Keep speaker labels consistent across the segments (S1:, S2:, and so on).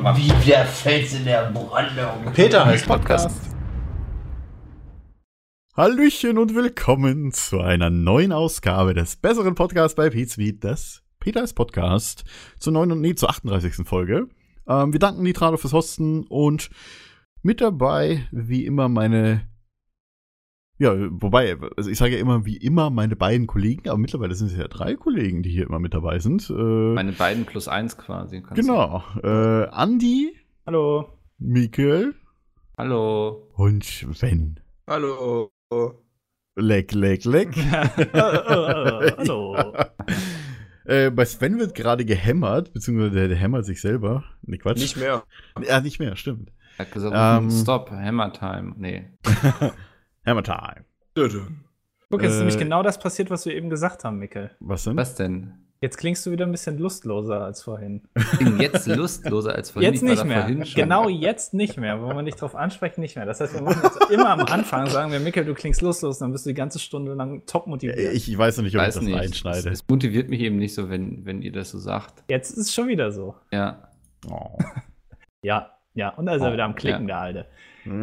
S1: Wie der Fels in der um- Brandung.
S2: Peter heißt Podcast.
S3: Hallöchen und willkommen zu einer neuen Ausgabe des besseren Podcasts bei Pizmeet, des Peters Podcast, zur 9 und nee, zur 38. Folge. Ähm, wir danken Nitrado fürs Hosten und mit dabei, wie immer, meine. Ja, wobei, also ich sage ja immer, wie immer, meine beiden Kollegen, aber mittlerweile sind es ja drei Kollegen, die hier immer mit dabei sind. Äh,
S4: Meine beiden plus eins quasi. kannst Du.
S3: genau. Äh, Andi,
S5: Hallo.
S3: Mikkel
S4: Hallo.
S3: und Sven.
S2: Hallo.
S3: Leck, leck, leck.
S5: Äh, äh, äh, Hallo.
S3: Äh, bei Sven wird gerade gehämmert, beziehungsweise der, der hämmert sich selber. Nee, Quatsch.
S2: Nicht mehr.
S3: ja, nicht mehr, stimmt.
S4: Er hat gesagt,
S3: Ähm.
S4: stop, Hammer Time. Nee.
S3: Hammer Time.
S2: Dödö.
S5: Guck, jetzt ist
S3: Äh,
S5: nämlich genau das passiert, was wir eben gesagt haben, Mickel.
S3: Was denn?
S4: Was denn?
S5: Jetzt klingst du wieder ein bisschen lustloser als vorhin.
S4: Ich bin jetzt lustloser als vorhin.
S5: jetzt
S4: Ich war
S5: nicht
S4: da
S5: mehr.
S4: vorhin schon-
S5: Genau jetzt nicht mehr. Wollen wir nicht drauf ansprechen, nicht mehr. Das heißt, wir müssen jetzt immer am Anfang sagen, wir Mickel, du klingst lustlos, dann bist du die ganze Stunde lang top
S3: Ja,
S5: motiviert.
S3: ich, ich weiß noch nicht, ob
S4: Weiß
S3: ich das
S4: nicht.
S3: einschneide.
S4: Es, es motiviert mich eben nicht so, wenn, wenn ihr das so sagt.
S5: jetzt ist es schon wieder so.
S4: Ja.
S3: oh.
S5: Ja, ja. Und da ist er
S4: Oh,
S5: wieder am
S4: ja.
S5: Klicken, der Alte. So.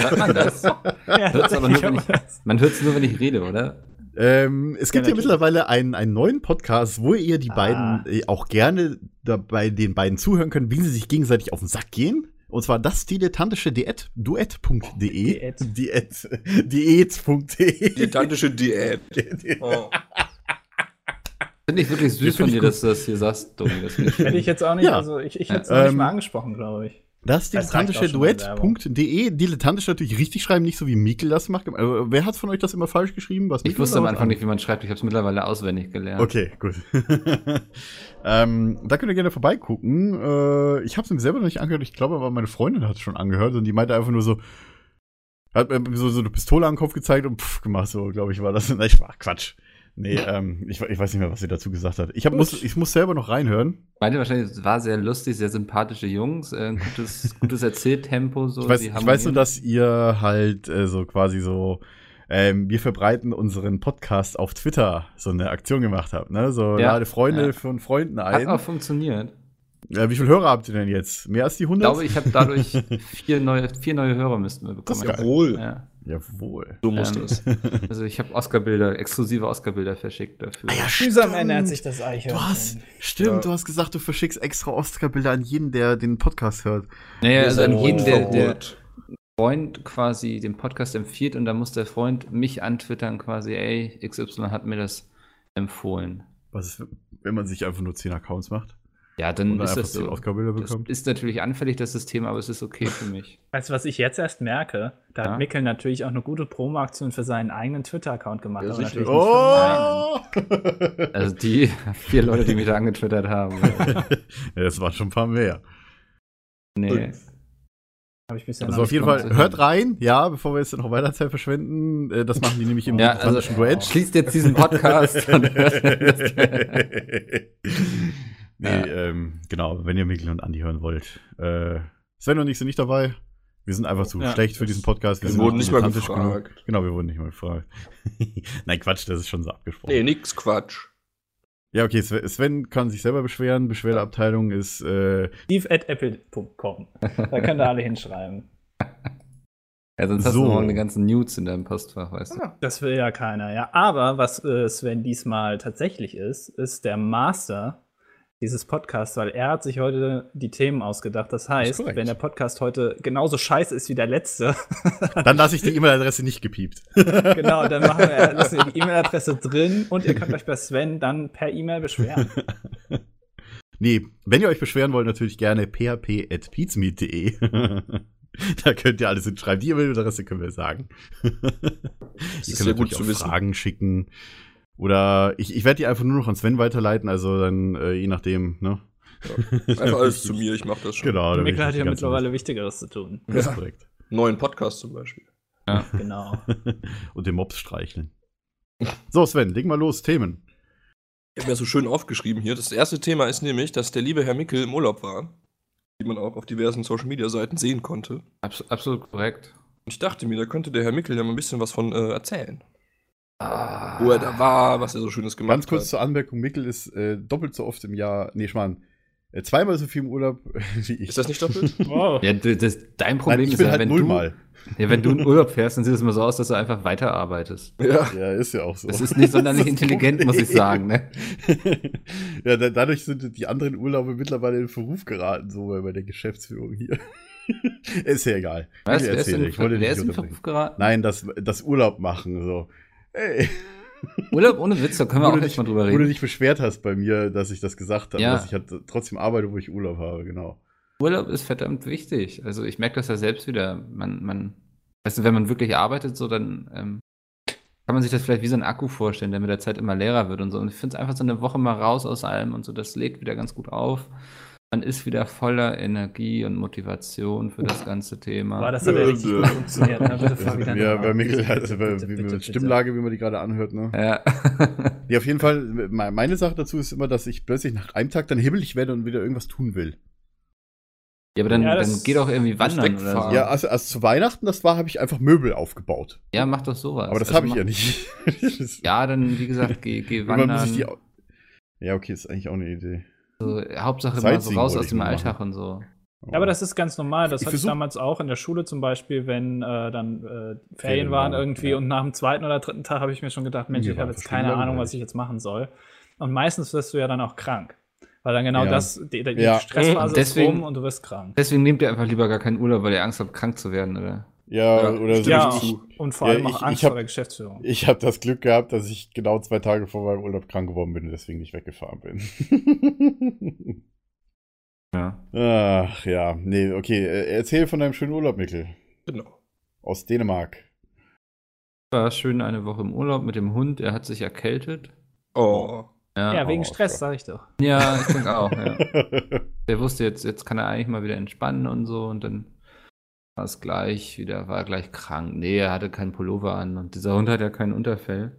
S4: Sagt man das?
S5: Ja,
S4: Hört's aber nur, wenn ich-
S5: das-
S4: Man hört es nur, wenn ich rede, oder?
S3: ähm, es gibt ja,
S5: natürlich.
S3: mittlerweile einen, einen neuen Podcast, wo ihr die
S5: Ah.
S3: beiden äh, auch gerne dabei den beiden zuhören könnt, wie sie sich gegenseitig auf den Sack gehen. Und zwar das dilettantische Diät, duett.de.
S5: Diät.
S3: Diät. Diät.de.
S2: Dilettantische Diät. Oh.
S4: Finde ich wirklich süß
S3: find
S4: von
S3: ich
S4: dir,
S3: gut.
S4: dass du das hier sagst, Domi. Das finde ich schön.
S5: Hätte ich jetzt auch nicht,
S3: Ja.
S5: also ich, ich
S4: Ja.
S5: hätte es noch nicht
S3: Ähm,
S5: mal angesprochen, glaube ich.
S3: Das
S5: Das reicht
S3: dilettantische
S5: auch schon als Werbung.
S3: Duett.de. E. Dilettantisch natürlich richtig schreiben, nicht so wie Mikkel das macht. Also, wer hat von euch das immer falsch geschrieben? Was
S4: Ich
S3: Mikkel
S4: wusste am
S3: oder was
S4: Anfang nicht, genau. wie man schreibt. Ich habe es mittlerweile auswendig gelernt.
S3: Okay, gut. ähm, da könnt ihr gerne vorbeigucken. Äh, ich habe es mir selber noch nicht angehört. Ich glaube aber, meine Freundin hat es schon angehört und die meinte einfach nur so, hat mir so, so eine Pistole am Kopf gezeigt und pff gemacht. So, glaube ich, war das. Nein, ich war Quatsch. Nee, ähm, ich, ich weiß nicht mehr, was sie dazu gesagt hat. Ich, hab, muss, ich muss selber noch reinhören.
S4: Beide wahrscheinlich, es war sehr lustig, sehr sympathische Jungs, äh, ein gutes, gutes Erzähltempo. So,
S3: Ich weiß,
S4: sie
S3: ich weiß nur,
S4: harmonieren.
S3: dass ihr halt äh, so quasi so, ähm, wir verbreiten unseren Podcast auf Twitter, so eine Aktion gemacht habt. Ne? So
S4: Ja,
S3: lade Freunde
S4: ja.
S3: von Freunden
S4: Hat
S3: ein.
S4: auch funktioniert.
S3: Ja, wie viele Hörer habt ihr denn jetzt? Mehr als die
S4: Ich
S3: 100?
S4: glaube, ich habe dadurch vier neue, vier neue Hörer müssten wir
S3: Das
S4: bekommen.
S3: ist
S4: Ja.
S2: Jawohl.
S4: Ja.
S3: Jawohl.
S2: So muss
S4: Ähm.
S2: das.
S4: Also ich habe Oscar-Bilder, exklusive Oscar-Bilder verschickt
S3: Ah
S4: dafür.
S5: Mühsam ernährt sich das Eichhörnchen.
S3: ähm, Du hast, stimmt,
S2: Ja.
S3: du hast gesagt, du verschickst extra Oscar-Bilder an jeden, der den Podcast hört.
S4: Naja,
S2: Ihr
S4: also
S2: seid
S4: an jeden, der, der
S2: verrückt.
S4: Freund quasi den Podcast empfiehlt und dann muss der Freund mich antwittern quasi, ey, XY hat mir das empfohlen.
S3: Was ist, wenn man sich einfach nur 10 Accounts macht
S4: Ja, dann
S3: und dann
S4: Hm, ist
S3: einfach
S4: das
S3: 10
S4: so.
S3: Oscar-Bilder
S4: Das
S3: bekommt?
S4: ist natürlich anfällig, das System, aber es ist okay für mich.
S5: Weißt du, was ich jetzt erst merke? Da
S4: Ja.
S5: hat Mickel natürlich auch eine gute Promo-Aktion für seinen eigenen Twitter-Account gemacht.
S2: Ja,
S5: aber
S2: sicher.
S5: natürlich nicht für meinen.
S3: Oh!
S4: Also die vier Leute, die mich da angetwittert haben.
S3: ja, das waren schon ein paar mehr.
S4: Nee.
S5: Hab ich bisher
S3: Also
S5: noch
S3: auf
S5: nicht
S3: jeden
S5: gemacht.
S3: Fall, hört rein, ja, bevor wir jetzt noch weiter Zeit verschwenden. Äh, Das machen die nämlich im
S4: Ja, also
S3: dilettantischen Duett.
S4: schließt jetzt diesen Podcast und hört
S3: nee,
S4: Ja.
S3: ähm, genau, wenn ihr Mikkel und Andi hören wollt. Äh, Sven und ich sind nicht dabei. Wir sind einfach zu
S5: Ja.
S3: schlecht für diesen Podcast.
S2: Wir
S3: sind
S2: wurden nicht mal
S3: dilettantisch
S2: gefragt.
S3: Genug. Genau, wir wurden nicht mal gefragt. Nein, Quatsch, das ist schon so abgesprochen.
S2: Nee, nix Quatsch.
S3: Ja, okay, Sven, Sven kann sich selber beschweren. Beschwerdeabteilung ist, äh,
S5: Steve at apple.com. Da könnt ihr alle hinschreiben.
S4: Ja, sonst hast
S3: So.
S4: du morgen die ganzen Nudes in deinem Postfach, weißt du.
S5: Das will ja keiner, ja. Aber was äh, Sven diesmal tatsächlich ist, ist der Master dieses Podcasts, weil er hat sich heute die Themen ausgedacht. Das heißt,
S3: korrekt.
S5: wenn der Podcast heute genauso scheiße ist wie der letzte,
S3: dann lasse ich die E-Mail-Adresse nicht gepiept.
S5: Genau, dann machen wir, lassen wir die E-Mail-Adresse drin und ihr könnt euch bei Sven dann per E-Mail beschweren.
S3: Nee, wenn ihr euch beschweren wollt, natürlich gerne php.peatsmeet.de. da könnt ihr alles hinschreiben. Die E-Mail-Adresse können wir sagen.
S2: Das
S3: Ihr
S2: ist
S3: könnt
S2: sehr
S3: natürlich
S2: gut zu
S3: auch
S2: wissen.
S3: Fragen schicken. Oder ich, ich werde die einfach nur noch an Sven weiterleiten, also dann äh, je nachdem, ne?
S2: Einfach alles zu mir, ich mach das schon.
S3: Genau. dann
S5: Mikkel
S3: werd
S5: hat
S3: ich
S5: ja
S3: das Ganze-
S5: mittlerweile Wichtigeres zu tun.
S3: Das ist korrekt.
S2: Neuen Podcast zum Beispiel.
S5: Genau.
S3: Und den Mobs streicheln. So, Sven, leg mal los, Themen.
S2: Ich habe mir so schön aufgeschrieben hier. Das erste Thema ist nämlich, dass der liebe Herr Mickel im Urlaub war, die man auch auf diversen Social-Media-Seiten sehen konnte. Und
S4: Abs absolut korrekt.
S2: ich dachte mir, da könnte der Herr Mickel ja mal ein bisschen was von äh, erzählen.
S4: Ah,
S2: Wo er da war, was er so Schönes gemacht
S3: Ganz kurz
S2: hat.
S3: zur Anmerkung, Mikkel ist äh, doppelt so oft im Jahr, nee, Schmarrn, Äh, Zweimal so viel im Urlaub wie ich.
S2: Ist das nicht doppelt?
S5: Wow.
S4: Ja, du- das,
S3: Nein,
S4: dein Problem
S3: ich
S4: ist
S3: bin
S4: ja,
S3: halt
S4: wenn
S3: nullmal.
S4: du, ja, wenn du in Urlaub fährst, dann sieht es immer so aus, dass du einfach weiterarbeitest.
S2: ja.
S3: Ja, ist ja auch so.
S4: Das ist nicht sonderlich
S3: Das ist das
S4: intelligent, muss ich
S3: Problem.
S4: sagen. Ne?
S3: ja, da, dadurch sind die anderen Urlaube mittlerweile in Verruf geraten, so bei- bei der Geschäftsführung hier. ist ja egal.
S4: Weißt du,
S3: Ich
S4: wer ist,
S3: erzähle,
S4: in,
S3: ich wollte
S4: wer
S3: dich
S4: ist in
S3: nicht
S4: Verruf
S3: unterbrechen.
S4: geraten?
S3: Nein, das, das Urlaub machen, so. Ey,
S4: Urlaub ohne Witz, da können wir
S3: Wo
S4: auch
S3: du
S4: nicht mal drüber
S3: wo du
S4: reden.
S3: dich beschwert hast bei mir, dass ich das gesagt habe,
S4: Ja.
S3: dass ich halt trotzdem arbeite, wo ich Urlaub habe, genau.
S4: Urlaub ist verdammt wichtig. Also ich merke das ja selbst wieder. Man, man, weißt du, wenn man wirklich arbeitet, so dann ähm, kann man sich das vielleicht wie so ein Akku vorstellen, der mit der Zeit immer leerer wird und so. Und ich finde es einfach so eine Woche mal raus aus allem und so, das lädt wieder ganz gut auf. Man ist wieder voller Energie und Motivation für das ganze Thema.
S5: Boah, das hat ja richtig gut funktioniert. Ne? Bitte
S3: Ja,
S5: fang wieder
S3: ja,
S5: an.
S3: bei Mikkel, also bei,
S5: Bitte,
S3: wie,
S5: bitte, bitte.
S3: Stimmlage, wie man die gerade anhört, ne?
S4: ja.
S3: Ja, auf jeden Fall, me- meine Sache dazu ist immer, dass ich plötzlich nach einem Tag dann hibbelig werde und wieder irgendwas tun will.
S4: ja, aber dann,
S5: Ja, das-
S4: dann geh doch irgendwie wandern
S2: das
S4: oder so.
S2: Wegfahren.
S3: Ja, also, also zu Weihnachten, das war, habe ich einfach Möbel aufgebaut.
S4: ja, mach doch sowas.
S3: Aber das
S4: Also
S3: habe ich
S4: mach-
S3: ja nicht. Das-
S4: Ja, dann, wie gesagt, geh, geh
S3: irgendwann
S4: wandern.
S3: muss ich die au- ja, okay, ist eigentlich auch eine Idee.
S4: so, Hauptsache mal so
S3: Sightseeing
S4: raus
S3: wollte
S4: aus
S3: ich
S4: dem
S3: mal machen.
S4: Alltag und so.
S5: Ja, aber das ist ganz normal. Das
S3: Ich
S5: hatte ich
S3: versuch-
S5: damals auch in der Schule zum Beispiel, wenn äh, dann äh, die
S3: Ferien
S5: Ferien waren
S3: waren,
S5: irgendwie
S3: ja.
S5: und nach dem zweiten oder dritten Tag habe ich mir schon gedacht, Mensch,
S3: Mir
S5: ich
S3: war
S5: habe jetzt
S3: einfach
S5: keine
S3: stundenlang
S5: Ahnung, was
S3: langweilig.
S5: ich jetzt machen soll. Und meistens wirst du ja dann auch krank. Weil dann genau
S3: Ja.
S5: das, die, die
S3: Ja.
S5: Stressphase
S4: Deswegen-
S5: ist rum und du wirst krank.
S4: Deswegen nehmt ihr einfach lieber gar keinen Urlaub, weil ihr Angst habt, krank zu werden, oder?
S3: Ja,
S2: Ja,
S3: oder so.
S5: Ja,
S3: ich
S5: und vor
S3: Also Ja,
S5: allem auch
S3: ich-
S5: Angst
S3: ich hab-
S5: vor der Geschäftsführung.
S3: ich habe das Glück gehabt, dass ich genau zwei Tage vor meinem Urlaub krank geworden bin und deswegen nicht weggefahren bin.
S4: Ja.
S3: Ach ja, nee, okay. äh, Erzähl von deinem schönen Urlaub, Mikkel.
S2: Genau.
S3: Aus Dänemark.
S4: War schön eine Woche im Urlaub mit dem Hund, er hat sich erkältet.
S2: Oh.
S4: Ja,
S5: Ja,
S4: ja,
S5: wegen
S3: oh,
S5: Stress,
S3: ja.
S5: sag ich doch.
S4: ich denke auch. Ja. Der wusste jetzt, jetzt kann er eigentlich mal wieder entspannen und so und dann war es gleich wieder, war er gleich krank. Nee, er hatte keinen Pullover an und dieser Hund hat ja keinen Unterfell.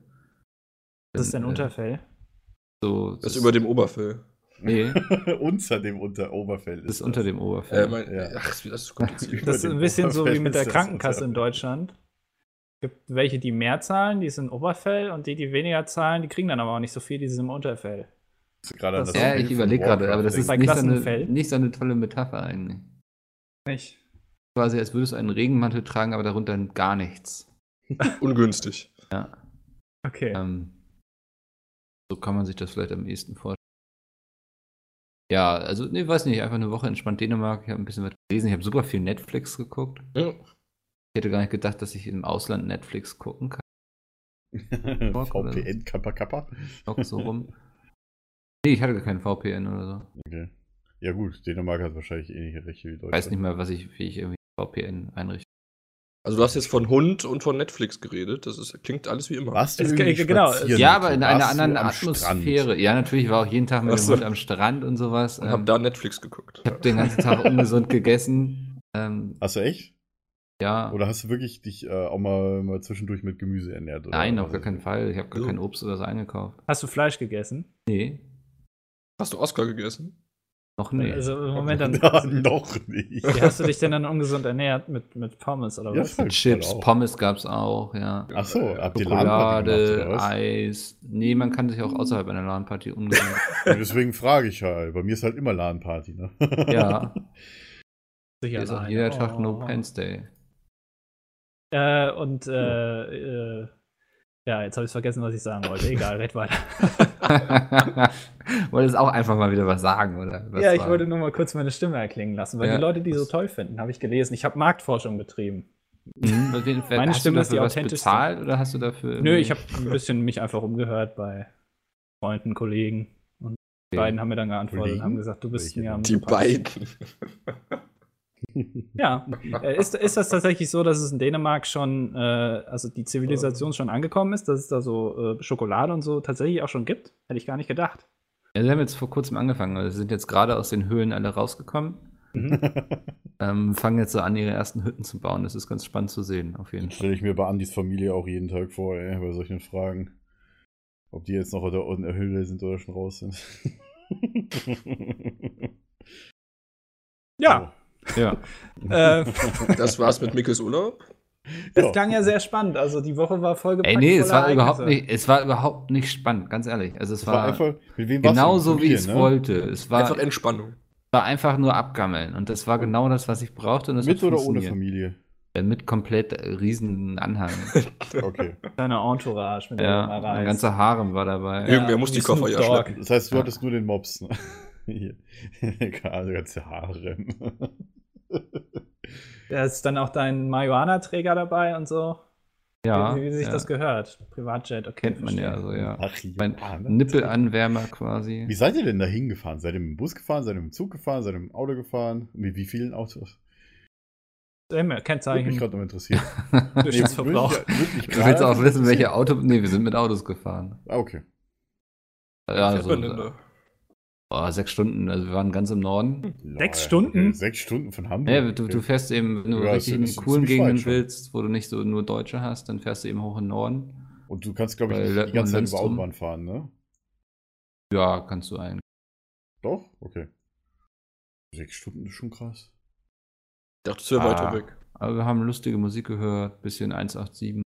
S5: Das ist
S4: Dann,
S5: ein Unterfell.
S4: Äh, so, das,
S2: Das ist über dem Oberfell.
S4: Nee,
S3: Unter dem Unter Oberfell.
S4: das ist unter dem Oberfell.
S2: Äh, mein,
S3: Ja.
S2: Ach, das ist so kompliziert.
S5: Das ist
S3: über
S5: ein
S3: dem
S5: bisschen so wie
S3: Oberfell ist
S5: mit der
S3: das
S5: Krankenkasse in
S3: Unterfell.
S5: Deutschland. Es gibt welche, die mehr zahlen, die sind Oberfell und die, die weniger zahlen, die kriegen dann aber auch nicht so viel, die sind im Unterfell.
S3: Gerade an
S5: Das-
S3: das
S4: ja,
S3: Bild
S4: ich
S3: von
S4: überlege gerade,
S3: Warcraft
S4: aber das ist
S5: Bei
S4: nicht so, eine,
S5: Klassenfell.
S4: nicht so eine tolle Metapher eigentlich.
S5: Nicht.
S4: Quasi, als würdest du einen Regenmantel tragen, aber darunter gar nichts.
S2: Ungünstig.
S4: Ja.
S5: Okay.
S4: Ähm, so kann man sich das vielleicht am ehesten vorstellen. Ja, also, nee, weiß nicht, einfach eine Woche entspannt Dänemark. Ich habe ein bisschen was gelesen. Ich habe super viel Netflix geguckt.
S2: Ja.
S4: Ich hätte gar nicht gedacht, dass ich im Ausland Netflix gucken kann. Ork, oder?
S3: VPN Kappa Kappa.
S4: Auch so rum. Nee, ich hatte gar keinen VPN oder so.
S3: Okay. Ja gut, Dänemark hat wahrscheinlich ähnliche Rechte wie Deutschland.
S4: Ich weiß nicht mehr, was ich, wie ich irgendwie VPN einrichte.
S2: Also du hast jetzt von Hund und von Netflix geredet. Das ist, klingt alles wie immer.
S3: Warst du
S5: Es-
S3: irgendwie
S5: genau,
S3: spazieren,
S5: Ja,
S4: Ja,
S3: Nico?
S4: aber in einer
S3: Warst du
S4: anderen
S3: am
S4: Atmosphäre.
S3: Strand?
S4: Ja, natürlich war auch jeden Tag mit
S2: Ach
S4: dem
S2: so.
S4: Hund am Strand und sowas.
S2: Und hab
S4: Ähm,
S2: da Netflix geguckt.
S4: ich habe den ganzen Tag ungesund gegessen. Ähm,
S3: Hast du echt?
S4: ja.
S3: Oder hast du wirklich dich äh, auch mal, mal zwischendurch mit Gemüse ernährt? Oder?
S4: Nein, auf
S3: Also,
S4: gar keinen Fall. Ich habe gar
S2: So.
S4: kein Obst oder so eingekauft.
S5: Hast du Fleisch gegessen?
S4: Nee,
S2: Hast du Oscar gegessen?
S4: noch nicht.
S5: Also im Moment dann.
S3: Na, noch nicht.
S5: Wie hast du dich denn dann ungesund ernährt? Mit, mit Pommes oder
S3: Ja,
S5: was?
S3: voll,
S4: Chips,
S3: voll auch.
S4: Pommes gab's auch, ja.
S3: genau. Ach so, habt ihr Ladenparty
S4: Schokolade,
S3: gemacht, oder was?
S4: Eis. Nee, man kann sich auch außerhalb einer LAN-Party umgehen.
S3: Ja, deswegen frage ich halt. Bei mir ist halt immer Ladenparty, ne?
S4: ja,
S5: Sicher
S4: hier ist auch
S5: nein.
S4: jeder Tag No
S5: Oh.
S4: Pants Day.
S5: Äh, und äh, äh, ja, jetzt habe ich vergessen, was ich sagen wollte. Egal, red weiter.
S4: Wolltest auch einfach mal wieder was sagen, oder? Was
S5: ja, ich
S4: war-
S5: wollte nur mal kurz meine Stimme erklingen lassen, weil
S4: Ja.
S5: die Leute, die so toll finden, habe ich gelesen. Ich habe Marktforschung betrieben.
S4: Mhm. Wer- wer-
S5: Meine
S4: hast
S5: Stimme
S4: du
S5: ist die
S4: dafür was
S5: authentischste.
S4: bezahlt oder hast du dafür.
S5: Nö, ich habe ein bisschen mich einfach umgehört bei Freunden, Kollegen. Und die
S4: Okay.
S5: beiden haben mir dann geantwortet
S3: Kollegen?
S5: und haben gesagt, du bist
S3: Welche
S5: mir
S3: denn?
S5: am
S2: Die
S5: sympathischsten.
S2: beiden.
S5: Ja, Äh, ist, ist das tatsächlich so, dass es in Dänemark schon, äh, also die Zivilisation schon angekommen ist, dass es da so äh, Schokolade und so tatsächlich auch schon gibt? Hätte ich gar nicht gedacht.
S4: Ja, sie haben jetzt vor kurzem angefangen. Also sie sind jetzt gerade aus den Höhlen alle rausgekommen.
S5: Mhm.
S4: Ähm, fangen jetzt so an, ihre ersten Hütten zu bauen. Das ist ganz spannend zu sehen, auf jeden Fall.
S3: Stelle ich mir bei Andys Familie auch jeden Tag vor, ey, bei solchen Fragen. Ob die jetzt noch da unten in der Höhle sind oder schon raus sind.
S5: Ja,
S4: Ja.
S5: äh,
S2: Das war's mit Mickels Urlaub.
S5: Das
S3: Ja.
S5: äh, klang ja sehr spannend. Also die Woche war vollgepackt.
S4: Ey, nee, es
S5: voller
S4: war, überhaupt
S5: Ereignisse.
S4: nicht, es war überhaupt nicht spannend, ganz ehrlich. Also es
S3: war
S4: war,
S3: einfach, mit wem warst du?
S4: genauso
S3: Mit
S4: wie
S3: mir,
S4: ich es
S3: ne?
S4: wollte. Es war
S2: Einfach Entspannung.
S4: war einfach nur abgammeln. Und das war genau das, was ich brauchte. Und das
S3: Mit
S4: hat
S3: oder ohne
S4: funktioniert.
S3: Familie?
S4: Äh, Mit komplett äh, riesen Anhang.
S3: Okay.
S5: Deine Entourage mit
S4: ja,
S5: der du mal
S4: ein
S5: reist.
S4: ganzer Harem war dabei.
S2: Irgendwer muss
S5: wie
S2: die Koffer
S5: Snoop
S2: ja
S5: Dogg.
S2: schleppen.
S3: Das heißt, du
S4: Ja.
S3: hattest nur den Mops. Ne? Hier. Also ganze Harem.
S5: Da ist dann auch dein Marihuana-Träger dabei und so.
S4: Ja,
S5: wie, wie sich
S4: ja.
S5: das gehört. Privatjet, okay.
S4: kennt man ja
S5: verstehe.
S4: so, ja.
S3: Ach,
S4: Mein
S3: Johann.
S4: Nippelanwärmer quasi.
S3: Wie seid ihr denn da hingefahren? Seid ihr mit dem Bus gefahren? Seid ihr mit dem Zug gefahren? Seid ihr mit dem Auto gefahren? Mit wie vielen Autos?
S5: Immer,
S3: Würde mich
S5: Kennzeichen.
S3: gerade noch interessiert.
S4: du
S5: Durchschnittsverbrauch.
S3: Wirklich, wirklich
S4: willst auch
S3: gerade
S4: wissen, welche
S3: interessiert.
S4: Auto. Nee, wir sind mit Autos gefahren.
S3: Ah, okay.
S4: Ja,
S2: Fährt
S4: so,
S2: man denn da?
S4: boah, sechs Stunden. Also wir waren ganz im Norden.
S3: Lol.
S5: Stunden?
S3: Sechs Stunden von Hamburg.
S4: Ja, du, du fährst eben, wenn du
S3: Ja,
S4: richtig
S3: es-
S4: in
S3: es- es ist
S4: coolen
S3: nicht weit
S4: Gegenden
S3: schon.
S4: willst, wo du nicht so nur Deutsche hast, dann fährst du eben hoch in den Norden.
S3: Und du kannst, glaube ich,
S4: Weil
S3: nicht die
S4: Lettmann
S3: ganze Zeit über
S4: Lindström.
S3: Autobahn fahren, ne?
S4: Ja, kannst du ein.
S3: Doch? Okay. Sechs Stunden ist schon krass.
S2: Ich dachte, es wäre
S4: Ah.
S2: weiter weg.
S4: Aber wir haben lustige Musik gehört, bisschen 187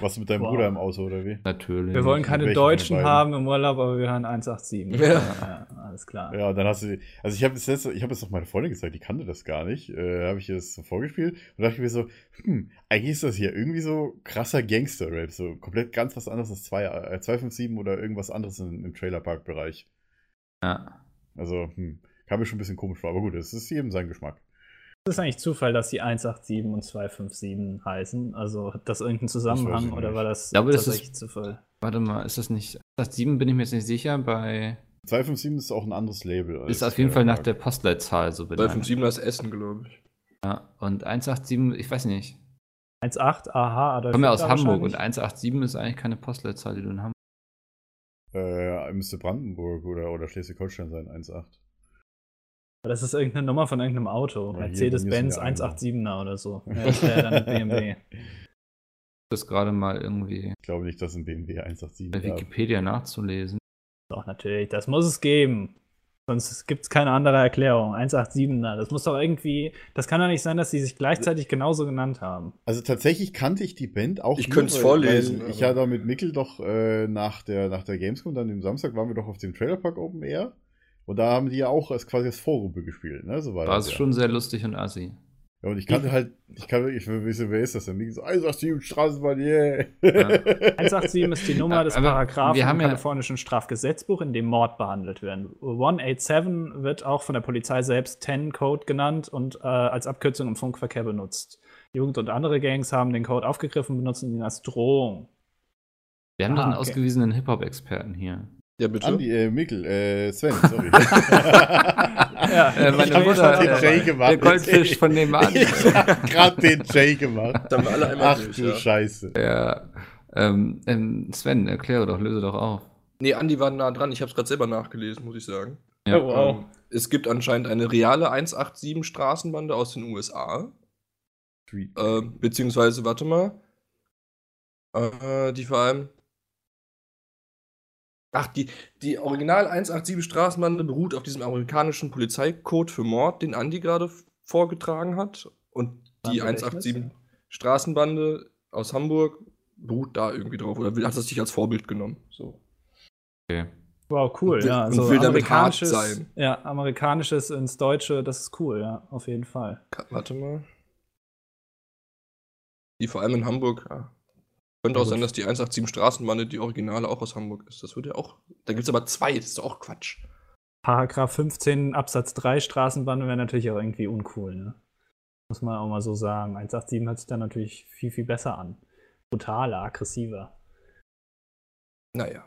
S3: Was mit deinem
S5: Wow.
S3: Bruder im Auto, oder wie?
S4: natürlich.
S5: Wir wollen keine
S3: Welche von
S5: Deutschen
S3: beiden?
S5: haben im Urlaub, aber wir hören 187.
S2: Ja.
S5: alles klar.
S3: Ja, und dann hast du. Also ich habe das letzte, ich habe es noch meine Freundin gezeigt, die kannte das gar nicht. Äh, habe ich ihr das so vorgespielt und dachte ich mir so, hm, eigentlich ist das hier irgendwie so krasser Gangster-Rap, so komplett ganz was anderes als 2, äh, 257 oder irgendwas anderes im, im Trailerpark-Bereich.
S4: Ja.
S3: Also, hm, kam mir schon ein bisschen komisch vor, aber gut, es ist jedem sein Geschmack.
S5: Es ist eigentlich Zufall, dass die 187 und 257 heißen. Also hat das irgendeinen
S3: Das weiß ich
S5: Zusammenhang oder
S3: nicht.
S5: war das
S4: Ich glaube, das
S5: tatsächlich Zufall?
S4: Warte mal, ist das nicht. 187 bin ich mir jetzt nicht sicher. Bei
S3: 257 ist auch ein anderes Label. als
S4: ist auf jeden Fall nach der
S3: Trailerpark.
S4: Postleitzahl so benannt.
S2: 257 ist Essen, glaube ich.
S4: Ja. Und 187, ich weiß nicht.
S5: 18, aha, Adolf
S4: Ich komme ja aus
S5: Hitler
S4: Hamburg und
S5: wahrscheinlich.
S4: 187 ist eigentlich keine Postleitzahl, die du in Hamburg.
S3: Äh, müsste Brandenburg oder, oder Schleswig-Holstein sein, 1,8.
S5: Aber Das ist irgendeine Nummer von irgendeinem
S3: Ja, hier,
S5: Auto.
S3: bei mir
S5: Mercedes-Benz
S3: ist eine
S5: 187er oder so. Ja, das wäre dann BMW.
S4: Das gerade mal irgendwie
S3: Ich glaube nicht, dass ein BMW 187
S4: bei
S3: gab.
S4: Wikipedia nachzulesen.
S5: Doch, natürlich, das muss es geben. Sonst gibt es keine andere Erklärung. 187er, das muss doch irgendwie. Das kann doch nicht sein, dass die sich gleichzeitig genauso genannt haben.
S3: Also tatsächlich kannte ich die Band auch.
S2: Ich
S3: nur,
S2: könnt's
S3: weil-
S2: vorlesen,
S3: weil Ich
S2: aber-
S3: hatte mit Mickel doch äh, nach, der, nach der Gamescom, dann dem Samstag, waren wir doch auf dem Trailerpark Open Air. Und da haben die ja auch als quasi als Vorgruppe gespielt, ne? So war
S4: War
S3: das
S4: es
S3: ja.
S4: schon sehr lustig und assi.
S3: Ja, und ich kannte halt, ich kannte, ich wusste, wer ist das denn? Mickel so, 187 Straßenbahn, yeah.
S4: Ja.
S5: 187 ist die Nummer des
S4: Aber
S5: Paragraphen
S4: wir haben
S5: im
S4: ja-
S5: kalifornischen Strafgesetzbuch, in dem Mord behandelt werden. 187 wird auch von der Polizei selbst 10 Code genannt und äh, als Abkürzung im Funkverkehr benutzt. Jugend und andere Gangs haben den Code aufgegriffen und benutzen ihn als Drohung.
S4: Wir haben
S5: Ah,
S4: doch einen
S5: okay.
S4: ausgewiesenen Hip-Hop-Experten hier.
S2: Ja, bitte.
S3: Andi, äh, Mickel, äh, Sven, sorry.
S5: Ja,
S4: Äh,
S3: meine hab Mutter, grad den äh, Jay gemacht.
S4: der Goldfisch von nebenan.
S3: ich hab grad den Jay gemacht.
S2: Dann haben wir alle einmal
S3: Ach
S2: durch,
S3: du
S2: ja.
S3: Scheiße.
S4: Ja. Ähm, ähm, Sven, erkläre doch, löse doch auf.
S2: Nee, Andi war nah dran. Ich habe es gerade selber nachgelesen, muss ich sagen.
S4: Ja.
S5: Oh, wow.
S2: Ähm, es gibt anscheinend eine reale 187 Straßenbande aus den USA. Ähm, beziehungsweise, warte mal. Äh, die vor allem. Ach, die, die Original 187 Straßenbande beruht auf diesem amerikanischen Polizeicode für Mord, den Andi gerade f- vorgetragen hat. Und die
S5: Waren Gedächtnis,
S2: 187 Straßenbande aus Hamburg beruht da irgendwie drauf. Oder will- hat das sich als Vorbild genommen? So.
S4: Okay.
S5: Wow, cool.
S2: Und will-
S5: ja,
S2: und
S5: also
S2: will damit
S5: amerikanisches,
S2: hart sein.
S5: Ja, amerikanisches ins Deutsche, das ist cool, ja, auf jeden Fall.
S2: Ka- Warte mal. Die vor allem in Hamburg. Ja. Könnte
S5: Ja,
S2: auch
S5: gut.
S2: sein, dass die 187 Straßenbande die Originale auch aus Hamburg ist. Das würde ja auch. Da gibt es aber zwei, das ist doch auch Quatsch.
S5: Paragraph 15 Absatz 3 Straßenbande wäre natürlich auch irgendwie uncool, ne? Muss man auch mal so sagen. 187 hört sich dann natürlich viel, viel besser an. Brutaler, aggressiver.
S2: Naja.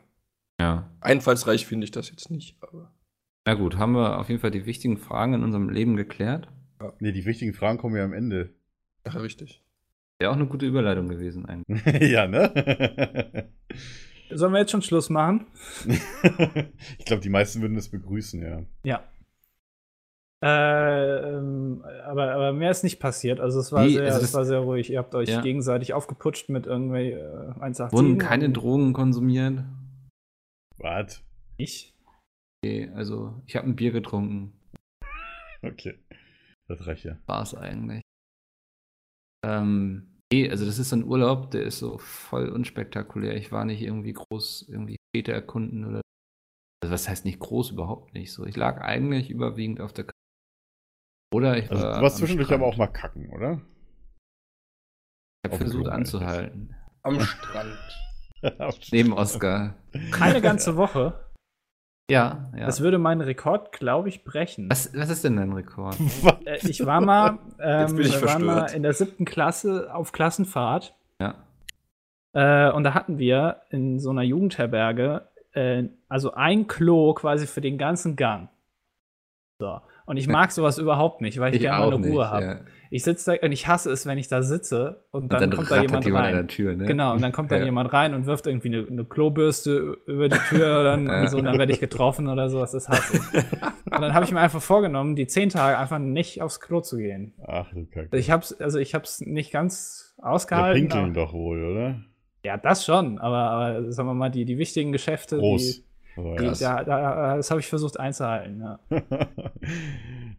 S4: Ja.
S2: Einfallsreich finde ich das jetzt nicht, aber.
S4: Na gut, haben wir auf jeden Fall die wichtigen Fragen in unserem Leben geklärt.
S3: Nee, die wichtigen Fragen kommen ja am Ende.
S2: Ja, richtig.
S4: Wäre auch eine gute Überleitung gewesen eigentlich.
S3: ja, ne?
S5: Sollen wir jetzt schon Schluss machen?
S3: ich glaube, die meisten würden das begrüßen, ja.
S5: Ja. Äh, ähm, aber, aber mehr ist nicht passiert. Also es war,
S4: Nee,
S5: sehr,
S4: also
S5: es
S4: das-
S5: war sehr ruhig. Ihr habt euch
S4: Ja.
S5: gegenseitig aufgeputscht mit irgendwie äh, 187.
S4: Wurden keine Drogen konsumiert.
S3: Was?
S5: Ich?
S4: Okay, also ich habe ein Bier getrunken.
S3: Okay. Das reicht ja.
S4: War es eigentlich. Ähm, nee, also das ist so ein Urlaub, der ist so voll unspektakulär. Ich war nicht irgendwie groß, irgendwie Städte erkunden oder. Also was heißt nicht groß, überhaupt nicht so. Ich lag eigentlich überwiegend auf der Couch. Oder ich
S3: Also,
S4: war.
S3: du warst
S4: am
S3: zwischendurch
S4: Strand.
S3: aber auch mal kacken, oder?
S4: Ich
S3: auf dem
S4: habe versucht
S3: Klo
S4: anzuhalten.
S2: Am Strand.
S4: Neben Oscar.
S5: Eine ganze Woche.
S4: Ja, ja.
S5: Das würde meinen Rekord, glaube ich, brechen.
S4: Was, was ist denn dein Rekord?
S3: Was?
S5: Äh, Ich war mal,
S2: Jetzt
S5: ähm,
S2: bin ich
S5: wir waren mal
S2: verstört.
S5: in der siebten Klasse auf Klassenfahrt.
S4: Ja.
S5: Äh, und da hatten wir in so einer Jugendherberge äh, also ein Klo quasi für den ganzen Gang. So. Und ich mag sowas überhaupt nicht, weil ich, gerne meine Ruhe habe.
S4: ja. Und
S5: Ich sitze da und ich hasse es, wenn ich da sitze und dann, kommt da
S4: rattert
S5: jemand
S4: an der
S5: rein.
S4: Tür, ne?
S5: Genau, und dann kommt dann
S4: Ja.
S5: jemand rein und wirft irgendwie eine, eine Klobürste über die Tür oder
S4: Ja.
S5: und so, und dann werde ich getroffen oder sowas, das hasse ich. Und dann habe ich mir einfach vorgenommen, die zehn Tage einfach nicht aufs Klo zu gehen.
S3: Ach du Kacke.
S5: Ich hab's, also ich hab's nicht ganz
S3: Wir
S5: ausgehalten.
S3: pinkeln
S5: aber-
S3: doch wohl, oder?
S5: Ja, das schon, aber, aber sagen wir mal, die, die wichtigen Geschäfte,
S3: Groß. Aber
S5: die,
S3: ja.
S5: die, da, da, das habe ich versucht einzuhalten. Ja.
S4: Ich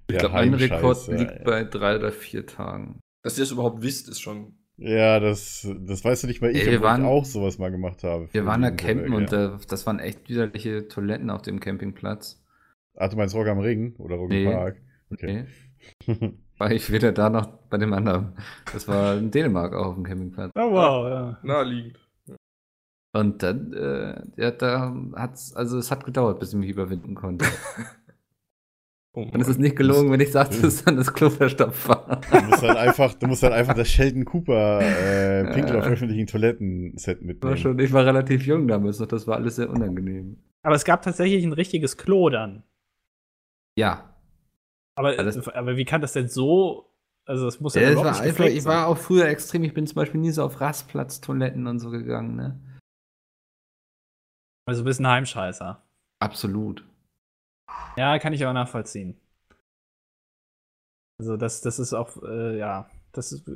S3: Der
S4: glaube, mein Rekord
S3: Heimscheißer,
S4: liegt
S3: ey.
S4: bei drei oder vier Tagen.
S2: Dass ihr es überhaupt wisst, ist schon.
S3: Ja, das, das weißt du nicht mal ich,
S4: Ey, wir
S3: obwohl
S4: waren-
S3: ich auch sowas mal gemacht habe.
S4: Wir waren da
S3: da
S4: campen und äh, da, das waren echt widerliche Toiletten auf dem Campingplatz.
S3: Ach, Ah, du meinst Rock am Ring oder Rock
S4: Nee.
S3: im Park? Okay.
S4: War ich weder da noch bei dem anderen. Das war in Dänemark auch auf dem Campingplatz.
S5: Oh, wow, ja.
S2: Naheliegend.
S4: Und dann, äh, ja, da hat's, also es hat gedauert, bis ich mich überwinden konnte.
S2: Oh
S4: Und es ist
S2: Mann.
S4: nicht gelogen, wenn ich sagte, dass dann das Klo verstopft war.
S3: Du musst halt einfach, du musst halt einfach das Sheldon Cooper äh, Pinkel auf
S4: Ja.
S3: öffentlichen Toiletten-Set mitnehmen.
S4: War schon, ich war relativ jung damals noch, das war alles sehr unangenehm.
S5: Aber es gab tatsächlich ein richtiges Klo dann.
S4: Ja.
S5: Aber,
S4: Ja, das-
S5: aber wie kann das denn so? Also, das muss ja,
S4: Ja, es
S5: überhaupt
S4: war
S5: nicht ne?
S4: einfach,
S5: gepflegt
S4: ich
S5: sein.
S4: war auch früher extrem, ich bin zum Beispiel nie so auf Rastplatztoiletten und so gegangen, ne?
S5: Also, ein bisschen Heimscheißer.
S4: Absolut.
S5: Ja, kann ich aber nachvollziehen. Also, das, das ist auch, äh, ja, das ist.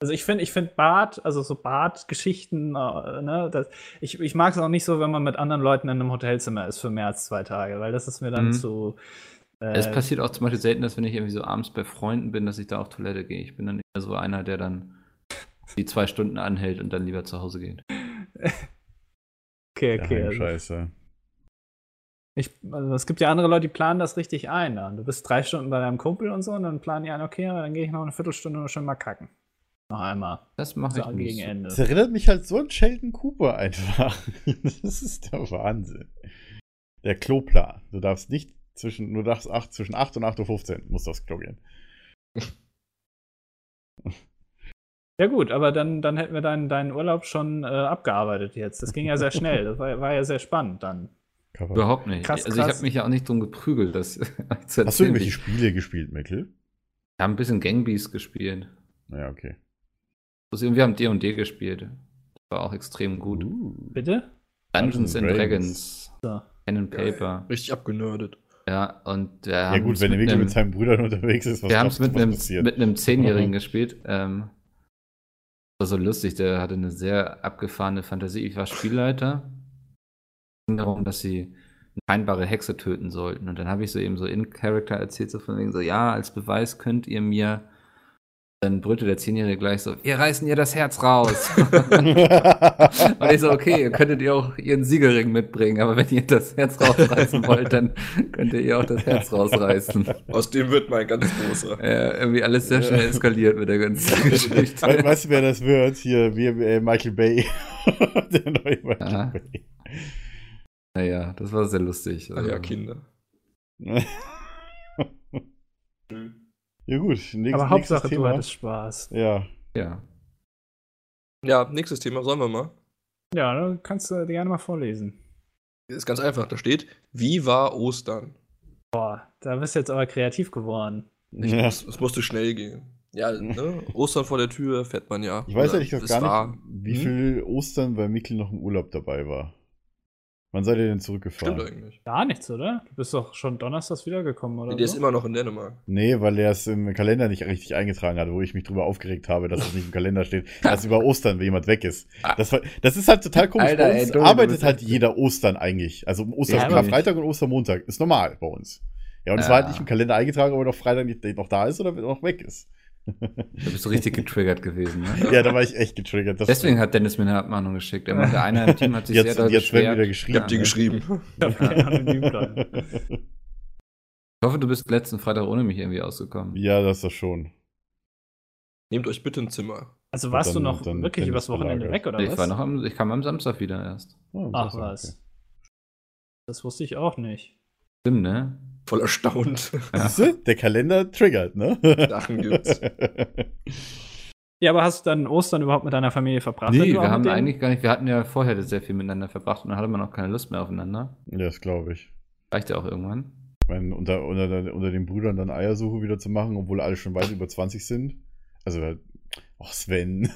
S5: Also, ich finde, ich finde Bad, also so Badgeschichten, äh, ne, das, ich, ich mag es auch nicht so, wenn man mit anderen Leuten in einem Hotelzimmer ist für mehr als zwei Tage, weil das ist mir dann
S4: Mhm.
S5: zu. Äh,
S4: Es passiert auch zum Beispiel selten, dass wenn ich irgendwie so abends bei Freunden bin, dass ich da auf Toilette gehe. Ich bin dann eher so einer, der dann die zwei Stunden anhält und dann lieber zu Hause geht.
S5: okay,
S3: Der
S5: okay. Also,
S3: Heimscheißer.
S5: Ich, also es gibt ja andere Leute, die planen das richtig ein. Dann. Du bist drei Stunden bei deinem Kumpel und so und dann planen die ein, okay, dann gehe ich noch eine Viertelstunde und schon mal kacken. Noch einmal.
S4: Das mache
S5: So
S4: ich
S5: gegen
S4: nicht. so.
S5: Ende.
S3: Das erinnert mich halt so an Sheldon Cooper einfach. Das ist der Wahnsinn. Der Kloplan. Du darfst nicht zwischen, du darfst acht, zwischen 8 und 8.15 Uhr musst du aufs Klo gehen.
S5: Ja gut, aber dann, dann hätten wir deinen, deinen Urlaub schon äh, abgearbeitet jetzt. Das ging ja sehr schnell. Das war, war ja sehr spannend dann.
S3: Cover.
S4: Überhaupt nicht.
S5: Krass,
S4: also ich
S5: krass.
S4: habe mich ja auch nicht drum geprügelt, das zu erzählen.
S3: Hast du irgendwelche
S4: Ich
S3: Spiele gespielt, Mickel?
S4: habe ein bisschen Gangbeast gespielt.
S3: Ja, okay.
S4: Also Wir haben D&D gespielt. Das war auch extrem gut.
S3: Uh.
S5: Bitte?
S4: Dungeons
S3: Dungeons
S4: and
S3: and
S4: Dragons.
S5: So.
S4: Pen and Paper.
S2: Richtig abgenördet.
S4: Ja, und wir
S3: Ja,
S4: haben
S3: gut,
S4: es
S3: wenn der Mickel
S4: einem-
S3: mit seinen Brüdern unterwegs ist, was
S4: wir haben
S3: glaubst
S4: es
S3: du,
S4: mit
S3: was
S4: einem,
S3: passiert? Mhm.
S4: mit einem Zehnjährigen gespielt. Ähm, das war so lustig, der hatte eine sehr abgefahrene Fantasie. Ich war Spielleiter. Es ging darum, dass sie eine scheinbare Hexe töten sollten. Und dann habe ich so eben so in Character erzählt, so von wegen so, ja, als Beweis könnt ihr mir. Dann brüllte der Zehnjährige gleich so, wir reißen ihr das Herz raus. Und ich so, okay, ihr könntet ihr auch ihren Siegelring mitbringen, aber wenn ihr das Herz rausreißen wollt, dann könnt ihr ihr auch das Herz rausreißen.
S2: Aus dem wird mein ganz großer.
S4: Ja, Äh, irgendwie alles sehr schnell eskaliert mit der ganzen
S3: We
S4: Geschichte.
S3: weißt du, wer das wird? Hier, wir, äh, Michael Bay. der neue Michael
S4: Aha.
S3: Bay.
S4: naja, das war sehr lustig.
S2: Ah ja, Kinder.
S3: ja, gut. Nächst, nächstes
S5: aber Hauptsache,
S3: Thema.
S5: du hattest Spaß.
S3: Ja.
S4: Ja.
S2: Ja, nächstes Thema, sollen wir mal.
S5: Ja, dann kannst du gerne mal vorlesen.
S2: Ist ganz einfach, da steht, wie war Ostern?
S5: Boah, da bist du jetzt aber kreativ geworden.
S2: Ich,
S3: ja.
S2: es, es musste schnell gehen. Ja, ne? Ostern vor der Tür fährt man ja.
S3: Ich weiß
S2: Oder
S3: ehrlich gesagt
S2: es
S3: gar
S2: war.
S3: nicht, wie
S2: Hm?
S3: viel Ostern bei Mikkel noch im Urlaub dabei war. Wann seid ihr denn zurückgefahren?
S2: Stimmt eigentlich.
S5: Gar nichts, oder? Du bist doch schon donnerstags wiedergekommen, oder?
S2: Nee, der ist
S5: so?
S2: immer noch in Dänemark.
S3: Nee, weil er es im Kalender nicht richtig eingetragen hat, wo ich mich drüber aufgeregt habe, dass es nicht im Kalender steht, als über Ostern jemand weg ist.
S5: Ah.
S3: Das, war, das ist halt total komisch.
S4: Alter,
S3: bei
S4: ey,
S3: uns
S4: Domi, du
S3: arbeitet
S4: bist
S3: halt
S4: echt-
S3: jeder Ostern eigentlich. Also Ostern
S4: Ja,
S3: ist
S4: aber-
S3: Karfreitag und Ostermontag. Ist normal bei uns. Ja, und es war halt
S4: Ja.
S3: nicht im Kalender eingetragen, ob er noch Freitag nicht, noch da ist oder noch weg ist.
S4: Da bist du richtig getriggert gewesen. Ne?
S3: ja, da war ich echt getriggert. Das
S4: Deswegen hat Dennis mir eine Abmahnung geschickt. Er meinte, einer im Team hat sich
S3: Jetzt-
S4: sehr doll
S3: jetzt werden
S4: beschwert.
S3: wieder geschrieben.
S2: Ich hab dir
S4: Ja.
S2: geschrieben.
S5: Ich hab keinen anonym bleiben.
S4: Ich hoffe, du bist letzten Freitag ohne mich irgendwie ausgekommen.
S3: ja, das ist das schon.
S2: Nehmt euch bitte ein Zimmer.
S5: Also warst
S3: Dann-
S5: du noch
S3: dann
S5: wirklich übers Wochenende
S3: Tennisbelage.
S5: weg, oder
S4: ich
S5: was?
S4: war noch am, ich kam am Samstag wieder erst.
S3: Oh,
S5: Ach
S3: interessant,
S5: was. Das wusste ich auch nicht.
S4: Stimmt, ne?
S2: Voll erstaunt.
S3: Okay. Siehste, der Kalender triggert, ne?
S2: Sachen gibt's.
S5: Ja, aber hast du dann Ostern überhaupt mit deiner Familie verbracht? wenn
S4: nee,
S5: du
S4: wir
S5: auch mit
S4: haben
S5: denen-
S4: eigentlich gar nicht, wir hatten ja vorher sehr viel miteinander verbracht und dann hatte man auch keine Lust mehr aufeinander.
S3: das glaube ich.
S4: Reicht ja auch irgendwann.
S3: Ich meine, unter, unter, unter den Brüdern dann Eiersuche wieder zu machen, obwohl alle schon weit über 20 sind. Also, äh, ach Sven.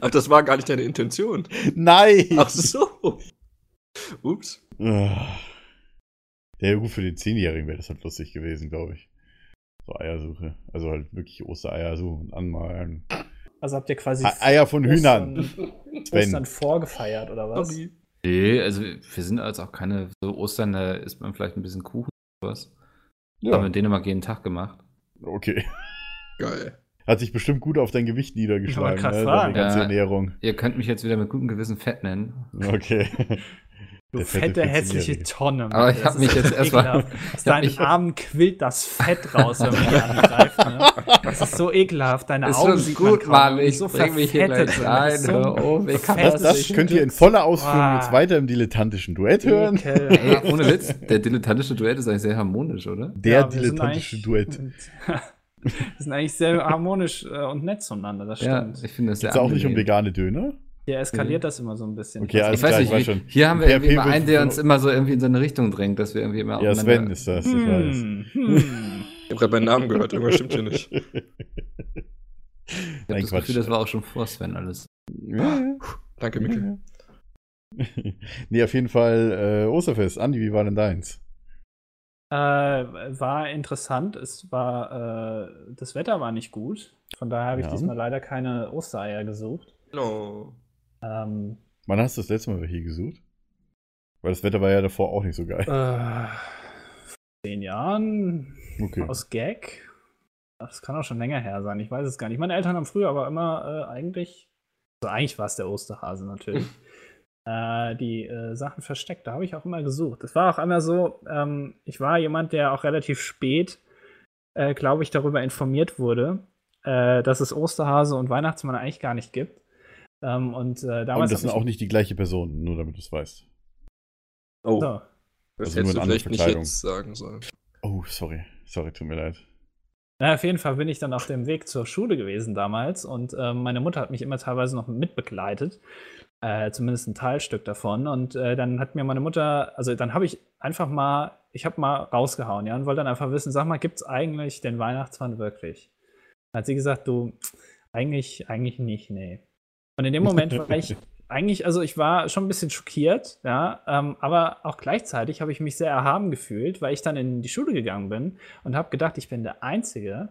S2: Ach, das war gar nicht deine Intention.
S3: Nein!
S2: Ach so. Ups.
S3: Ah. Ja, gut, für den Zehnjährigen wäre das halt lustig gewesen, glaube ich. So Eiersuche. Also halt wirklich Ostereier suchen, anmalen.
S5: Also habt ihr quasi
S3: E Eier von Hühnern.
S5: Ostern,
S3: Sven.
S5: Ostern vorgefeiert, oder was?
S2: Sorry.
S4: Nee, also wir sind als auch keine, so Ostern, da isst man vielleicht ein bisschen Kuchen oder was. Haben wir
S3: Ja,
S4: in Dänemark jeden Tag gemacht.
S3: okay.
S2: Geil.
S3: Hat sich bestimmt gut auf dein Gewicht niedergeschlagen, ne?
S5: Ich wollte grad
S3: Deine
S5: fragen.
S3: ganze
S4: Ja.
S3: Ernährung.
S4: Ihr könnt mich jetzt wieder mit gutem Gewissen fett nennen.
S3: Okay.
S5: Du
S3: Der fette
S5: fette, hässliche
S3: 14-Jährige.
S5: Tonne. Mann.
S4: Aber ich
S5: Das
S4: hab
S5: ist
S4: mich jetzt
S5: echt
S4: erstmal.
S5: ekelhaft. Aus
S4: ich hab
S5: deinen
S4: mich-
S5: Armen quillt das Fett raus, wenn man die angreift. Ne? Das ist so ekelhaft. Deine
S4: Ist
S5: Augen
S4: schon
S5: sieht man
S4: gut,
S5: kaum.
S4: Mann.
S5: Die sind
S4: Ich
S5: so
S4: bring mich hier
S5: verfettet,
S4: gleich
S5: Mann. Das
S4: rein.
S5: ist
S4: Hör auf, ich kann
S5: verfetzt.
S3: Das,
S4: das
S3: das
S4: nicht.
S3: könnt ihr in voller Ausführung
S5: Wow.
S3: jetzt weiter im dilettantischen Duett
S5: so
S3: hören.
S5: ekelhaft.
S4: Ey, ohne Witz, der dilettantische Duett ist eigentlich sehr harmonisch, oder?
S3: Der
S5: wir sind
S3: dilettantische
S5: eigentlich-
S3: Duett.
S5: Wir sind eigentlich sehr harmonisch äh, und nett zueinander, das
S4: Ja,
S5: stimmt.
S4: ich finde das sehr
S3: Ist auch nicht um
S4: angenehm.
S3: vegane Döner?
S5: Hier eskaliert das immer so ein bisschen.
S3: Okay,
S5: Also,
S3: alles
S4: Ich weiß
S3: klar,
S4: nicht,
S3: ich weiß
S4: wie-
S3: schon.
S4: hier haben wir
S3: PHP
S4: irgendwie immer einen, der
S3: wirft-
S4: uns immer so irgendwie in so eine Richtung drängt, dass wir irgendwie immer
S3: Ja,
S4: aufeinander-
S3: Sven ist das, ich weiß.
S5: hm, hm.
S2: Ich hab grad meinen Namen gehört. Irgendwas stimmt hier nicht.
S4: Ich habe das Gefühl, das war auch schon vor Sven alles.
S3: Ja,
S2: Danke,
S3: ja,
S2: Mikkel.
S3: ja. nee, auf jeden Fall äh, Osterfest. Andi, wie war denn deins?
S5: Äh, war interessant. Es war, äh, das Wetter war nicht gut. Von daher habe ich
S3: Ja.
S5: diesmal leider keine Ostereier gesucht.
S2: No.
S5: Ähm,
S3: Wann hast du das letzte Mal welche gesucht? Weil das Wetter war ja davor auch nicht so geil.
S5: äh, vor zehn Jahren
S3: Okay.
S5: aus Gag. Ach, Das kann auch schon länger her sein. Ich weiß es gar nicht. Meine Eltern haben früher aber immer äh, eigentlich, also eigentlich war es der Osterhase natürlich, äh, die äh, Sachen versteckt. Da habe ich auch immer gesucht. Das war auch immer so, ähm, ich war jemand, der auch relativ spät, äh, glaube ich, darüber informiert wurde, äh, dass es Osterhase und Weihnachtsmann eigentlich gar nicht gibt. Ähm, und äh,
S3: Und
S5: damals.
S3: das
S5: hab
S3: sind
S5: ich-
S3: auch nicht die gleiche Person, nur damit du es weißt.
S2: Oh,
S5: So.
S2: das
S3: also nur in
S2: hättest du
S3: anderer
S2: vielleicht nicht
S3: Verkleidung.
S2: jetzt sagen sollen.
S3: Oh, sorry. Sorry, tut mir leid.
S5: Na, auf jeden Fall bin ich dann auf dem Weg zur Schule gewesen damals und ähm, meine Mutter hat mich immer teilweise noch mitbegleitet, äh, zumindest ein Teilstück davon. Und äh, dann hat mir meine Mutter, also dann habe ich einfach mal, ich habe mal rausgehauen, ja, und wollte dann einfach wissen, sag mal, gibt's eigentlich den Weihnachtsmann wirklich? Dann hat sie gesagt, du, eigentlich, eigentlich nicht, nee. Und in dem Moment war ich eigentlich, also ich war schon ein bisschen schockiert, ja, ähm, aber auch gleichzeitig habe ich mich sehr erhaben gefühlt, weil ich dann in die Schule gegangen bin und habe gedacht, ich bin der Einzige,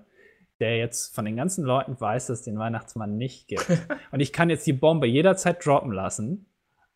S5: der jetzt von den ganzen Leuten weiß, dass es den Weihnachtsmann nicht gibt. Und ich kann jetzt die Bombe jederzeit droppen lassen.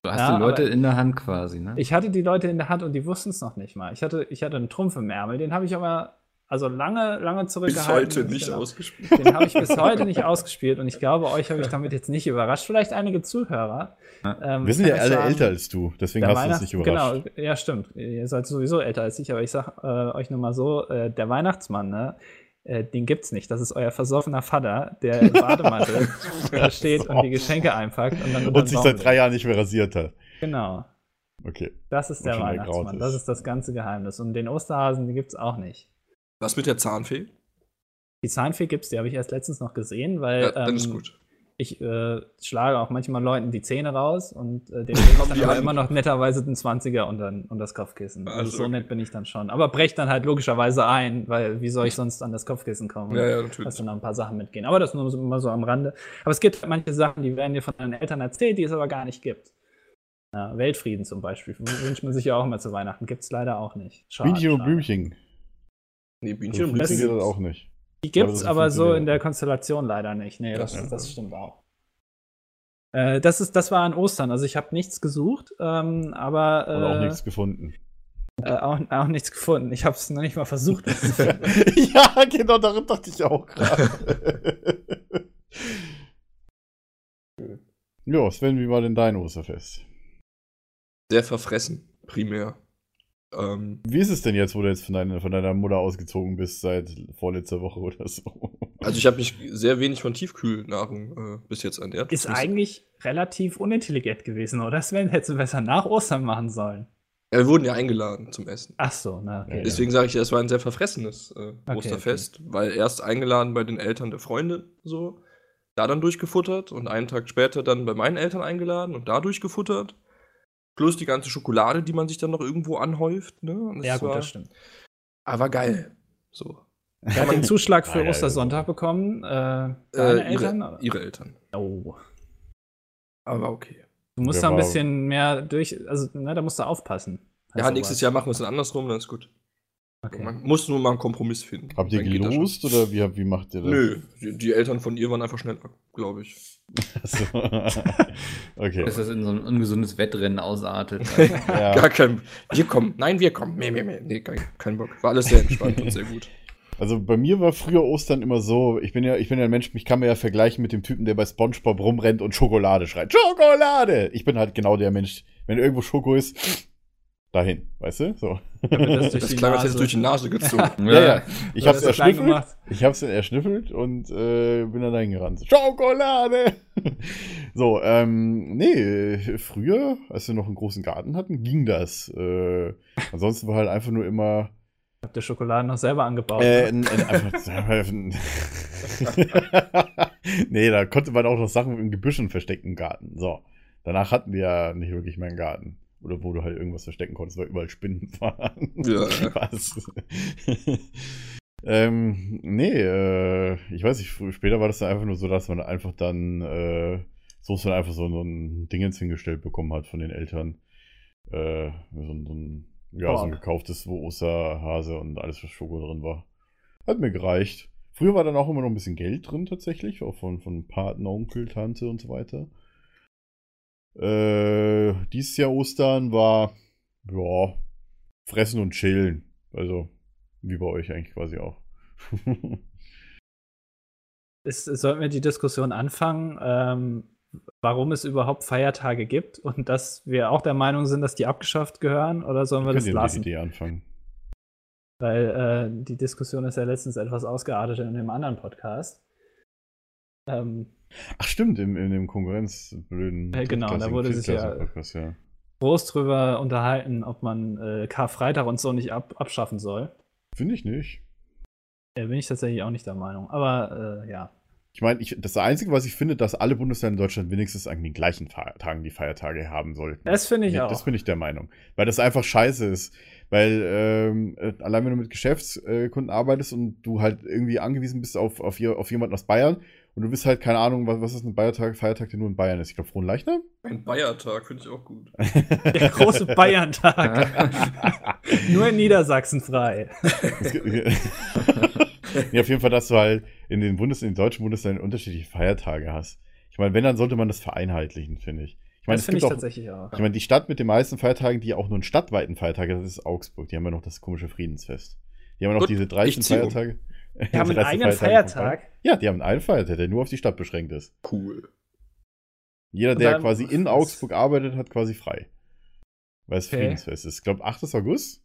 S4: Du hast
S5: Ja,
S4: die Leute
S5: aber-
S4: in der Hand quasi, ne?
S5: Ich hatte die Leute in der Hand und die wussten es noch nicht mal. Ich hatte, ich hatte einen Trumpf im Ärmel, den habe ich aber also lange, lange
S2: Bis
S5: zurückgehalten.
S2: heute nicht
S5: Genau.
S2: ausgespielt.
S5: Den habe ich bis heute nicht ausgespielt und ich glaube, euch habe ich damit jetzt nicht überrascht. Vielleicht einige Zuhörer. Ähm,
S3: Wir sind ja
S5: kann
S3: alle
S5: euch sagen,
S3: älter als du, deswegen
S5: der
S3: hast du uns
S5: Weihnachts-
S3: nicht überrascht.
S5: Genau, ja, stimmt. Ihr seid sowieso älter als ich, aber ich sag äh, euch nur mal so: äh, Der Weihnachtsmann, ne? Äh, den gibt's nicht. Das ist euer versoffener Vater, der im Bademantel da steht und die Geschenke einpackt und dann unter den
S3: Und sich
S5: Baum
S3: seit drei
S5: legt.
S3: Jahren nicht mehr rasiert hat.
S5: Genau.
S3: Okay.
S5: Das ist
S3: Und
S5: der
S3: schon ergraut
S5: Weihnachtsmann.
S3: ist.
S5: Das ist das ganze Geheimnis. Und den Osterhasen, den gibt's auch nicht.
S2: Was mit der Zahnfee?
S5: Die Zahnfee gibt's, die habe ich erst letztens noch gesehen, weil
S2: Ja, dann ist
S5: ähm,
S2: gut.
S5: ich äh, schlage auch manchmal Leuten die Zähne raus und äh, denen lege ich dann
S2: Die
S5: aber
S2: an.
S5: immer noch netterweise den 20er unter, unter das Kopfkissen. Also,
S2: Also,
S5: so
S2: okay.
S5: nett bin ich dann schon. Aber brech dann halt logischerweise ein, weil wie soll ich sonst an das Kopfkissen kommen?
S2: Ja, ja,
S5: Lass
S2: natürlich.
S5: dann noch ein paar Sachen mitgehen. Aber das nur so, immer so am Rande. Aber es gibt manche Sachen, die werden dir von deinen Eltern erzählt, die es aber gar nicht gibt. Ja, Weltfrieden zum Beispiel. Wünscht man sich ja auch immer zu Weihnachten. Gibt's leider auch nicht. Schade.
S3: Bienchen und
S5: schade.
S3: Blümchen.
S2: Nee, Bienchen
S5: also,
S3: So
S2: und
S3: das
S2: Blümchen.
S3: auch nicht.
S5: Die
S3: glaube,
S5: gibt's
S3: das
S5: aber so
S3: funktioniert.
S5: in der Konstellation leider nicht. Nee, das,
S2: Ja.
S5: das stimmt auch. Äh, das, ist, das war an Ostern. Also ich habe nichts gesucht, ähm, aber
S3: Oder auch
S5: äh,
S3: nichts gefunden.
S5: Äh, auch, auch nichts gefunden. Ich habe es noch nicht mal versucht. was zu finden.
S3: ja, genau, daran dachte ich auch gerade. ja, Sven, wie war denn dein Osterfest?
S2: Sehr verfressen, primär. Ähm,
S3: Wie ist es denn jetzt, wo du jetzt von deiner, von deiner Mutter ausgezogen bist seit vorletzter Woche oder so?
S2: also ich habe mich sehr wenig von Tiefkühlnahrung äh, bis jetzt ernährt.
S5: Ist
S2: Das
S5: eigentlich relativ unintelligent gewesen, oder? Sven hätte es besser nach Ostern machen sollen.
S2: Ja, wir wurden ja eingeladen zum Essen.
S5: Ach so, na, okay.
S3: Ja.
S2: Deswegen sage ich ja, es war ein sehr verfressenes äh, Osterfest, weil erst eingeladen bei den Eltern der Freunde so, da dann durchgefuttert und einen Tag später dann bei meinen Eltern eingeladen und da durchgefuttert. Plus die ganze Schokolade, die man sich dann noch irgendwo anhäuft. Ne? Und es
S5: Ja, gut,
S2: war,
S5: das stimmt.
S2: aber geil. So.
S5: Wer hat den Zuschlag für
S3: Ah, ja,
S5: Ostersonntag bekommen? Äh, deine
S2: Äh,
S5: Eltern?
S2: ihre, ihre Eltern.
S5: Oh.
S2: Aber okay.
S5: Du musst
S3: Ja,
S5: da ein
S3: aber-
S5: bisschen mehr durch, also ne, da musst du aufpassen. Also,
S2: ja, nächstes Jahr machen wir es dann andersrum, dann ist gut. Man muss nur mal einen Kompromiss finden.
S3: Habt ihr
S2: Dann geht das
S3: gelost
S2: schon.
S3: oder wie, wie macht ihr das?
S2: Nö, die, die Eltern von ihr waren einfach schneller, glaube ich.
S3: So. okay.
S4: Dass das in so ein ungesundes Wettrennen ausartet. Also,
S3: Ja.
S2: Gar kein. Wir kommen. Nein, wir kommen. Nee, nee, nee. nee kein, kein Bock. War alles sehr entspannt und sehr gut.
S3: Also bei mir war früher Ostern immer so, ich bin ja, ich bin ja ein Mensch, mich kann man ja vergleichen mit dem Typen, der bei Spongebob rumrennt und Schokolade schreit. Schokolade! Ich bin halt genau der Mensch. Wenn irgendwo Schoko ist, dahin, weißt du? So.
S5: das durch
S2: Das
S5: die
S2: klang,
S5: Nase.
S2: als hättest du durch die Nase gezogen.
S3: Ja, ja. Ich
S5: Oder
S3: hab's
S5: hast du klein
S3: erschnüffelt.
S5: gemacht?
S3: Ich hab's dann erschnüffelt und äh, bin dann dahin gerannt. Schokolade! so, ähm, nee, äh, früher, als wir noch einen großen Garten hatten, ging das. Äh, ansonsten war halt einfach nur immer.
S5: Habt ihr Schokolade noch selber angebaut? ne?
S3: Äh, n- n- einfach, nee, da konnte man auch noch Sachen im Gebüschen verstecken im Garten. So. Danach hatten wir ja nicht wirklich mehr einen Garten. Oder wo du halt irgendwas verstecken konntest, weil überall Spinnen waren.
S2: Ja.
S3: Was? ähm, nee, äh, ich weiß nicht, fr- später war das dann einfach nur so, dass man einfach dann äh, so ist dann einfach so, so ein Dingens hingestellt bekommen hat von den Eltern. Äh, so, ein- so ein, ja, so ein
S5: Boah.
S3: gekauftes Osterhase und alles, was Schoko drin war. Hat mir gereicht. Früher war dann auch immer noch ein bisschen Geld drin tatsächlich, auch von, von Paten, Onkel, Tante und so weiter. Äh, dieses Jahr Ostern war, ja, fressen und chillen. Also, wie bei euch eigentlich quasi auch.
S5: Ist, sollten wir die Diskussion anfangen, ähm, warum es überhaupt Feiertage gibt und dass wir auch der Meinung sind, dass die abgeschafft gehören oder sollen wir
S3: Könnt
S5: das
S3: ihr mit der
S5: lassen?
S3: Idee anfangen?
S5: Weil äh, die Diskussion ist ja letztens etwas ausgeartet in dem anderen Podcast. Ähm,
S3: Ach stimmt, im, in dem Konkurrenzblöden.
S5: Äh, genau, da wurde sich ja-
S3: Podcast, ja.
S5: groß drüber unterhalten, ob man äh, Karfreitag und so nicht ab abschaffen soll.
S3: Finde ich nicht.
S5: Äh, bin ich tatsächlich auch nicht der Meinung. Aber äh, ja.
S3: Ich meine, ich, das Einzige, was ich finde, dass alle Bundesländer in Deutschland wenigstens an den gleichen Fa- Tagen die Feiertage haben sollten.
S5: Das finde ich
S3: Nee,
S5: auch.
S3: Das bin ich der Meinung. Weil das einfach scheiße ist. Weil ähm, äh, allein wenn du mit Geschäftskunden äh, arbeitest und du halt irgendwie angewiesen bist auf, auf, je- auf jemanden aus Bayern und du bist halt, keine Ahnung, was, was ist ein Bayertag, Feiertag, der nur in Bayern ist? Ich glaube, Frohenleichner?
S2: Ein Bayertag finde ich auch gut.
S5: Der große Bayern-Tag. Nur in Niedersachsen frei.
S3: Es gibt- ja, auf jeden Fall, dass du halt in den, Bundes-, in den deutschen Bundesländern unterschiedliche Feiertage hast. Ich meine, wenn, dann sollte man das vereinheitlichen, finde ich. Ich meine,
S5: Das
S3: es
S5: finde
S3: gibt
S5: ich
S3: auch,
S5: tatsächlich auch.
S3: ich meine, die Stadt mit den meisten Feiertagen, die auch nur einen stadtweiten Feiertag hat, das ist Augsburg. Die haben ja noch das komische Friedensfest. Die haben ja noch
S2: Gut,
S3: diese
S2: ich
S3: 13
S2: zieh um.
S3: Feiertage.
S5: Wir haben einen
S3: 13
S5: eigenen
S3: Feiertage von
S5: Feiertag.
S3: Bayern. Ja, die haben einen Feiertag, der nur auf die Stadt beschränkt ist.
S2: Cool.
S3: Jeder,
S5: Und
S3: der
S5: dann-
S3: quasi in Augsburg arbeitet, hat quasi frei. Weil es
S5: Okay.
S3: Friedensfest ist. Ich glaube, 8. August?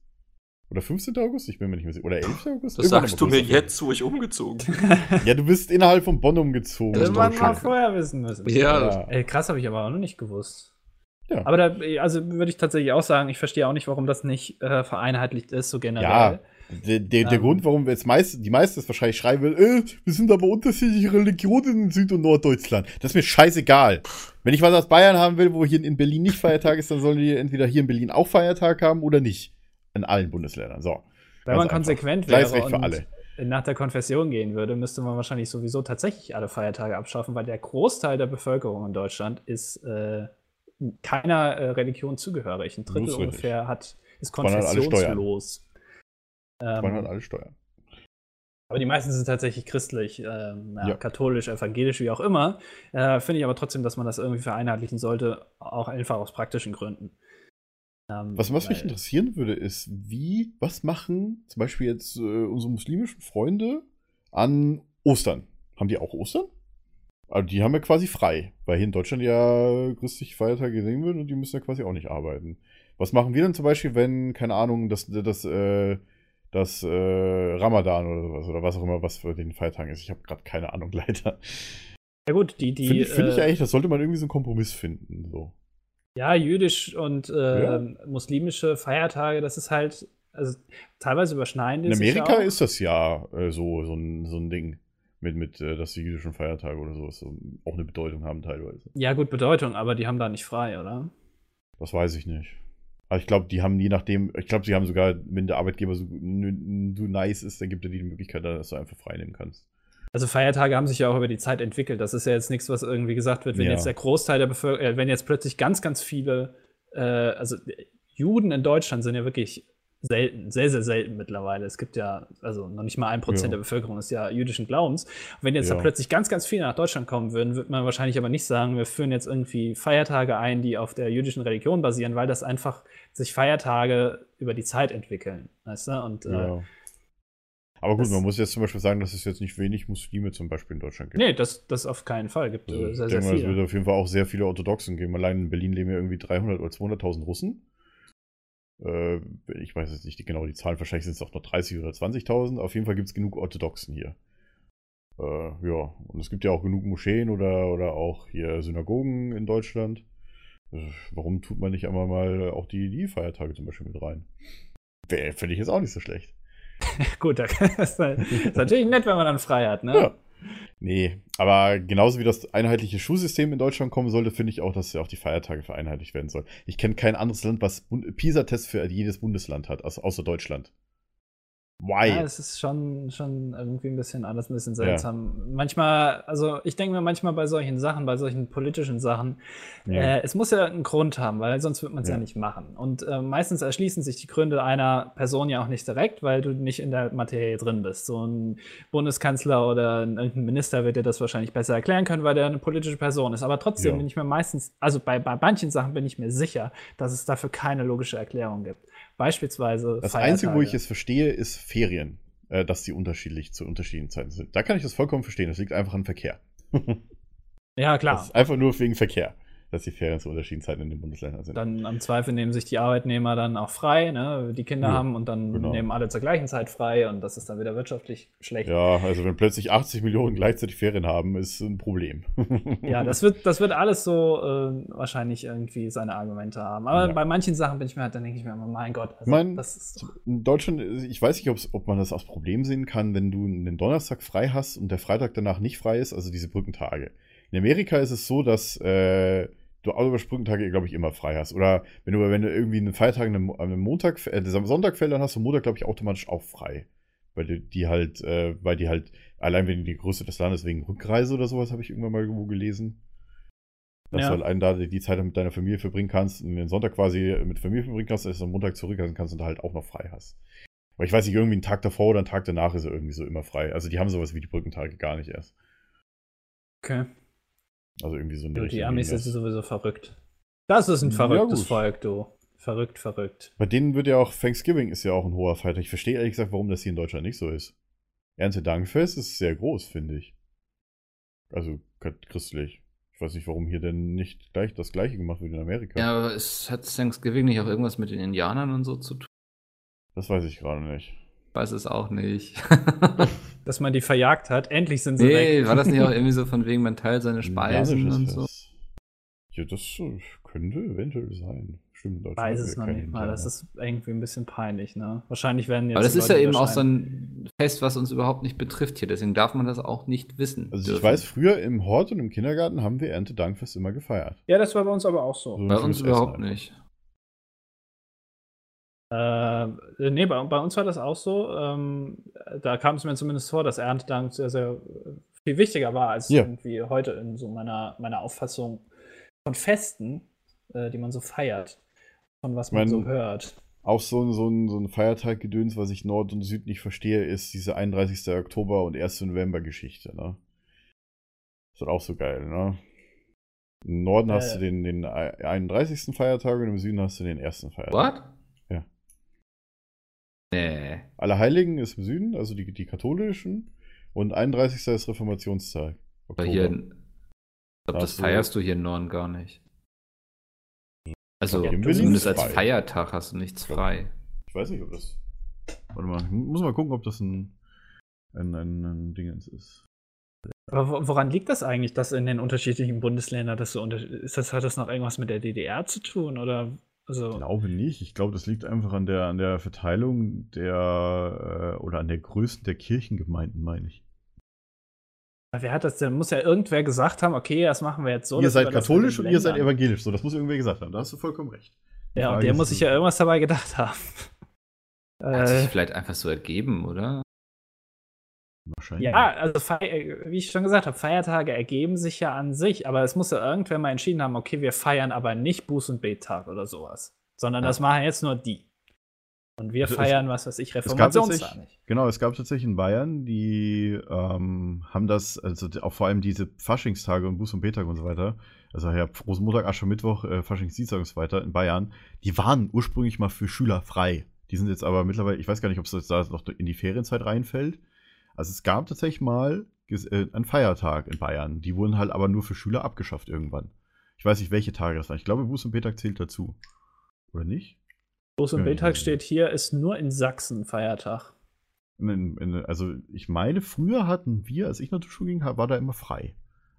S3: Oder 15. August? Ich bin mir nicht mehr sicher. Oder 11. August?
S2: Das
S3: Irgendwann
S2: sagst du
S3: im
S2: mir
S3: August.
S2: jetzt, wo ich umgezogen bin.
S3: Ja, du bist innerhalb von Bonn umgezogen.
S2: Das
S5: Hätte
S2: ist
S5: man
S2: doch
S5: mal
S2: schön.
S5: vorher wissen müssen.
S3: ja.
S5: Ey, krass, habe ich aber auch noch nicht gewusst.
S3: Ja.
S5: Aber da, also würde ich tatsächlich auch sagen, ich verstehe auch nicht, warum das nicht äh, vereinheitlicht ist, so generell.
S3: Ja. Der, der, der
S5: Ähm.
S3: Grund, warum wir jetzt meist, die meisten jetzt wahrscheinlich schreiben will, äh, wir sind aber unterschiedliche Religionen in Süd- und Norddeutschland. Das ist mir scheißegal. Wenn ich was aus Bayern haben will, wo hier in Berlin nicht Feiertag ist, dann sollen die entweder hier in Berlin auch Feiertag haben oder nicht. In allen Bundesländern. So.
S5: Wenn man
S3: Ganz einfach.
S5: konsequent
S3: Gleiches
S5: wäre
S3: Recht für
S5: und
S3: alle.
S5: nach der Konfession gehen würde, müsste man wahrscheinlich sowieso tatsächlich alle Feiertage abschaffen, weil der Großteil der Bevölkerung in Deutschland ist äh, keiner äh, Religion zugehörig. Ein Drittel
S3: Das ist richtig.
S5: ungefähr hat, ist
S3: Zahlen halt alle Steuern.
S5: konfessionslos.
S3: Man hat
S5: Ähm,
S3: alle Steuern.
S5: aber die meisten sind tatsächlich christlich, ähm, ja,
S3: Ja.
S5: katholisch, evangelisch, wie auch immer. Äh, Finde ich aber trotzdem, dass man das irgendwie vereinheitlichen sollte, auch einfach aus praktischen Gründen. Ähm,
S3: Was, was mich
S5: weil-
S3: interessieren würde, ist, wie, was machen zum Beispiel jetzt äh, unsere muslimischen Freunde an Ostern? Haben die auch Ostern? Also die haben ja quasi frei, weil hier in Deutschland ja christliche Feiertage gesehen werden und die müssen ja quasi auch nicht arbeiten. Was machen wir denn zum Beispiel, wenn, keine Ahnung, das, das, äh, das äh, Ramadan oder sowas oder was auch immer, was für den Feiertagen ist? Ich habe gerade keine Ahnung, leider.
S5: Ja gut, die, die
S3: Finde ich, find ich
S5: äh,
S3: eigentlich, das sollte man irgendwie so einen Kompromiss finden. So.
S5: Ja, jüdisch und äh,
S3: Ja.
S5: muslimische Feiertage, das ist halt, also teilweise überschneiden die
S3: In
S5: sich ja
S3: Amerika
S5: auch.
S3: ist das ja äh, so, so, ein, so ein Ding. Mit, mit äh, dass die jüdischen Feiertage oder sowas so auch eine Bedeutung haben teilweise.
S5: Ja, gut, Bedeutung, aber die haben da nicht frei, oder?
S3: Das weiß ich nicht. Aber ich glaube, die haben je nachdem, ich glaube, sie haben sogar, wenn der Arbeitgeber so, n- n- so nice ist, dann gibt er dir die Möglichkeit, dass du einfach frei nehmen kannst.
S5: Also Feiertage haben sich ja auch über die Zeit entwickelt. Das ist ja jetzt nichts, was irgendwie gesagt wird, wenn
S3: Ja.
S5: jetzt der Großteil der Bevölkerung, äh, wenn jetzt plötzlich ganz, ganz viele, äh, also Juden in Deutschland sind ja wirklich selten, sehr, sehr selten mittlerweile. Es gibt ja, also noch nicht mal ein Prozent
S3: Ja.
S5: der Bevölkerung ist ja jüdischen Glaubens. Und wenn jetzt da
S3: Ja.
S5: plötzlich ganz, ganz viele nach Deutschland kommen würden, würde man wahrscheinlich aber nicht sagen, wir führen jetzt irgendwie Feiertage ein, die auf der jüdischen Religion basieren, weil das einfach sich Feiertage über die Zeit entwickeln. Weißt du? Und äh,
S3: Ja. Aber gut,
S5: das-
S3: man muss jetzt zum Beispiel sagen, dass es jetzt nicht wenig Muslime zum Beispiel in Deutschland gibt.
S5: nee, das, das auf keinen Fall gibt
S3: Also,
S5: äh,
S3: ich
S5: sehr, sehr
S3: denke mal, es wird
S5: viele.
S3: auf jeden Fall auch sehr viele Orthodoxen geben. Allein in Berlin leben ja irgendwie 300 oder 200.000 Russen. Äh, ich weiß jetzt nicht die- genau die Zahlen, wahrscheinlich sind es auch nur 30 oder 20.000. Auf jeden Fall gibt es genug Orthodoxen hier. Äh, ja, und es gibt ja auch genug Moscheen oder, oder auch hier Synagogen in Deutschland. Äh, warum tut man nicht einmal mal auch die, die Feiertage zum Beispiel mit rein? Wär- Finde ich jetzt auch nicht so schlecht.
S5: Gut, da kann das sein. ist natürlich nett, wenn man dann frei hat, ne?
S3: Ja. Nee, aber genauso wie das einheitliche Schulsystem in Deutschland kommen sollte, finde ich auch, dass ja auch die Feiertage vereinheitlicht werden sollen. Ich kenne kein anderes Land, was Bund- PISA-Tests für jedes Bundesland hat, also außer Deutschland. Why?
S5: Ja, es ist schon, schon irgendwie ein bisschen anders, ein bisschen seltsam. Manchmal, also ich denke mir manchmal bei solchen Sachen, bei solchen politischen Sachen,
S3: Ja.
S5: äh, es muss ja einen Grund haben, weil sonst wird man es ja.
S3: Ja.
S5: nicht machen. Und äh, meistens erschließen sich die Gründe einer Person ja auch nicht direkt, weil du nicht in der Materie drin bist. So ein Bundeskanzler oder ein- irgendein Minister wird dir das wahrscheinlich besser erklären können, weil der eine politische Person ist. Aber trotzdem
S3: Ja.
S5: bin ich mir meistens, also bei, bei manchen Sachen bin ich mir sicher, dass es dafür keine logische Erklärung gibt. Beispielsweise
S3: das Einzige, wo ich
S5: Feiertage.
S3: es verstehe, ist Ferien, äh, dass die unterschiedlich zu unterschiedlichen Zeiten sind. Da kann ich das vollkommen verstehen. Das liegt einfach am Verkehr.
S5: Ja, klar.
S3: Das ist einfach nur wegen Verkehr, dass die Ferien zu unterschiedlichen Zeiten in den Bundesländern sind.
S5: Dann am Zweifel nehmen sich die Arbeitnehmer dann auch frei, ne? die Kinder
S3: Ja,
S5: haben und dann
S3: genau.
S5: nehmen alle zur gleichen Zeit frei und das ist dann wieder wirtschaftlich schlecht. Ja,
S3: ja, also wenn plötzlich 80 Millionen gleichzeitig Ferien haben, ist ein Problem.
S5: das, wird, das wird alles so äh, wahrscheinlich irgendwie seine Argumente haben. Aber
S3: Ja.
S5: bei manchen Sachen bin ich mir halt, dann denke ich mir immer, mein Gott, also
S3: Mein-
S5: das ist doch,
S3: in Deutschland, ich weiß nicht, ob's, ob man das als Problem sehen kann, wenn du einen Donnerstag frei hast und der Freitag danach nicht frei ist, also diese Brückentage. In Amerika ist es so, dass äh, du auch über Brückentage, glaube ich, immer frei hast. Oder wenn du, wenn du irgendwie einen Feiertag an einem- an einem Montag, äh, am Sonntag fällt, dann hast du Montag, glaube ich, automatisch auch frei. Weil die, die halt, äh, weil die halt, allein wegen der Größe des Landes, wegen Rückreise oder sowas, habe ich irgendwann mal irgendwo gelesen. Dass
S5: Ja.
S3: du allein da die Zeit mit deiner Familie verbringen kannst und den Sonntag quasi mit Familie verbringen kannst, dass du am Montag zurückreisen kannst und halt auch noch frei hast. Aber ich weiß nicht, irgendwie einen Tag davor oder einen Tag danach ist er irgendwie so immer frei. Also die haben sowas wie die Brückentage gar nicht erst.
S5: okay.
S3: Also irgendwie so eine
S5: Du, die Amis sind
S3: so
S5: sowieso verrückt. Das ist ein
S3: Ja,
S5: verrücktes
S3: gut.
S5: Volk, du. Verrückt, verrückt.
S3: Bei denen wird ja auch Thanksgiving ist ja auch ein hoher Feiertag. Ich verstehe ehrlich gesagt, warum das hier in Deutschland nicht so ist. Erntedankfest ist sehr groß, finde ich. Also kat- christlich. Ich weiß nicht, warum hier denn nicht gleich das gleiche gemacht wird in Amerika.
S4: Ja, aber es hat Thanksgiving nicht auch irgendwas mit den Indianern und so zu tun?
S3: Das weiß ich gerade nicht.
S4: Weiß es auch nicht.
S5: Dass man die verjagt hat, endlich sind sie weg.
S4: nee, war das nicht auch irgendwie so von wegen, man teilt seine Speisen
S3: Indianisches
S4: und so?
S3: Fest. Ja, das äh, könnte eventuell sein. Stimmt, in
S5: Ich
S3: Deutschland
S5: weiß
S3: haben
S5: es
S3: wir
S5: noch
S3: keine
S5: nicht mal. Das
S3: Indianer.
S5: ist irgendwie ein bisschen peinlich, ne? Wahrscheinlich werden jetzt.
S4: Aber das
S5: die
S4: ist ja
S5: Leute
S4: eben auch so
S5: wahrscheinlich-
S4: ein Fest, was uns überhaupt nicht betrifft hier. Deswegen darf man das auch nicht wissen.
S3: Also ich
S4: dürfen.
S3: weiß, früher im Hort und im Kindergarten haben wir Erntedankfest immer gefeiert.
S5: Ja, das war bei uns aber auch so.
S3: So ein
S4: Bei
S3: schönes
S4: uns
S3: Essen halt.
S4: überhaupt
S3: einfach.
S4: nicht.
S5: Äh, nee, bei, bei uns war das auch so. Ähm, da kam es mir zumindest vor, dass Erntedank sehr, sehr äh, viel wichtiger war als
S3: Ja.
S5: irgendwie heute in so meiner, meiner Auffassung von Festen, äh, die man so feiert, von was man
S3: Mein-
S5: so hört.
S3: Auch so ein, so ein, so ein Feiertaggedöns, was ich Nord und Süd nicht verstehe, ist diese 31. Oktober und 1. November Geschichte. Ne? Ist doch auch so geil, ne?
S6: Im Norden
S5: Ja,
S6: hast
S5: ja.
S6: du den, den 31. Feiertag und im Süden hast du den ersten Feiertag.
S4: What?
S6: Ja.
S4: Nee.
S6: Allerheiligen ist im Süden, also die, die katholischen. Und 31. ist Reformationstag.
S4: Aber
S6: Oktober.
S4: hier, ich glaube, das
S6: Ach so.
S4: feierst du hier in Norden gar nicht. Also,
S6: Ja, in Berlin
S4: zumindest
S6: ist
S4: als
S6: frei.
S4: Feiertag hast du nichts
S6: Ja.
S4: frei.
S6: Ich weiß nicht, ob das.
S3: Warte mal, ich muss mal gucken, ob das ein, ein, ein, ein Dingens ist.
S5: Aber wo- woran liegt das eigentlich, dass in den unterschiedlichen Bundesländern das so unter ist das hat das noch irgendwas mit der DDR zu tun oder
S3: Ich
S5: also
S3: glaube nicht. Ich glaube, das liegt einfach an der, an der Verteilung der äh, oder an der Größe der Kirchengemeinden, meine ich.
S5: wer hat das denn muss ja irgendwer gesagt haben, okay, das machen wir jetzt so.
S3: ihr
S5: dass
S3: seid
S5: wir das
S3: katholisch und
S5: mit den
S3: ihr seid
S5: Ländern-
S3: evangelisch. So, das muss irgendwer gesagt haben. Da hast du vollkommen recht.
S5: Ja, und
S3: Frage
S5: der
S3: ist,
S5: muss sich ja irgendwas dabei gedacht haben.
S4: Hat
S5: Äh,
S4: sich vielleicht einfach so ergeben, oder?
S3: Wahrscheinlich.
S5: ja, also Fei- äh, wie ich schon gesagt habe, Feiertage ergeben sich ja an sich, aber es muss ja irgendwer mal entschieden haben, okay, wir feiern aber nicht Buß- und Bettag oder sowas, sondern
S4: Ja.
S5: das machen jetzt nur die. Und wir
S3: Also es-
S5: feiern, was weiß ich,
S3: gab tatsächlich-
S5: Reformationstag nicht.
S3: Genau, es gab tatsächlich in Bayern, die ähm, haben das, also d- auch vor allem diese Faschingstage und Buß- und Betag und so weiter, also ja, Rosenmontag, Aschermittwoch, äh, Faschingsdienstag und so weiter in Bayern, die waren ursprünglich mal für Schüler frei. Die sind jetzt aber mittlerweile, ich weiß gar nicht, ob es jetzt da noch in die Ferienzeit reinfällt. Also es gab tatsächlich mal ges- äh, einen Feiertag in Bayern. Die wurden halt aber nur für Schüler abgeschafft irgendwann. Ich weiß nicht, welche Tage das waren. Ich glaube, Buß- und Betag zählt dazu. Oder nicht?
S5: Buß- und
S3: Ja, ich
S5: Bettag
S3: weiß
S5: steht hier, ist nur in Sachsen Feiertag.
S3: In, in, also ich meine, früher hatten wir, als ich nach der Schule ging, war da immer frei.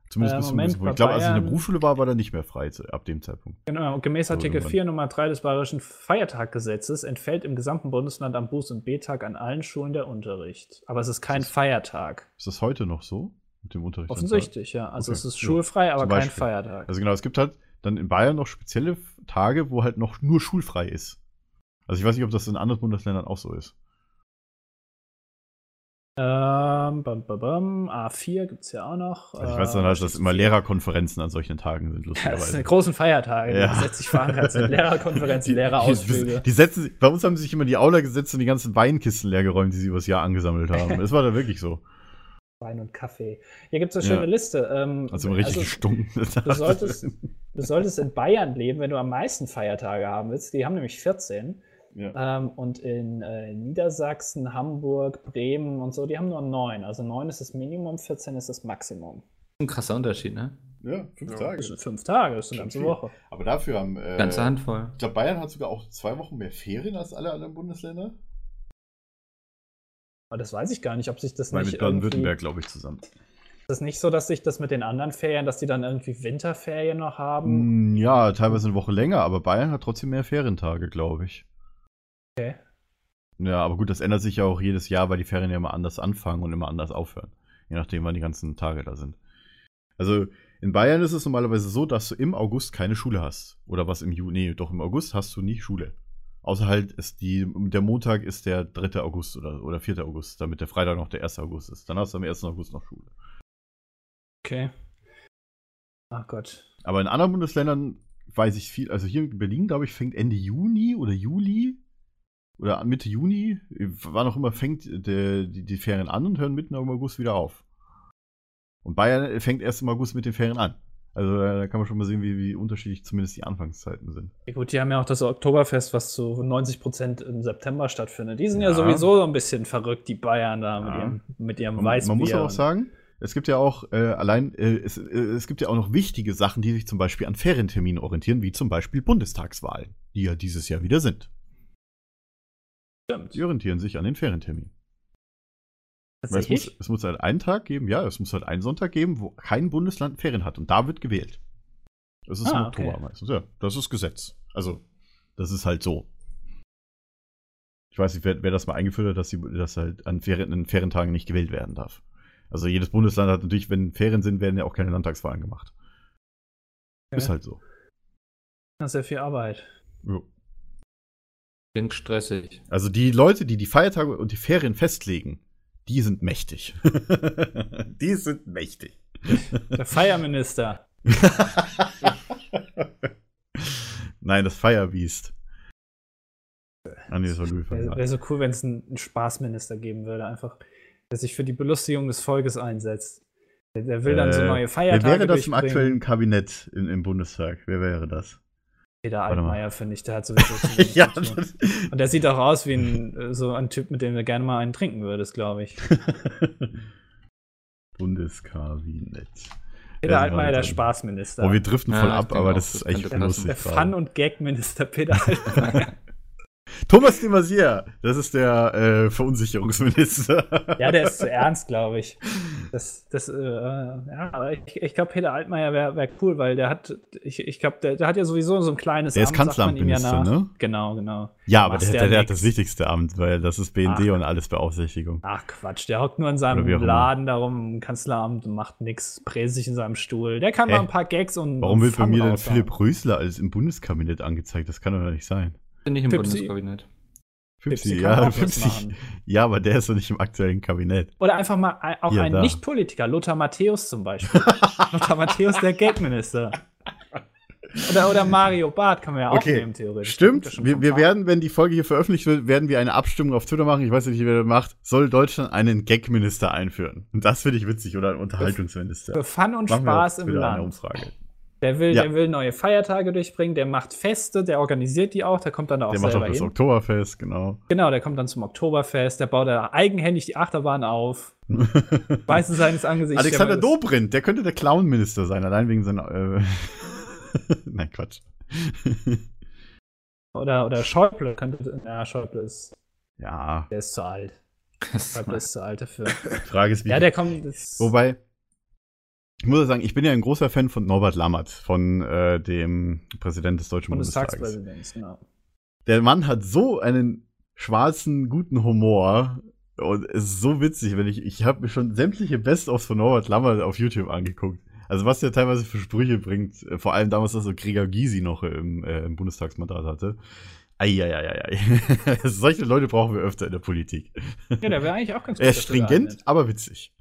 S3: Zumindest
S5: Äh,
S3: bis zum
S5: Moment,
S3: gewissen Punkt.
S5: bei
S3: Ich glaube, als ich in der
S5: Bayern-
S3: Berufsschule war, war da nicht mehr frei zu, ab dem Zeitpunkt.
S5: Genau, gemäß
S3: Aber
S5: Artikel
S3: wenn man-
S5: 4 Nummer 3 des Bayerischen Feiertaggesetzes entfällt im gesamten Bundesland am Buß- und Bettag an allen Schulen der Unterricht. Aber es ist kein
S3: Das-
S5: Feiertag.
S3: Ist das heute noch so mit dem Unterricht?
S5: Offensichtlich, ja. Also
S3: Okay,
S5: es ist
S3: ja.
S5: schulfrei, aber
S3: Zum
S5: kein
S3: Beispiel.
S5: Feiertag.
S3: Also genau, es gibt halt dann in Bayern noch spezielle F- Tage, wo halt noch nur schulfrei ist. Also ich weiß nicht, ob das in anderen Bundesländern auch so ist.
S5: Ähm, bam, bam, bam. A4 gibt es ja auch noch. Äh,
S3: Also ich weiß dann halt, dass immer Lehrerkonferenzen an solchen Tagen sind,
S5: Ah, Das
S3: lustigerweise.
S5: sind großen Feiertage, die
S3: Ja.
S5: gesetzlich verankert sind. Lehrerkonferenzen,
S3: Die,
S5: Lehrerausflüge.
S3: die setzen, sich- bei uns haben sie sich immer in die Aula gesetzt und die ganzen Weinkisten leergeräumt, die sie übers Jahr angesammelt haben. Das war da wirklich so.
S5: Wein und Kaffee. Hier gibt es eine
S3: Ja.
S5: schöne Liste. Ähm,
S3: Also immer richtig gestunken.
S5: Du solltest, du solltest in Bayern leben, wenn du am meisten Feiertage haben willst. Die haben nämlich 14.
S6: Ja.
S5: Ähm, und in äh, Niedersachsen, Hamburg, Bremen und so, die haben nur 9. Also 9 ist das Minimum, 14 ist das Maximum.
S4: Ein krasser Unterschied, ne?
S6: Ja, fünf
S7: Ja.
S6: Tage.
S5: Das sind fünf Tage, das ist eine
S6: Schon
S5: ganze
S6: viel.
S5: Woche.
S6: Aber dafür haben. Äh,
S4: Ganze Handvoll.
S6: Ich glaube, Bayern hat sogar auch zwei Wochen mehr Ferien als alle anderen Bundesländer.
S5: Aber das weiß ich gar nicht, ob sich das
S3: Weil
S5: nicht.
S3: mit
S5: irgendwie-
S3: Baden-Württemberg, glaube ich, zusammen.
S5: Ist das nicht so, dass sich das mit den anderen Ferien, dass die dann irgendwie Winterferien noch haben?
S3: Mm, Ja, teilweise eine Woche länger, aber Bayern hat trotzdem mehr Ferientage, glaube ich.
S5: Okay.
S3: Ja, aber gut, das ändert sich ja auch jedes Jahr, weil die Ferien ja immer anders anfangen und immer anders aufhören. Je nachdem, wann die ganzen Tage da sind. Also in Bayern ist es normalerweise so, dass du im August keine Schule hast. Oder was im Juni? Nee, doch im August hast du nie Schule. Außer halt ist die, der Montag ist der 3. August oder, oder 4. August, damit der Freitag noch der 1. August ist. Dann hast du am 1. August noch Schule.
S5: Okay. Ach Ah, Gott.
S3: Aber in anderen Bundesländern weiß ich viel. Also hier in Berlin, glaube ich, fängt Ende Juni oder Juli oder Mitte Juni, wann auch immer, fängt der, die, die Ferien an und hören mitten im August wieder auf. Und Bayern fängt erst im August mit den Ferien an. Also äh, da kann man schon mal sehen, wie, wie unterschiedlich zumindest die Anfangszeiten sind.
S5: Ja gut, die haben ja auch das Oktoberfest, was zu 90 Prozent im September stattfindet. Die sind ja,
S3: Ja.
S5: sowieso so ein bisschen verrückt, die Bayern da mit
S3: Ja.
S5: ihrem, mit ihrem
S3: Man,
S5: Weißbier.
S3: man muss aber auch
S5: und-
S3: sagen, es gibt ja auch äh, allein, äh, es, äh, es gibt ja auch noch wichtige Sachen, die sich zum Beispiel an Ferienterminen orientieren, wie zum Beispiel Bundestagswahlen, die ja dieses Jahr wieder sind.
S5: Stimmt.
S3: Die orientieren sich an den Ferientermin. Weil es, muss,
S5: Tatsächlich?
S3: es muss halt einen Tag geben, ja, es muss halt einen Sonntag geben, wo kein Bundesland Ferien hat. Und da wird gewählt. Das ist im
S5: Ah,
S3: Oktober
S5: okay.
S3: meistens, ja. Das ist Gesetz. Also, das ist halt so. Ich weiß nicht, wer, wer das mal eingeführt hat, dass, die, dass halt an Ferien, in Ferientagen nicht gewählt werden darf. Also, jedes Bundesland hat natürlich, wenn Ferien sind, werden ja auch keine Landtagswahlen gemacht.
S5: Okay.
S3: Ist halt so.
S5: Das ist ja viel Arbeit.
S3: Ja.
S4: Klingt stressig.
S3: Also, die Leute, die die Feiertage und die Ferien festlegen, die sind mächtig. die sind mächtig.
S5: Der Feierminister.
S3: Nein, das Firebeast. Ah, nee, das war Louis van
S5: Wäre
S3: Gaal.
S5: wär so cool, wenn es einen, einen Spaßminister geben würde, einfach, der sich für die Belustigung des Volkes einsetzt. Der, der will dann so
S3: Äh,
S5: neue
S3: Wer
S5: Feiertage
S3: wäre das im
S5: durchbringen.
S3: aktuellen Kabinett im, im Bundestag? Wer wäre das?
S5: Peter
S3: Warte mal.
S5: Altmaier, finde ich, der hat sowieso zu wenig zu tun.
S3: das-
S5: Und der sieht auch aus wie ein, äh, so ein Typ, mit dem du gerne mal einen trinken würdest, glaube ich.
S3: Bundeskabinett. Wer
S5: Peter
S3: war
S5: Altmaier, der
S3: das?
S5: Spaßminister.
S3: Boah, wir driften
S4: Ja,
S3: voll
S4: ich
S3: ab,
S4: denke
S3: aber
S4: auch,
S3: das
S4: das
S3: ist echt
S4: könnte passen.
S3: lustig.
S5: der
S3: gerade.
S5: Fun- und Gag-Minister Peter Altmaier.
S3: Thomas de Maizière, das ist der äh, Verunsicherungsminister.
S5: ja, der ist zu ernst, glaube ich. Das, das, äh, ja, aber ich, ich glaube, Peter Altmaier wäre wär cool, weil der hat, ich, ich glaube, der, der hat ja sowieso so ein kleines
S3: Der ist
S5: sagt man ihm
S3: Kanzleramtminister, ne?
S5: Genau, genau.
S3: Ja, aber
S5: Machst
S3: der,
S5: ja
S3: der, der hat
S5: nix.
S3: das wichtigste Amt, weil das ist BND
S5: Ah.
S3: und alles Beaufsichtigung.
S5: Ach Quatsch, der hockt nur in
S3: Oder
S5: seinem
S3: wie auch immer.
S5: Laden darum im Kanzleramt und macht nix, präst sich in seinem Stuhl. Der kann
S3: Hä?
S5: mal ein paar Gags und
S3: Warum wird bei
S5: Fun
S3: mir denn
S5: raushauen.
S3: Philipp Rösler als im Bundeskabinett angezeigt? Das kann doch nicht sein.
S4: Bin nicht im
S5: Pipsi.
S4: Bundeskabinett.
S5: Pipsi
S3: Fipsi,
S5: kann
S3: ja,
S5: auch was
S3: Fipsi.
S5: machen.
S3: Ja, aber der ist doch nicht im aktuellen Kabinett.
S5: Oder einfach mal ein- auch
S3: Hier,
S5: ein
S3: da.
S5: Nicht-Politiker, Lothar Matthäus zum Beispiel. Lothar Matthäus, der Geldminister. Oder, oder Mario Barth kann man ja auch
S3: Okay,
S5: nehmen, theoretisch. Der
S3: Stimmt,
S5: kommt ja schon
S3: wir,
S5: vom
S3: wir
S5: Tag.
S3: werden, wenn die Folge hier veröffentlicht wird, werden wir eine Abstimmung auf Twitter machen. Ich weiß nicht, wer das macht. Soll Deutschland einen Gag-Minister einführen? Und das finde ich witzig, oder einen Unterhaltungsminister.
S5: Für Fun und
S3: Machen wir
S5: Spaß
S3: auch
S5: im
S3: wieder Eine
S5: Land.
S3: Umfrage.
S5: Der will,
S3: Ja.
S5: der will neue Feiertage durchbringen, der macht Feste, der organisiert die auch, der kommt dann da auch
S3: Der macht auch
S5: selber
S3: das
S5: hin.
S3: Oktoberfest, genau.
S5: Genau, der kommt dann zum Oktoberfest, der baut da eigenhändig die Achterbahn auf. Weißen seines Angesichts.
S3: Alexander
S5: der war das-
S3: Dobrindt, der könnte der Clown-Minister sein, allein wegen seiner. Äh Nein, Quatsch.
S5: Oder, oder Schäuble könnte. Ja, Schäuble ist.
S3: ja,
S5: Der ist zu alt. Schäuble ist zu alt dafür.
S3: die Frage ist, wie.
S5: Ja, der kommt. Das,
S3: Wobei, ich muss ja sagen, ich bin ja ein großer Fan von Norbert Lammert, von äh, dem Präsident des Deutschen Bundestages.
S5: Bundestagspräsident, genau.
S3: Der Mann hat so einen schwarzen, guten Humor. Und es ist so witzig, wenn ich, ich habe mir schon sämtliche Best-ofs von Norbert Lammert auf YouTube angeguckt. Also was der teilweise für Sprüche bringt, äh, vor allem damals, dass so Gregor Gysi noch im, äh, im Bundestagsmandat hatte. Eieieiei. Solche Leute brauchen wir öfter in der Politik.
S5: Ja, der wäre eigentlich auch ganz
S3: Er ist
S5: dafür
S3: stringent,
S5: geeignet.
S3: aber witzig.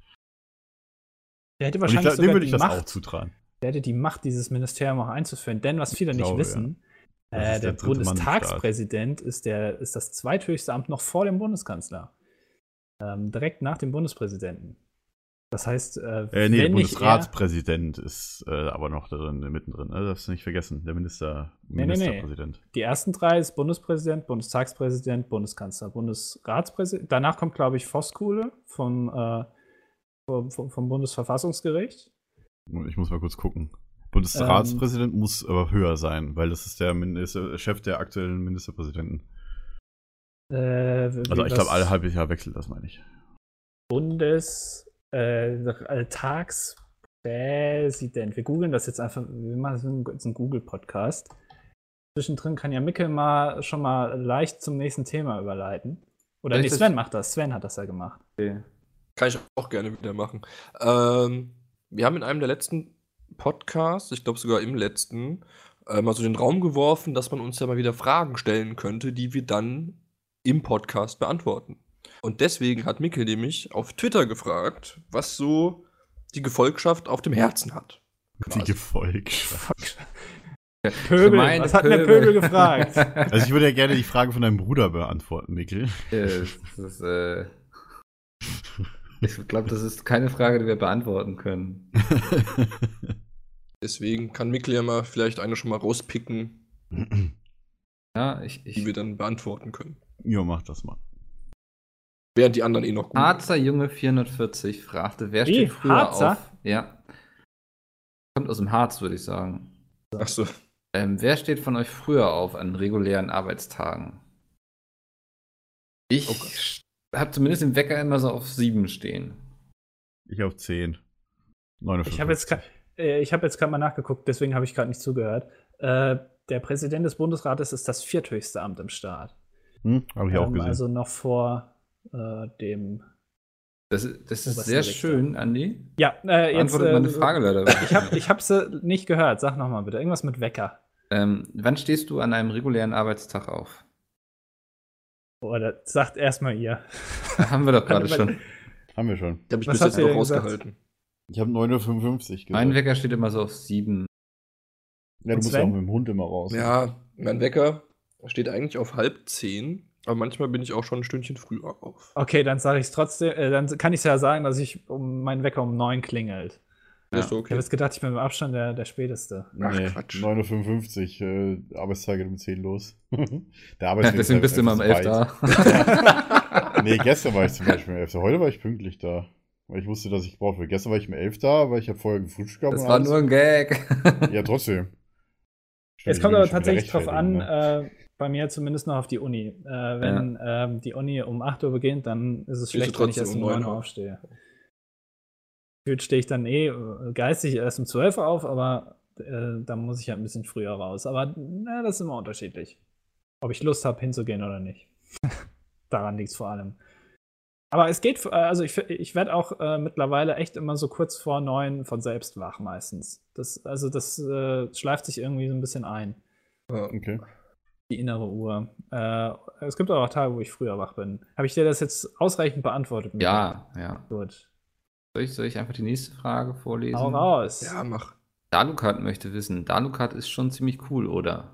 S5: Der hätte
S3: Und ich
S5: wahrscheinlich
S3: glaub, dem
S5: sogar
S3: würde ich
S5: die
S3: das auch
S5: Macht,
S3: zutrauen.
S5: der hätte die Macht, dieses Ministerium auch einzuführen. Denn was viele
S3: Ich
S5: nicht
S3: glaube,
S5: wissen,
S3: ja. Das
S5: äh,
S3: ist der
S5: der,
S3: dritte Mann im
S5: Bundestagspräsident ist, der, ist das zweithöchste Amt noch vor dem Bundeskanzler. Ähm, direkt nach dem Bundespräsidenten. Das heißt, äh,
S3: Äh, nee, der
S5: wenn nicht er,
S3: Bundesratspräsident ist äh, aber noch drin, mittendrin. Ne? Darfst du nicht vergessen. Der Minister,
S5: nee, nee.
S3: Ministerpräsident.
S5: die ersten drei ist Bundespräsident, Bundestagspräsident, Bundeskanzler, Bundesratspräsident. Danach kommt, glaube ich, Voskuhle vom, äh, vom, vom vom Bundesverfassungsgericht.
S3: Ich muss mal kurz gucken. Bundesratspräsident muss aber höher sein, weil das ist der Minister, Chef der aktuellen Ministerpräsidenten.
S5: Äh,
S3: Also ich
S5: was-
S3: glaube, alle halbe Jahr wechselt das, meine ich.
S5: Bundes äh, äh, Tagspräsident. Wir googeln das jetzt einfach. Wir machen so einen- so einen Google-Podcast. Zwischendrin kann ja Mickel mal schon mal leicht zum nächsten Thema überleiten. Oder
S4: Soll
S5: nee,
S4: ich das-
S5: Sven macht das. Sven hat das ja gemacht.
S2: Kann ich auch gerne wieder machen. Ähm, wir haben in einem der letzten Podcasts, ich glaube sogar im letzten, äh, mal so den Raum geworfen, dass man uns ja mal wieder Fragen stellen könnte, die wir dann im Podcast beantworten. Und deswegen hat Mikkel nämlich auf Twitter gefragt, was so die Gefolgschaft auf dem Herzen hat.
S3: Die Gefolgschaft.
S5: Pöbel,
S4: Gemein,
S5: was hat denn der Pöbel gefragt?
S3: Also ich würde ja gerne die Frage von deinem Bruder beantworten, Mikkel.
S4: Äh, das ist, äh, ich glaube, das ist keine Frage, die wir beantworten können.
S2: Deswegen kann Mikkel ja mal vielleicht eine schon mal rauspicken,
S4: Ja, ich,
S2: die wir
S4: ich
S2: dann beantworten können.
S3: jo, mach das mal.
S2: Während die anderen eh noch gut
S4: Harzer Junge 440 fragte, wer
S5: Wie?
S4: steht früher
S5: Harzer?
S4: auf? Ja. Kommt aus dem Harz, würde ich sagen.
S2: Achso,
S4: Ähm, wer steht von euch früher auf an regulären Arbeitstagen? Ich
S2: Oh Gott.
S4: habe zumindest den Wecker immer so auf sieben stehen.
S3: Ich auf 10.
S5: Ich habe jetzt, grad- äh, ich hab jetzt gerade mal nachgeguckt, deswegen habe ich gerade nicht zugehört. Äh, der Präsident des Bundesrates ist das vierthöchste Amt im Staat.
S3: Hm? Habe ich auch
S5: Ähm,
S3: gesehen.
S5: Also noch vor äh, dem.
S4: Das, ist- das ist
S5: Oberster
S4: sehr
S5: Richter.
S4: schön, Andi.
S5: Ja, äh, jetzt.
S4: Beantwortet meine Frage leider.
S5: Ich habe ich hab sie nicht gehört. Sag nochmal bitte. Irgendwas mit Wecker.
S4: Ähm, wann stehst du an einem regulären Arbeitstag auf?
S5: Oder sagt erstmal ihr.
S4: Da haben wir doch gerade
S5: Warte,
S4: schon.
S3: Haben wir schon.
S2: die habe ich
S5: Was
S2: bis
S5: hat
S2: jetzt
S5: sie
S2: noch
S5: denn gesagt?
S2: rausgehalten.
S3: Ich habe 9.55 Uhr
S4: Mein Wecker steht immer so auf sieben.
S8: Ja, du
S5: Und
S8: musst ja auch
S5: Sven?
S8: mit dem Hund immer raus.
S2: Ja, mein Wecker steht eigentlich auf halb zehn, aber manchmal bin ich auch schon ein Stündchen früher auf.
S5: Okay, dann sage ich es trotzdem. Äh, dann kann ich ja sagen, dass ich um meinen Wecker um neun klingelt.
S2: Ja. Ist
S5: Ich habe
S2: okay.
S5: jetzt gedacht, ich bin im Abstand der, der Späteste.
S2: Ach,
S3: nee,
S2: Quatsch.
S3: 9.55 Uhr, äh, Arbeitstage um 10 los. Der
S4: Ja,
S3: Arbeitsweg
S4: deswegen
S3: ist
S4: bist du immer um
S3: einfach
S4: elf
S3: so weit.
S4: da.
S3: Nee, gestern war ich zum Beispiel um 11. Heute war ich pünktlich da. Weil ich wusste, dass ich gebraucht werde. Gestern war ich um 11 da, weil ich habe vorher gefrühstückt gehabt.
S4: Das
S3: und
S4: war
S3: alles.
S4: nur ein Gag.
S3: Ja, trotzdem.
S5: Jetzt
S3: Ich
S5: kommt
S3: will
S5: aber
S3: mich schon wieder
S5: tatsächlich drauf an,
S3: rechtfertigen, ne?
S5: äh, bei mir zumindest noch auf die Uni. Äh, wenn ähm, die Uni um 8 Uhr beginnt, dann ist es
S2: du
S5: schlecht, wenn ich
S2: trotzdem
S5: erst um
S2: um
S5: 9
S2: neun
S5: Uhr
S2: auf.
S5: aufstehe. Gefühlt stehe ich dann eh äh, geistig erst um 12 Uhr auf, aber äh, dann muss ich ja ein bisschen früher raus. Aber na, das ist immer unterschiedlich. Ob ich Lust habe, hinzugehen oder nicht. Daran liegt es vor allem. Aber es geht, äh, also ich, ich werde auch äh, mittlerweile echt immer so kurz vor neun von selbst wach meistens. Das, also das äh, schleift sich irgendwie so ein bisschen ein
S2: Ja.
S3: ne?
S5: äh,
S3: Okay.
S5: die innere Uhr. Äh, es gibt aber auch Tage, wo ich früher wach bin. Habe ich dir das jetzt ausreichend beantwortet?
S4: Ja, ja.
S5: Gut.
S4: Soll ich, soll ich einfach die nächste Frage vorlesen?
S5: Hau raus.
S2: ja, mach.
S4: Dalukat möchte wissen. Dalukat ist schon ziemlich cool, oder?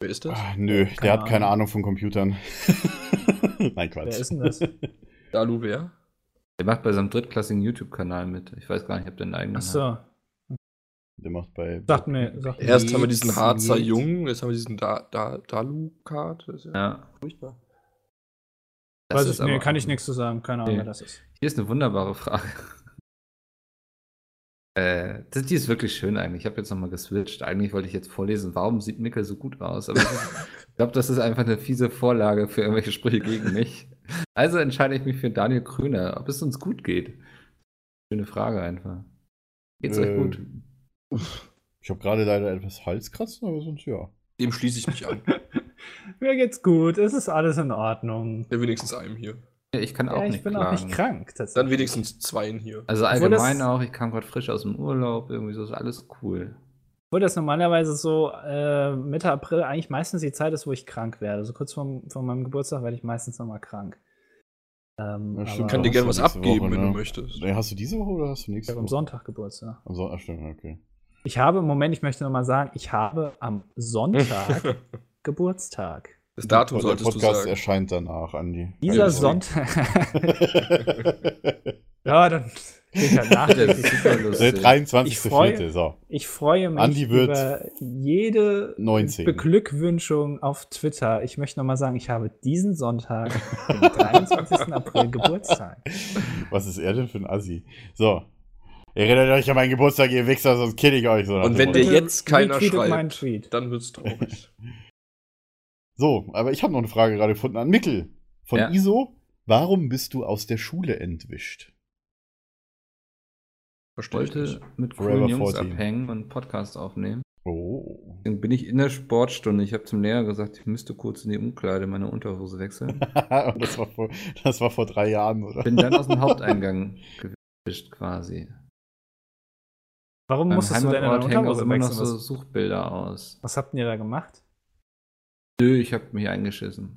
S2: Wer ist das?
S3: Ah, nö, der
S5: Keine
S3: hat keine
S5: Ahnung.
S3: Ahnung von Computern. Nein, Quatsch.
S5: Wer ist denn das?
S2: Dalu wer?
S4: Der macht bei seinem drittklassigen YouTube-Kanal mit. Ich weiß gar nicht, ob der einen eigenen hat.
S5: Achso,
S3: Der macht bei.
S5: sagt mir. Sagt mir.
S2: Erst haben wir diesen
S3: Jetzt
S2: Harzer
S3: geht's.
S2: Jungen, jetzt haben wir diesen da da Dalu-Card. Das ist ja,
S4: Ja.
S2: furchtbar.
S4: Das
S5: Weiß
S4: ist
S5: ich, nee,
S4: aber
S5: kann
S4: auch-
S5: ich nichts zu sagen. Keine Ahnung,
S4: Nee.
S5: wer das ist.
S4: Hier ist eine wunderbare Frage. Äh, das, die ist wirklich schön eigentlich. Ich habe jetzt nochmal geswitcht. Eigentlich wollte ich jetzt vorlesen, warum sieht Mickel so gut aus? Aber es ist- ich glaube, das ist einfach eine fiese Vorlage für irgendwelche Sprüche gegen mich. Also entscheide ich mich für Daniel Kröner, ob es uns gut geht. Schöne Frage einfach. Geht's euch
S3: Äh,
S4: gut?
S3: Ich habe gerade leider etwas Halskratzen, aber sonst ja.
S2: Dem schließe ich mich an.
S5: Mir geht's gut. Es ist alles in Ordnung.
S2: Ja, wenigstens einem hier.
S4: Ja, Ich kann auch
S5: Ja, ich
S4: nicht
S5: bin
S4: klagen.
S5: auch nicht krank.
S2: Dann
S5: tatsächlich.
S2: wenigstens zweien hier.
S4: Also
S5: Obwohl das-
S4: allgemein auch, ich kam gerade frisch aus dem Urlaub, irgendwie so ist alles cool.
S5: Obwohl das normalerweise so äh, Mitte April eigentlich meistens die Zeit ist, wo ich krank werde. So kurz vor, vor meinem Geburtstag werde ich meistens nochmal krank. Ähm,
S3: Ja,
S5: ja,
S3: stimmt,
S5: stimmt,
S2: Ich kann dir
S3: hast
S2: gerne
S3: du
S2: was
S3: nächste
S2: abgeben,
S3: Woche,
S2: wenn
S3: ne?
S2: du möchtest.
S3: Nee, Hast du diese Woche oder hast du
S5: ich
S3: nächste
S5: habe am Sonntag Geburtstag.
S3: Am Sonntag, stimmt, okay.
S5: Ich habe, Moment, ich möchte nochmal sagen, ich habe am Sonntag Geburtstag.
S2: Das Datum
S3: Der
S2: solltest du
S3: Podcast
S2: sagen.
S3: erscheint danach, Andi.
S5: Dieser
S2: Also,
S5: Sonntag. ja, dann geht halt nach.
S4: Das ist super
S3: Der
S4: lustig.
S3: 23.04. So.
S5: Ich freue mich
S3: Andi wird
S5: über jede
S3: 19.
S5: Beglückwünschung auf Twitter. Ich möchte nochmal sagen, ich habe diesen Sonntag, den 23. April, Geburtstag.
S3: Was ist er denn für ein Assi? So. Erinnert euch an meinen Geburtstag, ihr Wichser, sonst kill ich euch. So nach
S2: Und
S3: dem
S2: wenn
S3: Motto.
S2: der jetzt keiner
S5: Retweetet meinen
S2: schreibt,
S5: Tweet.
S2: dann wird's traurig.
S3: So, aber ich habe noch eine Frage gerade gefunden an Mickel von
S4: Ja.
S3: ISO. Warum bist du aus der Schule entwischt?
S2: Verstehe ich
S4: wollte
S2: nicht.
S4: mit
S3: Forever
S4: coolen Jungs
S3: 14.
S4: abhängen und Podcast aufnehmen.
S3: Oh.
S4: Dann bin ich in der Sportstunde. Ich habe zum Lehrer gesagt, ich müsste kurz in die Umkleide meine Unterhose wechseln.
S3: Und das, war vor, das war vor drei Jahren, oder?
S4: Bin dann aus dem Haupteingang gewischt quasi.
S5: Warum
S4: Beim
S5: musstest du denn in der
S4: Heimatort hängen auch
S5: Unterhose
S4: immer noch
S5: wechseln?
S4: so
S5: Was,
S4: Suchbilder aus.
S5: was habt ihr da gemacht?
S4: Nö, ich habe mich eingeschissen.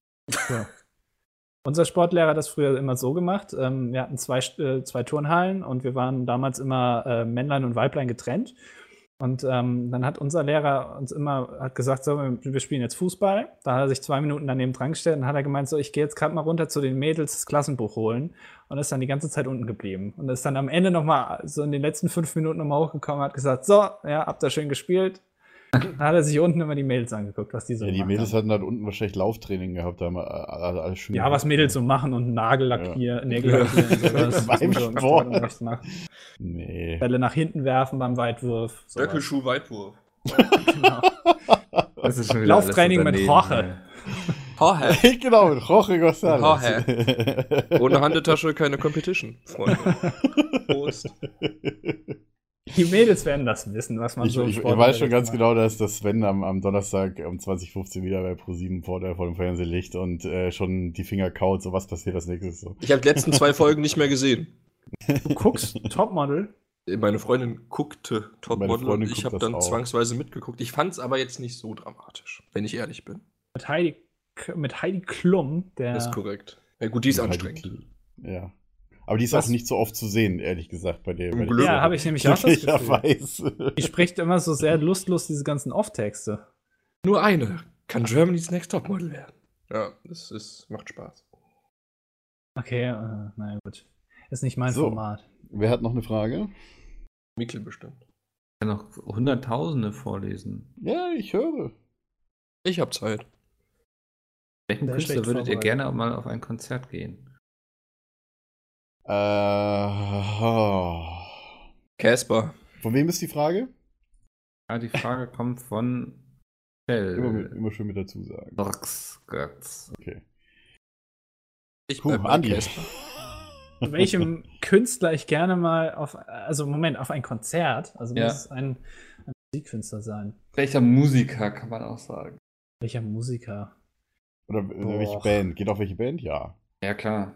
S5: Unser Sportlehrer hat das früher immer so gemacht. Ähm, wir hatten zwei, St- äh, zwei Turnhallen und wir waren damals immer äh, Männlein und Weiblein getrennt. Und ähm, dann hat unser Lehrer uns immer hat gesagt, so, wir wir spielen jetzt Fußball. Da hat er sich zwei Minuten daneben dran gestellt und hat er gemeint, so, ich gehe jetzt gerade mal runter zu den Mädels das Klassenbuch holen. Und ist dann die ganze Zeit unten geblieben. Und ist dann am Ende nochmal, so in den letzten fünf Minuten nochmal hochgekommen und hat gesagt, so, ja, habt ihr schön gespielt. Dann hat er sich unten immer die Mädels angeguckt, was die so
S3: Ja, die
S5: gemacht haben.
S3: Mädels hatten halt unten wahrscheinlich Lauftraining gehabt. Da haben wir alle, alle schön
S5: Ja, was Mädels so machen und Nagel lackieren, Nägel lackieren, sowas.
S3: Beim
S5: Und so ein
S3: Sport.
S5: Sport rechts machen.
S3: Nee.
S5: Bälle nach hinten werfen beim Weitwurf. sowas.
S2: Stöckelschuh-Weitwurf.
S5: Genau.
S4: Das ist schon
S5: Lauftraining
S4: alles
S5: mit
S4: daneben,
S5: Jorge.
S2: Vorher.
S3: genau, mit Jorge González.
S2: Ohne Handetasche keine Competition, Freunde. Prost.
S5: Die Mädels werden das wissen, was man
S3: ich,
S5: so im
S3: ich, ich
S5: Sport
S3: weiß schon ganz
S5: unterwegs macht.
S3: genau, dass das Sven am, am Donnerstag um 20.15 wieder bei ProSieben vor, der- vor dem Fernseher liegt und äh, schon die Finger kaut, so was passiert als nächstes. So.
S2: Ich habe die letzten zwei Folgen nicht mehr gesehen.
S5: Du guckst Topmodel.
S2: Meine Freundin guckte
S3: Meine
S2: Topmodel und
S3: Freundin
S2: ich
S3: guckt
S2: habe
S3: das
S2: dann
S3: auch.
S2: zwangsweise mitgeguckt. Ich fand's aber jetzt nicht so dramatisch, wenn ich ehrlich bin.
S5: Mit Heidi, K- mit Heidi Klum, der.
S2: Das ist korrekt. Ja, gut, die ist
S3: Ja,
S2: anstrengend.
S3: Halt Ja. Aber die ist
S5: Was?
S3: auch nicht so oft zu sehen, ehrlich gesagt, bei der.
S2: Zum
S3: bei der
S2: Glück.
S5: Ja, habe ich nämlich auch das Gefühl.
S3: Glücklicherweise.
S5: Die spricht immer so sehr lustlos diese ganzen Off-Texte.
S2: Nur eine kann Germany's Next Topmodel werden. Ja, das ist, macht Spaß.
S5: Okay, äh, naja, gut. Ist nicht mein
S3: So.
S5: Format.
S3: Wer hat noch eine Frage?
S2: Mikkel bestimmt.
S4: Ich kann noch Hunderttausende vorlesen.
S3: Ja, ich höre.
S2: Ich hab Zeit.
S4: Welchen
S5: Sehr
S4: Künstler
S5: schlecht
S4: würdet ihr
S5: vorbereitet.
S4: gerne mal auf ein Konzert gehen?
S3: Äh, oh.
S2: Casper.
S3: Von wem ist die Frage?
S4: Ah, die Frage kommt von
S2: Äh,
S3: Immer, mit,
S4: Fell.
S3: immer schön mit dazu sagen.
S4: Dorks, Götz.
S2: Ich
S3: Puh,
S2: bleib bei
S3: Andi.
S2: äh, Casper.
S5: welchem Künstler ich gerne mal auf, also Moment, auf ein Konzert, also
S4: Ja.
S5: muss es ein, ein Musikkünstler sein.
S4: Welcher Musiker kann man auch sagen?
S5: Welcher Musiker?
S3: Oder, oder welche
S5: Boah.
S3: Band? Geht auf welche Band? Ja.
S4: Ja, klar.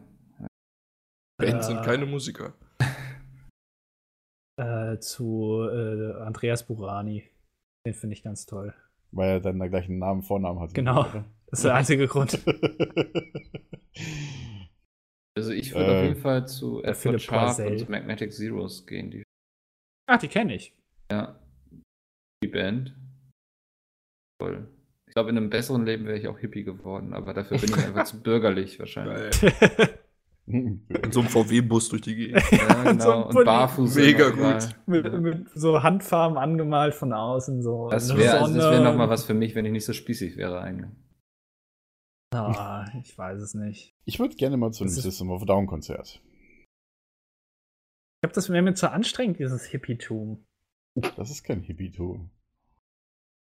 S2: Bands
S5: Äh,
S2: sind keine Musiker.
S5: Äh, zu äh, Andreas Burani. Den finde ich ganz toll.
S3: Weil er dann da gleich einen Namen, Vornamen hat.
S5: Genau. Das ist der einzige Grund.
S4: Also ich würde auf
S3: Äh,
S4: jeden Fall zu Edward
S5: Philipp
S4: Sharp
S5: Poisel.
S4: und zu Magnetic Zeros gehen. Die,
S5: Ah, die kenne ich.
S4: ja, die Band. Toll. Ich glaube, in einem besseren Leben wäre ich auch Hippie geworden, aber dafür bin ich einfach zu bürgerlich wahrscheinlich.
S2: Geil.
S3: Hm.
S2: In so einem VW-Bus durch die Gegend.
S4: Ja,
S5: So ein
S4: genau.
S5: Pulli.
S4: Und barfuß.
S2: Mega
S4: immer überall.
S2: gut.
S5: mit, mit so Handfarben angemalt von außen. So
S4: Das
S5: eine
S4: wäre also das wär
S5: Sonne.
S4: nochmal was für mich, wenn ich nicht so spießig wäre eigentlich.
S5: Ah, ich weiß es nicht.
S3: Ich würde gerne mal zu einem
S5: Das ist-
S3: System of a Down Konzert.
S5: Ich glaube, das wäre mir zu anstrengend, dieses Hippietum.
S3: Das ist kein Hippie-Tour.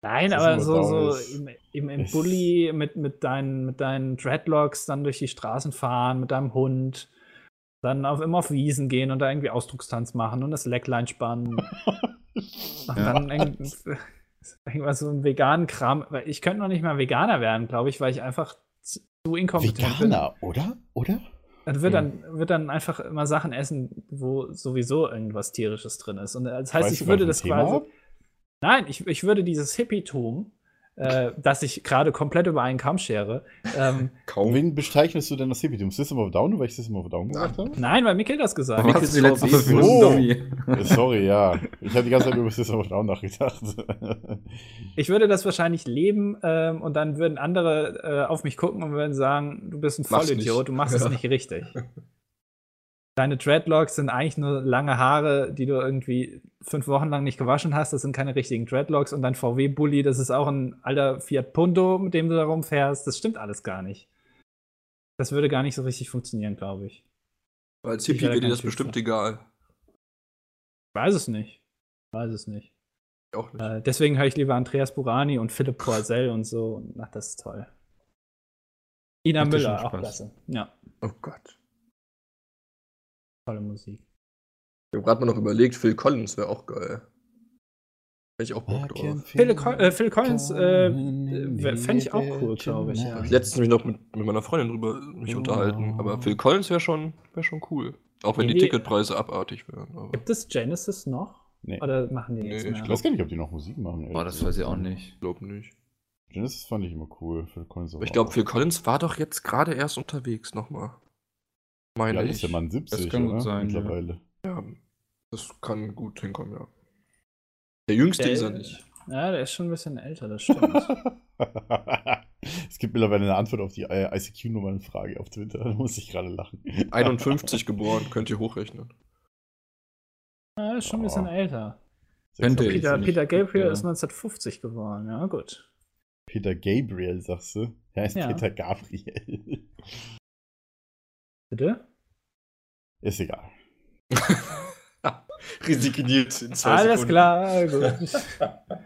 S5: Nein,
S3: Das ist
S5: aber
S3: immer
S5: so, so
S3: saues.
S5: im, im, im
S3: Es-
S5: Bulli mit, mit, deinen, mit deinen Dreadlocks dann durch die Straßen fahren, mit deinem Hund, dann auf, immer auf Wiesen gehen und da irgendwie Ausdruckstanz machen und das Lecklein spannen. Und dann irgend- irgendwas so einen veganen Kram. Weil Ich könnte noch nicht mal Veganer werden, glaube ich, weil ich einfach zu zu inkompetent bin.
S3: Veganer, oder? Oder?
S5: Und wird dann, wird dann einfach immer Sachen essen, wo sowieso irgendwas Tierisches drin ist. Und das heißt,
S3: Weißt
S5: ich
S3: du,
S5: würde
S3: was
S5: das
S3: ein Thema
S5: quasi.
S3: hab?
S5: Nein, ich, ich würde dieses Hippietum, äh, das ich gerade komplett über einen Kamm schere. Ähm,
S4: Oh.
S2: Kaum.
S3: Wen bezeichnest du denn das Hippie-Tum? System of a Down, weil ich System of a Down gesagt habe?
S5: nein, weil Mikkel das gesagt
S4: Was
S5: hat.
S4: ist die letzte
S2: VW?
S4: Stunde?
S5: Oh.
S3: So.
S4: Dummi?
S3: Äh, Sorry, ja. Ich habe die ganze Zeit über System of a Down nachgedacht.
S4: Oh
S5: Ich würde das wahrscheinlich leben ähm, und dann würden andere äh, auf mich gucken und würden sagen, du bist ein
S2: Mach's
S5: Vollidiot,
S2: nicht.
S5: du machst es
S2: Ja.
S5: nicht richtig. Deine Dreadlocks sind eigentlich nur lange Haare, die du irgendwie fünf Wochen lang nicht gewaschen hast. Das sind keine richtigen Dreadlocks. Und dein VW-Bully, das ist auch ein alter Fiat Punto, mit dem du da rumfährst. Das stimmt alles gar nicht. Das würde gar nicht so richtig funktionieren, glaube ich.
S2: Als
S5: Ich
S2: Hippie
S5: wäre
S2: wäre dir
S5: kein
S2: das
S5: Typ
S2: bestimmt
S5: für.
S2: egal.
S5: Weiß es nicht. Weiß es nicht.
S2: Ich Auch nicht.
S5: Äh, deswegen höre ich lieber Andreas Burani und Philipp Poisel und so. Und, ach, das ist toll. Ina
S4: Macht dir
S5: Müller,
S4: schon
S5: auch
S4: Spaß.
S5: klasse. Ja,
S2: Oh Gott.
S5: tolle Musik.
S2: Ich habe gerade mal noch überlegt, Phil Collins wäre auch geil. Hätte ich auch Bock drauf.
S5: Phil, Col äh, Phil Collins äh, fände ich auch cool, glaube ich.
S2: Ich letztens mich noch mit, mit meiner Freundin drüber mich
S3: Ja.
S2: unterhalten, aber Phil Collins wäre schon, wär schon cool. Auch wenn die
S5: Irgendwie-
S2: Ticketpreise abartig wären. Aber.
S5: Gibt es Genesis noch?
S3: Nee.
S5: Oder machen die
S2: Nee,
S5: nichts
S2: ich
S5: mehr?
S3: Ich weiß gar nicht, ob die noch Musik machen. ehrlich
S4: Boah, das
S3: gesagt.
S4: weiß ich auch nicht.
S2: glaube nicht.
S3: Genesis fand ich immer cool. Phil Collins
S2: Aber ich
S3: auch.
S2: glaube, Phil Collins war doch jetzt gerade erst unterwegs nochmal.
S3: Wie
S2: Meine
S3: alt
S2: ich.
S3: ist der Mann? 70,
S4: Das kann gut
S3: oder?
S4: sein, ja.
S3: Mittlerweile.
S2: Ja, das kann gut hinkommen, ja. Der jüngste
S5: Der-
S2: ist er nicht.
S5: Ja, der ist schon ein bisschen älter, das stimmt.
S3: es gibt mittlerweile eine Antwort auf die ICQ-Nummernfrage auf Twitter. Da muss ich gerade lachen.
S2: 51 geboren, könnt ihr hochrechnen.
S5: ja, ist schon ein bisschen
S3: Oh.
S5: älter.
S4: Könnte ich.
S5: Peter,
S4: nicht.
S5: Peter Gabriel
S4: Ja.
S5: ist 1950 geworden, ja gut.
S3: Peter Gabriel, sagst du? Er heißt
S5: Ja.
S3: Peter Gabriel.
S5: Bitte?
S3: Ist egal.
S2: Resigniert in zwei
S5: Alles
S2: Sekunden.
S5: klar, gut.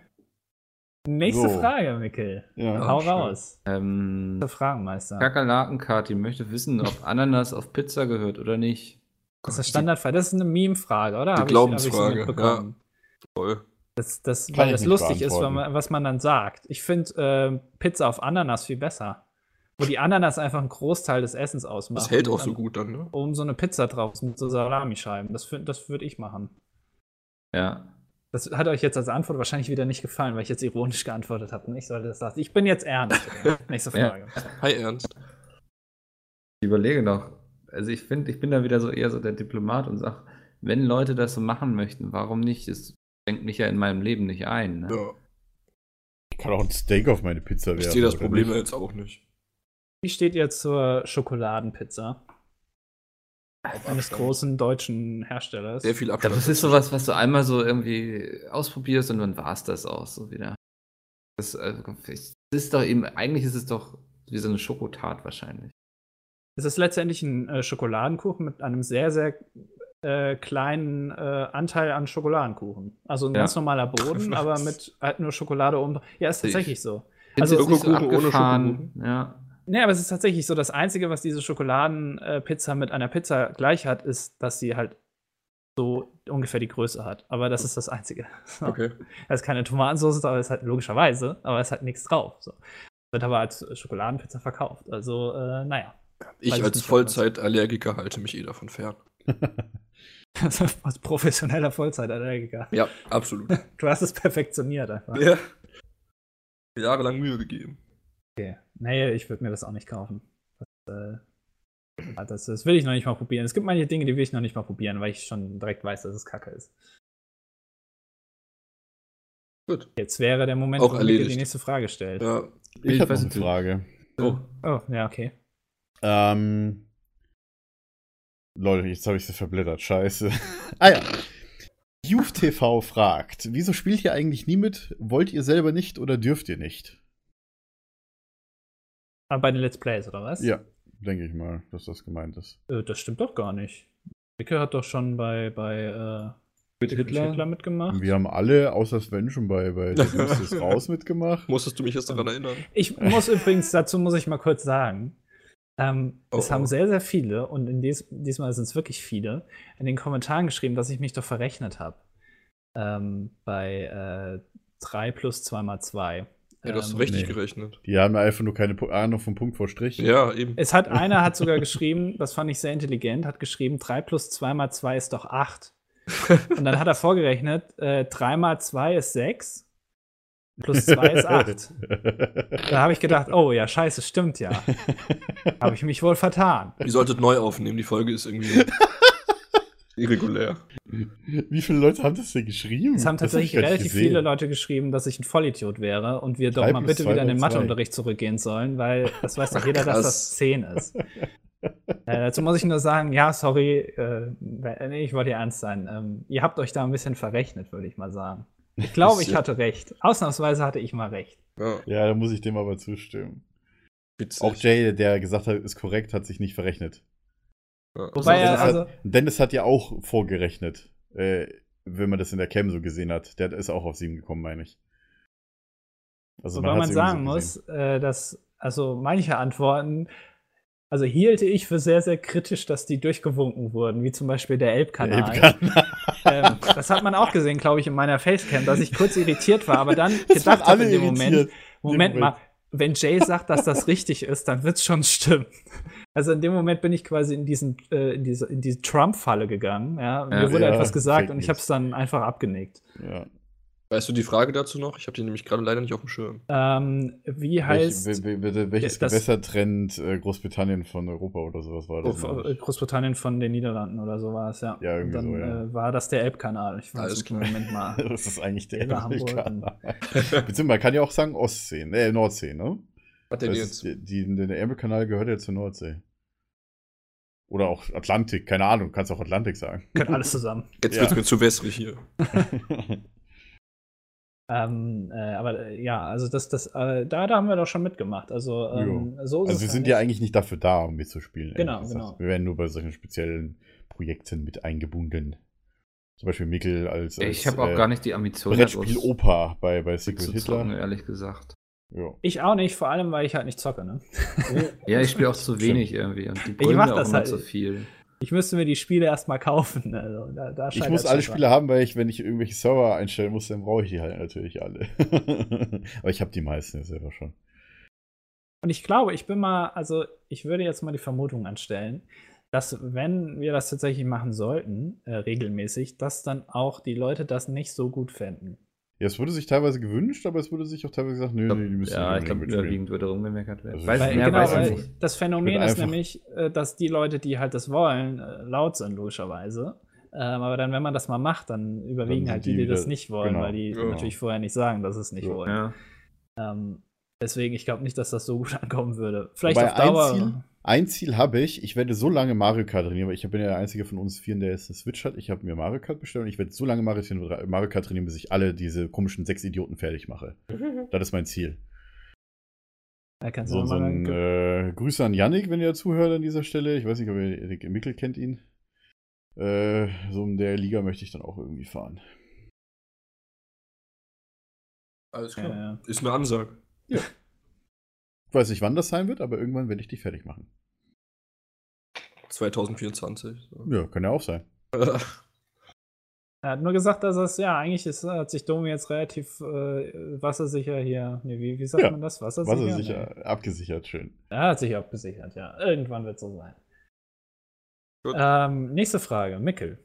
S5: Nächste
S3: So.
S5: Frage, Mikkel.
S3: Ja.
S5: Hau
S2: schön.
S5: raus.
S4: Ähm,
S5: Der Fragenmeister.
S4: Kakerlakenkati möchte wissen, ob Ananas auf Pizza gehört oder nicht.
S5: Das ist eine Standardfrage. Das ist eine Meme-Frage, oder?
S2: Die
S5: Hab
S2: Glaubensfrage,
S5: mitbekommen.
S2: Voll.
S5: Das, das,
S3: Kann
S5: weil
S3: ich
S5: das
S3: nicht
S5: lustig ist, weil
S3: beantworten.
S5: man, was man dann sagt. Ich finde äh, Pizza auf Ananas viel besser. Wo die Ananas einfach einen Großteil des Essens ausmacht.
S2: Das hält
S5: Und
S2: auch so
S5: dann
S2: gut dann, ne?
S5: Oben so eine Pizza drauf mit so Salamischeiben. Das, find- das würde ich machen.
S4: Ja.
S5: Das hat euch jetzt als Antwort wahrscheinlich wieder nicht gefallen, weil ich jetzt ironisch geantwortet habe. Ich sollte das sagen. Ich bin jetzt ernst. Nächste Frage.
S2: Hi Ernst.
S4: Ich überlege noch. Also ich finde, ich bin da wieder so eher so der Diplomat und sage, wenn Leute das so machen möchten, warum nicht? Es denkt mich ja in meinem Leben nicht ein. Ne?
S2: Ja,
S3: Ich kann auch ein Steak auf meine Pizza werfen.
S2: ich sehe das
S3: oder
S2: Problem
S3: nicht?
S2: jetzt auch nicht.
S5: Wie steht ihr zur Schokoladenpizza? eines großen deutschen Herstellers.
S2: Sehr viel
S4: Ich glaube,
S2: Abstand.
S4: das ist sowas, was du einmal so irgendwie ausprobierst und dann war es das auch so wieder. Das, äh, es ist doch eben, eigentlich ist es doch wie so eine Schokotart wahrscheinlich.
S5: Es ist letztendlich ein äh, Schokoladenkuchen mit einem sehr, sehr äh, kleinen äh, Anteil an Schokoladenkuchen. Also ein
S4: Ja.
S5: ganz normaler Boden,
S2: Was?
S5: aber mit halt nur Schokolade oben. Ja, ist tatsächlich so.
S4: Find's
S5: Also
S4: jetzt nicht so
S2: Schokokuchen ohne
S4: abgefahren. Ja.
S5: Nee, aber es ist tatsächlich so, das Einzige, was diese Schokoladenpizza mit einer Pizza gleich hat, ist, dass sie halt so ungefähr die Größe hat. Aber das ist das Einzige. So.
S2: Okay.
S5: Da ist keine Tomatensauce, aber es hat logischerweise, aber es hat nichts drauf. So. Wird aber als Schokoladenpizza verkauft. Also, äh, naja.
S2: Ich
S5: Weiß
S2: als
S5: nicht, ob das-
S2: Vollzeitallergiker halte mich eh davon fern.
S5: Also als professioneller Vollzeitallergiker.
S2: Ja, absolut.
S5: Du hast es perfektioniert einfach.
S2: ja. Jahrelang Mühe gegeben.
S5: Okay. Nee, ich würde mir das auch nicht kaufen. Das, äh, ah, das, das will ich noch nicht mal probieren. Es gibt manche Dinge, die will ich noch nicht mal probieren, weil ich schon direkt weiß, dass es kacke ist.
S2: Gut.
S5: Jetzt wäre der Moment,
S2: Auch
S5: wo Mikkel die
S2: erledigt.
S5: nächste Frage stellt.
S2: Ja,
S3: Ich habe
S4: weiß
S3: eine
S4: nicht.
S3: Frage.
S4: Oh,
S5: Oh, ja, okay.
S3: Ähm, Leute, jetzt habe ich sie verblättert. Scheiße. ah ja. Youth TV fragt, wieso spielt ihr eigentlich nie mit? Wollt ihr selber nicht oder dürft ihr nicht?
S5: Aber Ah, bei den Let's Plays, oder was?
S3: Ja, denke ich mal, dass das gemeint ist.
S5: Äh, das stimmt doch gar nicht. Micke hat doch schon bei, bei äh,
S4: mit Hitler.
S5: mitgemacht.
S3: Wir haben alle, außer Sven, schon bei, bei Der Dienst ist raus mitgemacht.
S2: musstest du mich jetzt daran erinnern.
S5: Ich muss übrigens, dazu muss ich mal kurz sagen, ähm,
S2: Oh,
S5: es
S2: oh.
S5: haben sehr, sehr viele, und in dies, diesmal sind es wirklich viele, in den Kommentaren geschrieben, dass ich mich doch verrechnet habe. Ähm, bei äh, 3 plus 2 mal 2.
S2: Ja, du hast
S5: ähm,
S2: richtig
S3: nee.
S2: gerechnet.
S3: Die haben einfach nur keine Pu- Ahnung vom Punkt vor Strich.
S2: Ja, eben.
S5: Es hat einer hat sogar geschrieben, das fand ich sehr intelligent, hat geschrieben, 3 plus 2 mal 2 ist doch 8. Und dann hat er vorgerechnet, äh, 3 mal 2 ist 6, plus 2 ist 8. Da habe ich gedacht, oh ja, scheiße, stimmt ja. Habe ich mich wohl vertan.
S2: Ihr solltet neu aufnehmen, die Folge ist irgendwie irregulär.
S3: Wie viele Leute haben das denn geschrieben?
S5: Es haben
S3: Hm, Das hab ich
S5: tatsächlich
S3: gar nicht
S5: relativ
S3: gesehen.
S5: viele Leute geschrieben, dass ich ein Vollidiot wäre und wir doch
S3: Drei
S5: mal
S3: plus
S5: bitte
S3: zwei
S5: wieder in den
S3: mal zwei.
S5: Matheunterricht zurückgehen sollen, weil das weiß doch jeder, dass
S2: krass.
S5: das 10 ist. äh, dazu muss ich nur sagen, ja, sorry, äh, we- nee, ich wollte ja ernst sein. Ähm, ihr habt euch da ein bisschen verrechnet, würde ich mal sagen. Ich glaube, ich
S2: Bisschen.
S5: hatte recht. Ausnahmsweise hatte ich mal recht.
S2: Ja,
S3: Ja, da muss ich dem aber zustimmen.
S2: witzig.
S3: Auch Jay, der gesagt hat, ist korrekt, hat sich nicht verrechnet.
S2: ja.
S5: Wobei
S3: das
S5: er,
S3: ist
S5: also,
S3: Dennis hat ja auch vorgerechnet, äh, wenn man das in der Cam so gesehen hat. Der ist auch auf sieben gekommen, meine ich. Also
S5: Wobei man,
S3: hat's irgendwie
S5: sagen
S3: so
S5: muss,
S3: gesehen.
S5: äh, dass also manche Antworten, also hielte ich für sehr, sehr kritisch, dass die durchgewunken wurden, wie zum Beispiel der Elbkanal.
S3: Der Elbkanal.
S5: ähm, das hat man auch gesehen, glaube ich, in meiner Facecam, dass ich kurz irritiert war, aber dann
S3: Das waren
S5: gedacht habe in
S3: alle
S5: dem
S3: irritiert.
S5: Moment, Moment
S3: Moment.
S5: mal, wenn Jay sagt, dass das richtig ist, dann wird's schon stimmen. Also in dem Moment bin ich quasi in diesen äh, in diese, in diese Trump-Falle gegangen. Ja? Mir
S4: Ja.
S5: wurde
S3: Ja,
S5: etwas gesagt
S3: Fake
S5: und ich habe
S3: News.
S5: es dann einfach abgenickt.
S3: Ja.
S2: Weißt du die Frage dazu noch? Ich habe die nämlich gerade leider nicht auf dem Schirm.
S5: Ähm, wie heißt
S3: Welch, wel- wel- welches
S5: das-
S3: Gewässer trennt äh, Großbritannien von Europa oder sowas war
S5: Oh,
S3: das? ne?
S5: von-
S3: meine
S5: äh,
S3: ich.
S5: Großbritannien von den Niederlanden oder so war es, ja.
S3: Ja, irgendwie
S5: Und dann
S3: so, ja.
S5: äh, war das der Elbkanal. Ich weiß
S2: Alles
S5: nicht,
S2: klar.
S5: Moment mal.
S3: Das ist eigentlich der
S5: Über Hamburg.
S3: Elbkanal. Beziehungsweise man kann ja auch sagen Ostsee, äh, Nordsee, ne?
S2: Was denn
S3: Das ist-
S2: jetzt?
S3: Die, die, der Ärmelkanal gehört ja zur Nordsee. Oder auch Atlantik, keine Ahnung, kannst auch Atlantik sagen.
S5: Gehört alles zusammen.
S2: Jetzt
S3: Ja.
S2: wird's mir zu wässrig hier.
S5: Ähm, äh, aber äh, ja, also das, das, äh, da, da haben wir doch schon mitgemacht. Also, ähm, so
S3: also
S5: ist es
S3: wir
S5: ja
S3: sind
S5: nicht.
S3: ja eigentlich nicht dafür da, um mitzuspielen. ehrlich
S5: Genau,
S3: gesagt.
S5: genau.
S3: Wir werden nur bei solchen speziellen Projekten mit eingebunden. Zum Beispiel Mikkel als, als
S4: ich habe auch
S3: äh,
S4: gar nicht die Ambition,
S3: Brettspiel
S4: das
S3: Opa bei, bei Secret
S4: zu
S3: Hitler.
S4: zocken, ehrlich gesagt.
S3: Ja.
S5: Ich auch nicht, vor allem, weil ich halt nicht zocke, ne?
S4: Ja, ich spiele auch zu wenig irgendwie und die brüllen
S5: mach
S4: mir auch
S5: das
S4: immer
S5: halt.
S4: zu viel.
S5: Ich müsste mir die Spiele erstmal kaufen. Also, da, da
S3: Ich
S5: scheitert
S3: muss
S5: schon
S3: alle
S5: dran.
S3: Spiele haben, weil ich, wenn ich irgendwelche Server einstellen muss, dann brauche ich die halt natürlich alle. Aber ich habe die meisten ja selber schon.
S5: Und ich glaube, ich bin mal, also ich würde jetzt mal die Vermutung anstellen, dass wenn wir das tatsächlich machen sollten, äh, regelmäßig, dass dann auch die Leute das nicht so gut fänden.
S3: Ja, es wurde sich teilweise gewünscht, aber es wurde sich auch teilweise gesagt, nö,
S4: Ich glaub,
S3: nee, die müssen
S4: ja,
S3: nicht
S4: ich
S3: unbedingt
S4: glaube,
S3: mitspielen.
S4: überwiegend würde rumgemeckert werden.
S3: Also,
S4: weiß,
S3: ich
S5: Weil,
S3: würd
S4: ja,
S5: genau,
S4: weiß
S5: weil
S4: ich
S3: einfach-
S4: nicht.
S5: das Phänomen
S3: wird
S5: ist
S3: einfach-
S5: nämlich, äh, dass die Leute, die halt das wollen, äh, laut sind, logischerweise. Ähm, aber dann, wenn man das mal macht, dann überwiegen
S3: sind
S5: halt die,
S3: die
S5: die das
S3: wieder-
S5: nicht wollen,
S3: genau,
S5: weil die
S2: genau.
S5: natürlich vorher nicht sagen, dass sie es nicht
S3: Ja.
S5: wollen.
S4: Ja.
S5: Ähm, deswegen, ich glaube nicht, dass das so gut ankommen würde. Vielleicht
S3: Wobei
S5: auf Dauer.
S3: Ein Ziel, Ein Ziel habe ich, ich werde so lange Mario Kart trainieren, weil ich bin ja der Einzige von uns vieren, der jetzt eine Switch hat. Ich habe mir Mario Kart bestellt und ich werde so lange Mario, Mario Kart trainieren, bis ich alle diese komischen sechs Idioten fertig mache. Das ist mein Ziel.
S5: Da kannst du
S3: So, so
S5: nochmal
S3: ein,
S5: rein-
S3: äh, Grüße an Yannick, wenn ihr zuhört an dieser Stelle. Ich weiß nicht, ob ihr Erik Mickel kennt ihn. Äh, so in der Liga möchte ich dann auch irgendwie fahren.
S2: Alles klar.
S5: ja, ja.
S2: Ist eine Ansage.
S3: Ich weiß nicht, wann das sein wird, aber irgendwann werde ich dich fertig machen.
S2: 2024. So.
S3: Ja, kann ja auch sein.
S2: Äh.
S5: Er hat nur gesagt, dass es, ja, eigentlich ist, hat sich Domi jetzt relativ äh, wassersicher hier, nee, wie, wie sagt
S3: Ja.
S5: man das? Wassersicher?
S3: Was er sicher abgesichert, schön.
S5: Nee. Er hat sich auch gesichert, ja. Irgendwann wird es so sein.
S2: Gut.
S5: Ähm, nächste Frage, Mickel.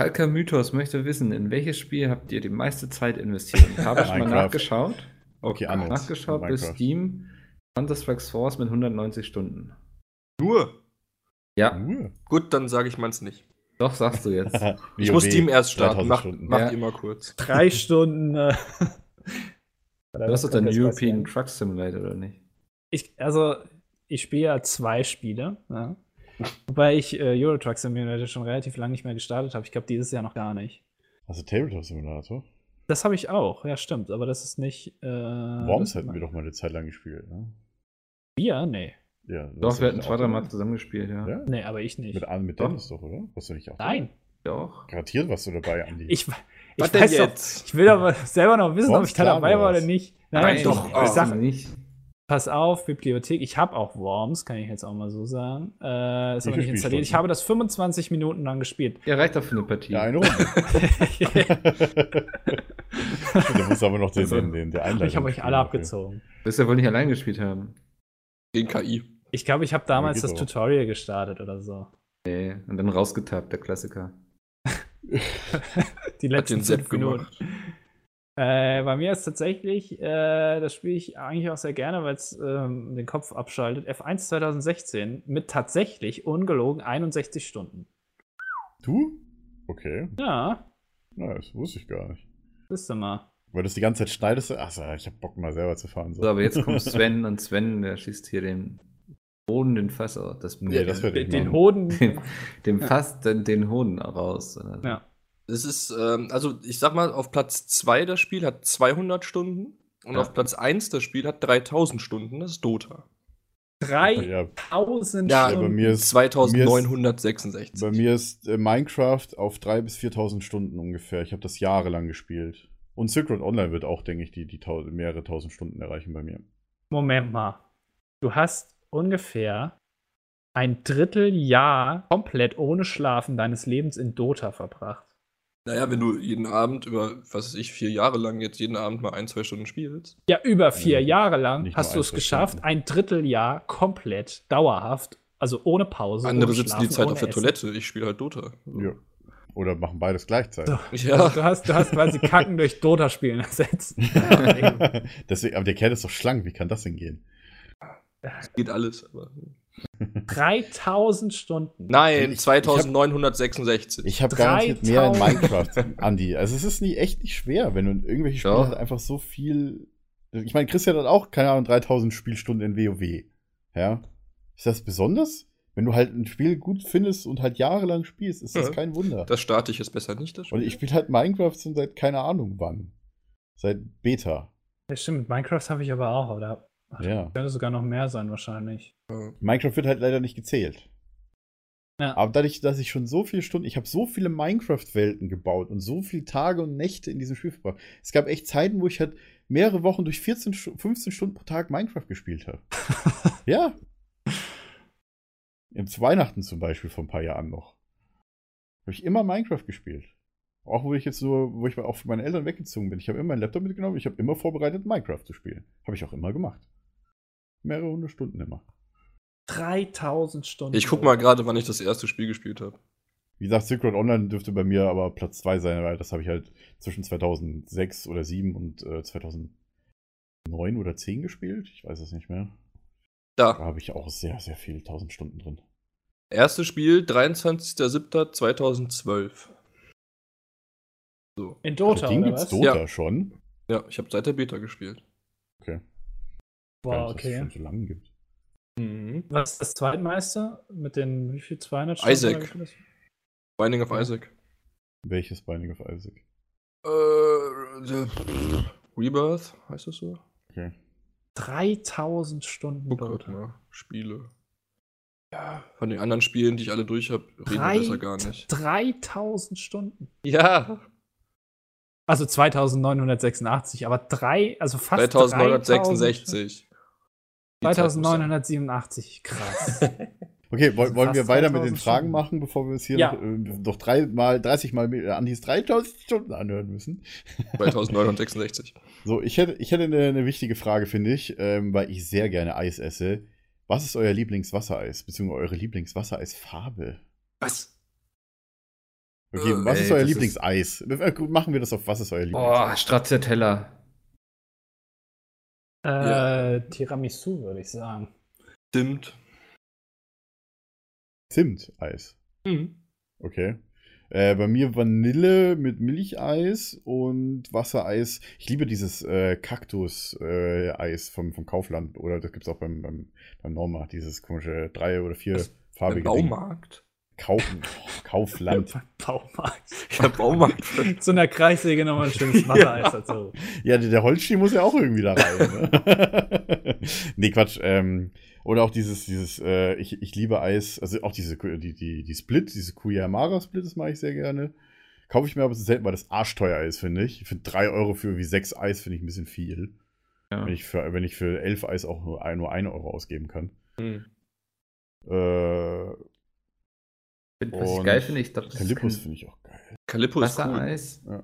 S4: Kalka Mythos möchte wissen, in welches Spiel habt ihr die meiste Zeit investiert? Ich habe schon mal
S3: Minecraft.
S4: nachgeschaut.
S3: Okay,
S4: Ich habe
S3: Arnold.
S4: nachgeschaut bei
S3: Minecraft.
S4: Steam. Counter-Strike Source mit 190 Stunden.
S2: Nur.
S4: Ja,
S3: Uh.
S2: Gut, dann sage ich meins nicht.
S4: doch sagst du jetzt.
S2: Ich muss Team erst starten.
S3: 3000
S2: Macht,
S3: Stunden.
S2: macht
S4: Ja.
S2: ihr mal kurz.
S5: Drei Stunden. Äh,
S4: Du hast doch deinen European Truck Simulator, oder nicht?
S5: Ich, also, ich spiele ja zwei Spiele. Ja. Wobei ich äh, Euro Truck Simulator schon relativ lange nicht mehr gestartet habe. Ich glaube, dieses Jahr noch gar nicht.
S3: Hast du Tabletop Simulator?
S5: Das habe ich auch, ja, stimmt. Aber das ist nicht. Äh,
S3: Worms hätten wir doch mal eine Zeit lang gespielt, ne?
S5: Bier? Nee.
S3: Ja, das
S4: Doch,
S3: hast
S4: wir
S3: du
S4: hatten
S3: auch
S4: Vater mal
S3: gemacht.
S4: zusammengespielt, ja.
S3: Ja?
S5: Nee, aber ich nicht.
S3: Mit, An- mit Dennis doch, oder? Warst du nicht auch
S5: Nein.
S4: Doch.
S3: Garantiert warst du dabei, Andi.
S5: Ich, ich
S2: Was
S5: weiß
S2: denn
S5: doch,
S2: jetzt?
S5: ich will aber selber noch wissen, ob
S3: Worms
S5: ich da
S3: Clan
S5: dabei war
S3: Wars.
S5: oder nicht.
S2: doch,
S5: ich
S2: ah.
S5: sag,
S4: sag nicht.
S5: pass auf, Bibliothek. Ich habe auch Worms, kann ich jetzt auch mal so sagen. Äh, ist
S3: Wie
S5: aber
S3: viel
S5: nicht installiert. Ich
S3: Spielstunden?
S5: habe das 25 Minuten lang gespielt.
S4: Ja, reicht doch für eine Partie.
S3: ja, eine Runde. der muss aber noch den,
S4: Also,
S3: den, den der Einleitung
S5: ich habe euch
S3: spielen
S5: alle
S3: dafür.
S5: abgezogen.
S4: Du wirst ja wohl nicht allein gespielt haben.
S2: Gegen KI.
S5: Ich glaube, ich habe damals
S3: geht
S5: das
S3: doch.
S5: Tutorial gestartet oder so.
S4: Nee, und dann rausgetappt, der Klassiker.
S5: Die
S2: Hat
S5: letzten
S2: den Sepp
S5: fünf Minuten.
S2: gemacht.
S5: Äh, bei mir ist tatsächlich, äh, das spiele ich eigentlich auch sehr gerne, weil es ähm, den Kopf abschaltet. F1 2016 mit tatsächlich ungelogen 61 Stunden.
S3: Du? Okay,
S5: Ja,
S3: na, das wusste ich gar nicht.
S5: wisst ihr mal.
S3: Weil du es die ganze Zeit schneidest. Achso, ich hab Bock mal selber zu fahren. So.
S4: So, aber jetzt kommt Sven und Sven, der schießt hier den Boden, den Fass, aus- das
S3: Nee, das werde ich
S5: Den,
S3: machen.
S5: den Hoden.
S4: den, dem Fass, den, den Hoden raus. oder so.
S5: Ja.
S2: Es ist, ähm, also ich sag mal, auf Platz 2 das Spiel hat 200 Stunden und
S4: Ja.
S2: auf Platz 1 das Spiel hat 3000 Stunden. Das ist Dota.
S5: drei
S3: Ja,
S5: Tausend
S2: Ja,
S3: bei
S5: Stunden.
S3: mir ist
S2: 2966.
S3: Bei mir ist äh, Minecraft auf 3.000 bis 4.000 Stunden ungefähr. Ich habe das jahrelang gespielt. Und Silk Road Online wird auch, denke ich, die, die tau- mehrere tausend Stunden erreichen bei mir.
S5: Moment mal. Du hast ungefähr ein Dritteljahr komplett ohne Schlafen deines Lebens in Dota verbracht.
S2: Naja, wenn du jeden Abend über, was weiß ich, vier Jahre lang jetzt jeden Abend mal ein, zwei Stunden spielst.
S5: Ja, über vier
S3: Nee,
S5: Jahre lang
S3: nicht nur
S5: hast du
S3: ein,
S5: es
S3: zwei
S5: geschafft,
S3: Stunden.
S5: ein Dritteljahr komplett dauerhaft, also ohne Pause.
S2: Andere
S5: ohne
S2: sitzen
S5: Schlafen,
S2: die Zeit
S5: ohne
S2: auf der
S5: Essen.
S2: Toilette. Ich spiele halt Dota.
S3: Ja. Oder machen beides gleichzeitig.
S5: Also,
S2: Ja,
S5: du, hast, du hast quasi Kacken durch Dota spielen ersetzt.
S3: Deswegen, aber der Kerl ist doch schlank. Wie kann das denn gehen?
S2: geht alles. Aber.
S5: 3000 Stunden.
S2: Nein,
S3: Ich-
S2: 2966.
S3: Ich habe garantiert mehr in
S5: 3000.
S3: Minecraft, Andi. Also es ist nie, echt nicht schwer, wenn du irgendwelche Spiele
S4: Doch.
S3: hast, einfach so viel. Ich meine, Christian hat auch, keine Ahnung, 3000 Spielstunden in WoW. Ja. Ist das besonders? Wenn du halt ein Spiel gut findest und halt jahrelang spielst, ist das
S2: Ja.
S3: kein Wunder.
S2: das starte ich jetzt besser nicht. Das
S3: und ich spiele halt Minecraft schon seit keine Ahnung wann. Seit Beta.
S5: Ja, stimmt, mit Minecraft habe ich aber auch, oder? Ach,
S3: Ja.
S5: Könnte sogar noch mehr sein, wahrscheinlich.
S3: Minecraft wird halt leider nicht gezählt.
S5: Ja.
S3: Aber dadurch, dass ich schon so viele Stunden, ich habe so viele Minecraft-Welten gebaut und so viele Tage und Nächte in diesem Spiel verbracht. Es gab echt Zeiten, wo ich halt mehrere Wochen durch 14, Stu- 15 Stunden pro Tag Minecraft gespielt habe. ja. Im Weihnachten zum Beispiel vor ein paar Jahren noch. Habe ich immer Minecraft gespielt. Auch wo ich jetzt so, wo ich auch von meinen Eltern weggezogen bin. Ich habe immer meinen Laptop mitgenommen, ich habe immer vorbereitet, Minecraft zu spielen. Habe ich auch immer gemacht. Mehrere hundert Stunden immer.
S5: 3000 Stunden.
S2: Ich guck mal gerade, wann ich das erste Spiel gespielt habe.
S3: Wie gesagt, Silk Road Online dürfte bei mir aber Platz 2 sein, weil das habe ich halt zwischen 2006 oder 7 und äh, 2009 oder 10 gespielt. Ich weiß es nicht mehr. Da
S2: Da,
S3: habe ich auch sehr, sehr viel 1000 Stunden drin.
S2: erstes Spiel, 23.07.2012. So.
S5: In Dota,
S3: Ding
S5: oder
S3: Also gibt's
S5: was?
S3: Dota schon.
S2: Ja, ich habe seit der Beta gespielt.
S3: Geil, dass es
S5: Wow, okay.
S3: schon so lange gibt.
S2: Mhm.
S5: Was ist das zweitmeiste? Mit den, wie viel, 200
S2: Isaac.
S5: oder wie viel das-
S2: Binding of Isaac.
S3: Welches Binding of Isaac?
S2: Äh, äh, Rebirth, heißt das so?
S5: 3000 Stunden.
S2: Guck grad mal. Spiele. Ja, von den anderen Spielen, die ich alle durch habe, reden wir
S5: Drei,
S2: besser gar nicht.
S5: 3000 Stunden.
S2: Ja!
S5: Also 2986, aber drei, also fast
S2: 3966.
S5: 2987, krass. Äh,
S3: Okay, wollen, wollen wir
S5: Also Fast
S3: weiter mit den
S5: 2000
S3: Fragen
S5: Stunden.
S3: machen, bevor wir uns hier
S5: Ja.
S3: noch, äh, noch drei mal, 30 mal mit- äh, Andis 3000 Stunden anhören müssen?
S2: 2966.
S3: So, ich hätte, ich hätte eine, eine wichtige Frage, finde ich, ähm, weil ich sehr gerne Eis esse. Was ist euer Lieblingswassereis, beziehungsweise eure Lieblingswassereisfarbe?
S2: Was?
S3: Okay, was
S2: Äh,
S4: Oh, ey,
S3: ist euer
S4: das
S3: Lieblingseis? Äh, gut, Machen wir das auf was ist euer Lieblingseis?
S4: Boah, Stracciatella.
S5: äh,
S2: Ja.
S5: Tiramisu, würde ich sagen.
S2: Stimmt.
S3: Zimt-Eis.
S2: Mhm.
S3: Okay. Äh, bei mir Vanille mit Milcheis und Wassereis. Ich liebe dieses äh, Kaktus-Eis vom, vom Kaufland. Oder das gibt's auch beim, beim, beim Norma, dieses komische drei- oder
S2: Im
S3: vierfarbige Ding.
S2: Baumarkt?
S3: Kaufen. Oh, Kaufland.
S5: Beim Baumarkt.
S2: Ich hab Baumarkt. verstanden.
S5: Zu einer Kreissäge nochmal ein schönes Wassereis dazu.
S3: Ja, der, der Holzstiel muss ja auch irgendwie da rein. Ne? nee, Quatsch. Ähm, oder auch dieses, dieses, äh, ich, ich liebe Eis, also auch diese, die, die, die Split, diese Kuyamara-Split, das mache ich sehr gerne. Kaufe ich mir aber so selten, weil das arschteuer ist, finde ich. Ich finde 3 Euro für wie sechs Eis, finde ich ein bisschen viel.
S4: Ja.
S3: Wenn, ich für, wenn ich für elf Eis auch nur 1 nur ein Euro ausgeben kann.
S2: Hm.
S3: Äh,
S4: Find- Was ich
S3: Und
S4: geil finde, ich glaube, das
S3: Kalipus
S4: ist
S3: finde ich auch geil.
S2: Kalippo
S4: kein
S2: ist cool.
S4: Wassereis.
S3: Ja.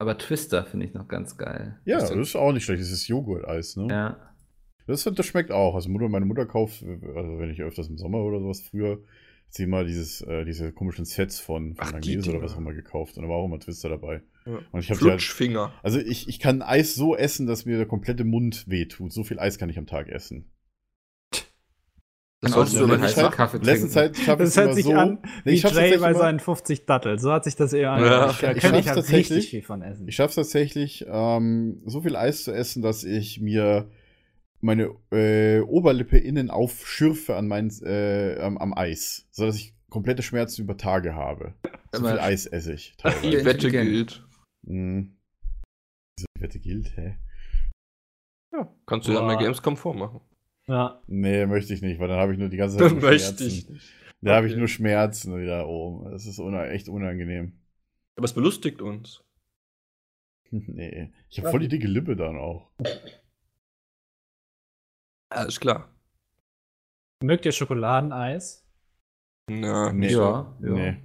S4: Aber Twister finde ich noch ganz geil.
S3: Ja,
S4: Ist
S3: das ist auch nicht schlecht. Das ist Joghurt-Eis, ne?
S4: Ja.
S3: Das, das schmeckt auch. Also Mutter, meine Mutter kauft, also wenn ich öfters im Sommer oder sowas früher, hat sie immer dieses, äh, diese komischen Sets von, von
S2: Ach, die
S3: Langnese oder
S2: Dinger.
S3: was auch immer gekauft. Und da war auch immer Twister dabei.
S2: Ja.
S3: Und ich habe die halt,
S2: Flutschfinger.
S3: also ich, ich kann Eis so essen, dass mir der komplette Mund wehtut. So viel Eis kann ich am Tag essen.
S2: Das
S4: Kann
S2: solltest
S4: auch
S2: du
S4: nur
S2: aber
S4: mit
S2: nicht
S4: heißem
S2: machen.
S4: Kaffee
S3: In letzter
S4: trinken.
S3: Zeit schaffe ich es
S5: Das hört
S3: immer
S5: sich
S3: so.
S5: an
S3: Nee,
S5: wie
S3: ich schaff's
S5: Jay bei
S3: tatsächlich immer-
S5: seinen 50 Dattel. So hat sich das eher an.
S2: Ja.
S5: da
S3: Ich
S5: kann
S3: schaff's
S5: ich halt
S3: tatsächlich.
S5: richtig viel von essen.
S3: Ich schaffe es tatsächlich, ähm, so viel Eis zu essen, dass ich mir meine äh, Oberlippe innen aufschürfe an mein, äh, am, am Eis, sodass ich komplette Schmerzen über Tage habe. So viel Eis esse ich.
S4: Ja.
S3: Teilweise.
S2: Die Wette
S4: Intelligent.
S2: gilt.
S3: Mhm. Wieso die Wette gilt, hä?
S2: Kannst du ja
S5: Boah.
S2: mal Gamescom vormachen.
S5: Ja.
S3: Nee, möchte ich nicht, weil dann habe ich nur die ganze Zeit
S2: Dann
S3: nur
S2: möchte ich
S3: Schmerzen. Da habe ich
S2: Okay.
S3: nur Schmerzen wieder oben. Das ist una echt unangenehm.
S2: Aber es belustigt uns.
S3: nee. Ich habe voll die dicke Lippe dann auch.
S2: Ja, ist klar.
S5: Mögt ihr Schokoladeneis?
S2: Na,
S3: Nee.
S2: nicht.
S4: Ja, ja.
S3: Nee.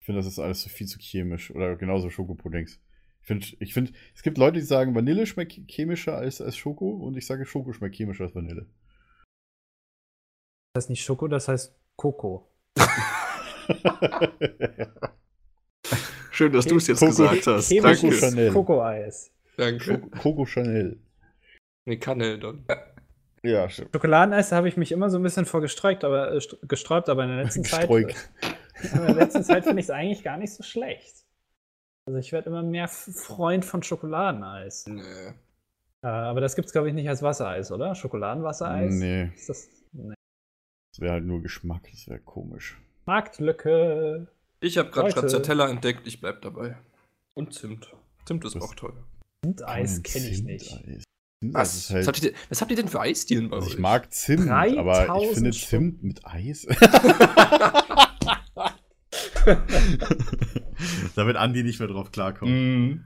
S3: Ich finde, das ist alles so viel zu chemisch. Oder genauso Schokopuddings. Ich finde, ich find, es gibt Leute, die sagen, Vanille schmeckt chemischer als, als Schoko. Und ich sage, Schoko schmeckt chemischer als Vanille.
S5: Das heißt nicht Schoko, das heißt Koko.
S2: Schön, dass du es jetzt
S3: Coco-
S2: gesagt hast.
S5: Chemisch
S3: Coco
S2: Danke.
S3: Chanel.
S5: ist Kokoeis.
S2: Danke.
S3: Schoko- Coco Chanel.
S2: Nee, Kanel dann.
S3: Oh. Ja, stimmt.
S5: Schokoladeneis da habe ich mich immer so ein bisschen vor gesträubt, aber, äh, st- gesträubt, aber in der letzten Zeit.
S3: Gesträubt.
S5: In der letzten Zeit finde ich es eigentlich gar nicht so schlecht. Also ich werde immer mehr F- Freund von Schokoladeneis.
S2: Nee.
S5: Äh, aber das gibt es, glaube ich, nicht als Wassereis, oder? Schokoladenwassereis?
S3: Nee,
S5: Ist das nee.
S3: das wäre halt nur Geschmack. Das wäre komisch.
S5: Marktlücke.
S2: Ich habe gerade
S5: Leute.
S2: Stracciatella entdeckt, ich bleib dabei. Und Zimt. Zimt ist
S3: Das-
S2: auch toll.
S5: Und Eis
S3: Kein
S5: kenne ich nicht.
S3: Zimt-Eis. Zimt,
S2: Was?
S3: das ist
S2: was,
S3: halt,
S2: habt ihr denn, was habt ihr denn für Eisdielen bei
S3: also
S2: euch?
S3: ich mag Zimt, aber ich
S5: 3000
S3: finde
S5: Stunden.
S3: Zimt mit Eis.
S9: Damit Andi nicht mehr drauf klarkommt.
S2: Mm.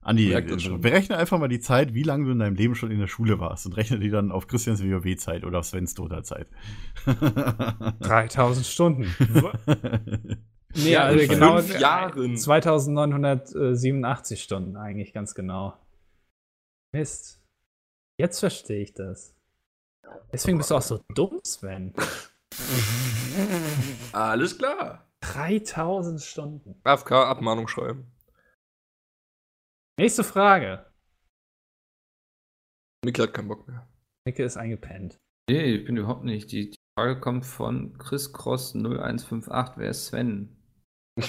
S9: Andi,
S2: Merkt uns schon.
S9: berechne einfach mal die Zeit, wie lange du in deinem Leben schon in der Schule warst und rechne die dann auf Christians WoW-Zeit oder auf Svens Dota-Zeit.
S5: 3000 Stunden. Nee,
S2: Ja,
S5: also
S2: in
S5: genau.
S2: fünf Jahren.
S5: 2987 Stunden eigentlich ganz genau. Mist. Jetzt verstehe ich das. Deswegen bist du auch so dumm, Sven.
S2: Alles klar.
S5: 3000 Stunden.
S2: AFK, Abmahnung schreiben.
S5: Nächste Frage.
S2: Mikkel hat keinen Bock mehr.
S5: Nicke ist eingepennt.
S4: Nee, ich bin überhaupt nicht. Die, die Frage kommt von Chris Cross 0158. Wer ist Sven?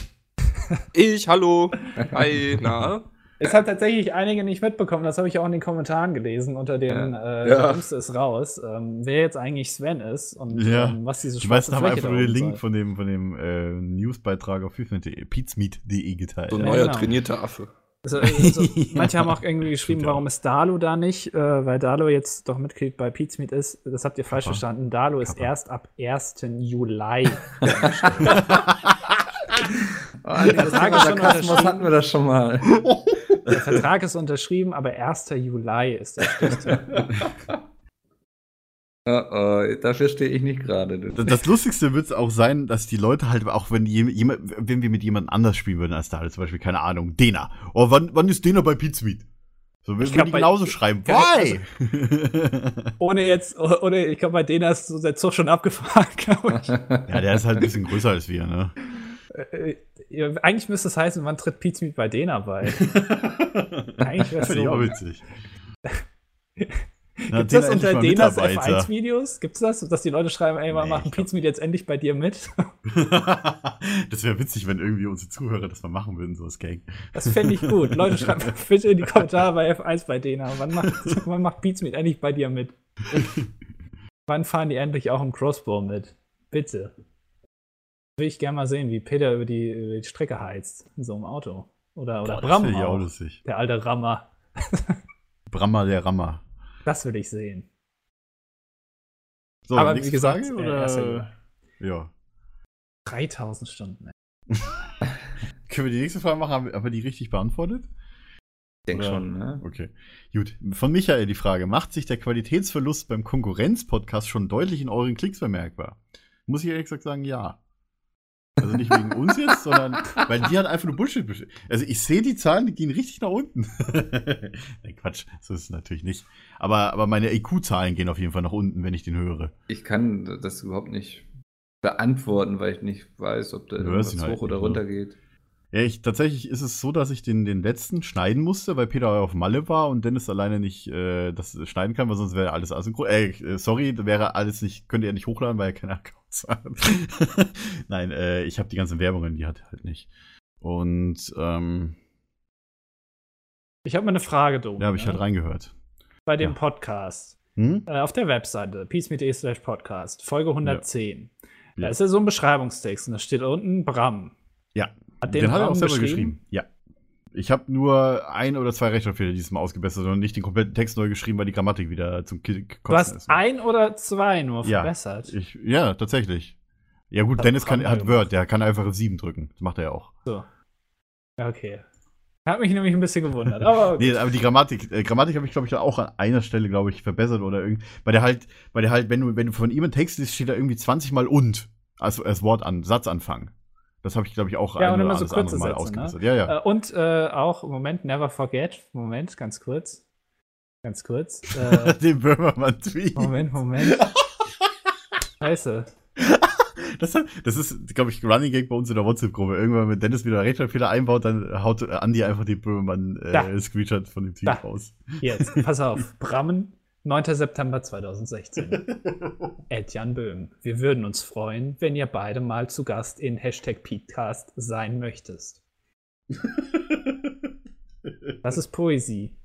S2: Ich, hallo. Hi, na.
S5: Es hat tatsächlich einige nicht mitbekommen, das habe ich auch in den Kommentaren gelesen, unter dem äh,
S2: Ja.
S5: der Jüngste ist raus, ähm, wer jetzt eigentlich Sven ist und
S3: Ja.
S5: ähm, was diese
S3: Die
S5: schwarze
S3: meisten haben
S5: Fläche
S3: einfach
S5: da
S3: nur den
S5: oben
S3: Link
S5: soll.
S3: von dem, von dem äh, Newsbeitrag auf pizmeat.de pizmeat.de geteilt.
S2: So ein
S5: Ja,
S2: neuer
S5: genau.
S2: trainierter Affe.
S5: Also, also, manche haben auch irgendwie geschrieben,
S3: Stimmt ja.
S5: warum ist Dalo da nicht, äh, weil Dalo jetzt doch Mitglied bei Pizmeet ist. Das habt ihr falsch
S3: Kappa.
S5: verstanden. Dalo ist
S3: Kappa.
S5: erst ab 1. Juli.
S4: Oh, Das
S5: Frage
S4: Thema
S5: schon
S4: Sarkasmus
S5: unterschrieben.
S4: hatten wir das schon mal.
S5: Der Vertrag ist unterschrieben, aber 1. Juli ist der Stichtag.
S4: Oh, oh, dafür stehe ich nicht gerade. du.
S3: Das, das Lustigste wird es auch sein, dass die Leute halt, auch wenn je- jemand, wenn wir mit jemandem anders spielen würden als da, zum Beispiel, keine Ahnung, Dena. Oh, wann, wann ist Dena bei Pizmeat? So würden
S5: glaub,
S3: die
S5: bei- also
S3: genauso schreiben.
S5: Ja,
S3: Why?
S5: Ohne jetzt, ohne, ich glaube, bei denen ist so der Zug schon abgefahren, glaube ich.
S3: ja, der ist halt ein bisschen größer als wir, ne?
S5: Äh, ja, eigentlich müsste es heißen, wann tritt Pizmeet bei denen bei? Eigentlich wäre es
S3: Finde ich auch
S5: so.
S3: witzig. Na,
S5: Gibt das
S3: Dena endlich
S5: unter
S3: mal
S5: Denas
S3: Mitarbeiter.
S5: F1-Videos? Gibt es das, dass die Leute schreiben, ey, wir
S3: Nee,
S5: machen
S3: ich glaub-
S5: Pizmeet jetzt endlich bei dir mit?
S3: das wäre witzig, wenn irgendwie unsere Zuhörer das mal machen würden, so als Gang.
S5: Das fände ich gut. Leute, schreibt mal bitte in die Kommentare bei F1 bei Dena. Wann macht, wann macht Beatsmeet endlich bei dir mit? wann fahren die endlich auch im Crossbow mit? Bitte. Will ich gerne mal sehen, wie Peter über die, über die Strecke heizt. In so einem Auto. Oder, oder
S3: das
S5: Bram
S3: finde ich auch
S5: auch.
S3: lustig.
S5: Der alte Rammer.
S3: Brammer der Rammer.
S5: Das will ich sehen.
S3: So,
S5: Aber
S3: nächste
S5: wie gesagt,
S3: Frage,
S5: äh, erster Juli.
S3: oder? ja.
S5: 3000 Stunden. Ey.
S3: Können wir die nächste Frage machen? Haben wir, haben wir die richtig beantwortet?
S4: Ich denke
S3: Ja.
S4: schon, ne?
S3: Okay. Gut. Von Michael die Frage: Macht sich der Qualitätsverlust beim Konkurrenzpodcast schon deutlich in euren Klicks bemerkbar? Muss ich ehrlich gesagt sagen, ja. Also nicht wegen uns jetzt, sondern weil die hat einfach nur Bullshit. besch- Also ich sehe die Zahlen, die gehen richtig nach unten. Nein, Quatsch, so ist es natürlich nicht. Aber, aber meine IQ-Zahlen gehen auf jeden Fall nach unten, wenn ich den höre.
S4: Ich kann das überhaupt nicht beantworten, weil ich nicht weiß, ob da
S3: Du
S4: irgendwas
S3: hörst ihn halt
S4: hoch oder
S3: nicht,
S4: runter geht.
S3: Ja, ich, tatsächlich ist es so, dass ich den, den letzten schneiden musste, weil Peter auf Malle war und Dennis alleine nicht äh, das schneiden kann, weil sonst wäre alles asynchron. Äh, äh, sorry, wäre alles nicht, könnte er nicht hochladen, weil er keine Accounts hat. Nein, äh, ich habe die ganzen Werbungen, die hat er halt nicht. Und ähm,
S5: Ich habe mal eine Frage, Dom.
S3: da habe ich
S5: ne?
S3: halt reingehört.
S5: Bei dem
S3: ja.
S5: Podcast.
S3: Hm?
S5: Äh, auf der Webseite, peace.de E slash podcast, Folge 110. Da
S3: Ja.
S5: ist ja so ein Beschreibungstext und da steht unten Bram.
S3: Ja.
S5: Hat
S3: Den,
S5: den,
S3: hat er
S5: Bram
S3: auch selber geschrieben.
S5: geschrieben.
S3: Ja. Ich habe nur ein oder zwei Rechtschreibfehler dieses Mal ausgebessert und nicht den kompletten Text neu geschrieben, weil die Grammatik wieder zum Ki- Kotzen
S5: Du hast
S3: ist.
S5: ein oder zwei nur
S3: Ja.
S5: verbessert.
S3: Ich, ja, tatsächlich. Ja gut,
S5: Hat
S3: Dennis kann,
S5: Bram
S3: hat
S5: gemacht.
S3: Word, der kann einfach 7 drücken. Das macht er ja auch.
S5: Okay. Hat mich nämlich ein bisschen gewundert. Aber
S3: Nee, aber die Grammatik, äh, Grammatik habe ich, glaube ich, auch an einer Stelle, glaube ich, verbessert oder irgendwie. Weil der halt, weil der halt, wenn du, wenn du von ihm einen Text liest, steht da irgendwie 20 Mal und als, als Wort an, Satzanfang. Das habe ich, glaube ich, auch
S5: Ja, und immer so
S3: anderes andere
S5: kurze
S3: Mal
S5: Sätze,
S3: ausgebessert. Ja, ja.
S5: äh, und äh, auch, Moment, never forget. Moment, ganz kurz. Ganz kurz. Äh,
S3: Den Böhmermann-Tweet.
S5: Moment, Moment. Scheiße.
S3: Das, hat- das ist, glaube ich, Running Gag bei uns in der WhatsApp-Gruppe. Irgendwann, wenn Dennis wieder Rechtschreibfehler einbaut, dann haut äh, Andi einfach den
S5: Da.
S3: Böhmermann-Screenshot von dem Tweet
S5: Da.
S3: raus.
S5: Jetzt, pass auf. Brammen, 9. September 2016. Ed Jan Böhm, wir würden uns freuen, wenn ihr beide mal zu Gast in Hashtag Peatcast sein möchtest. Das ist Poesie.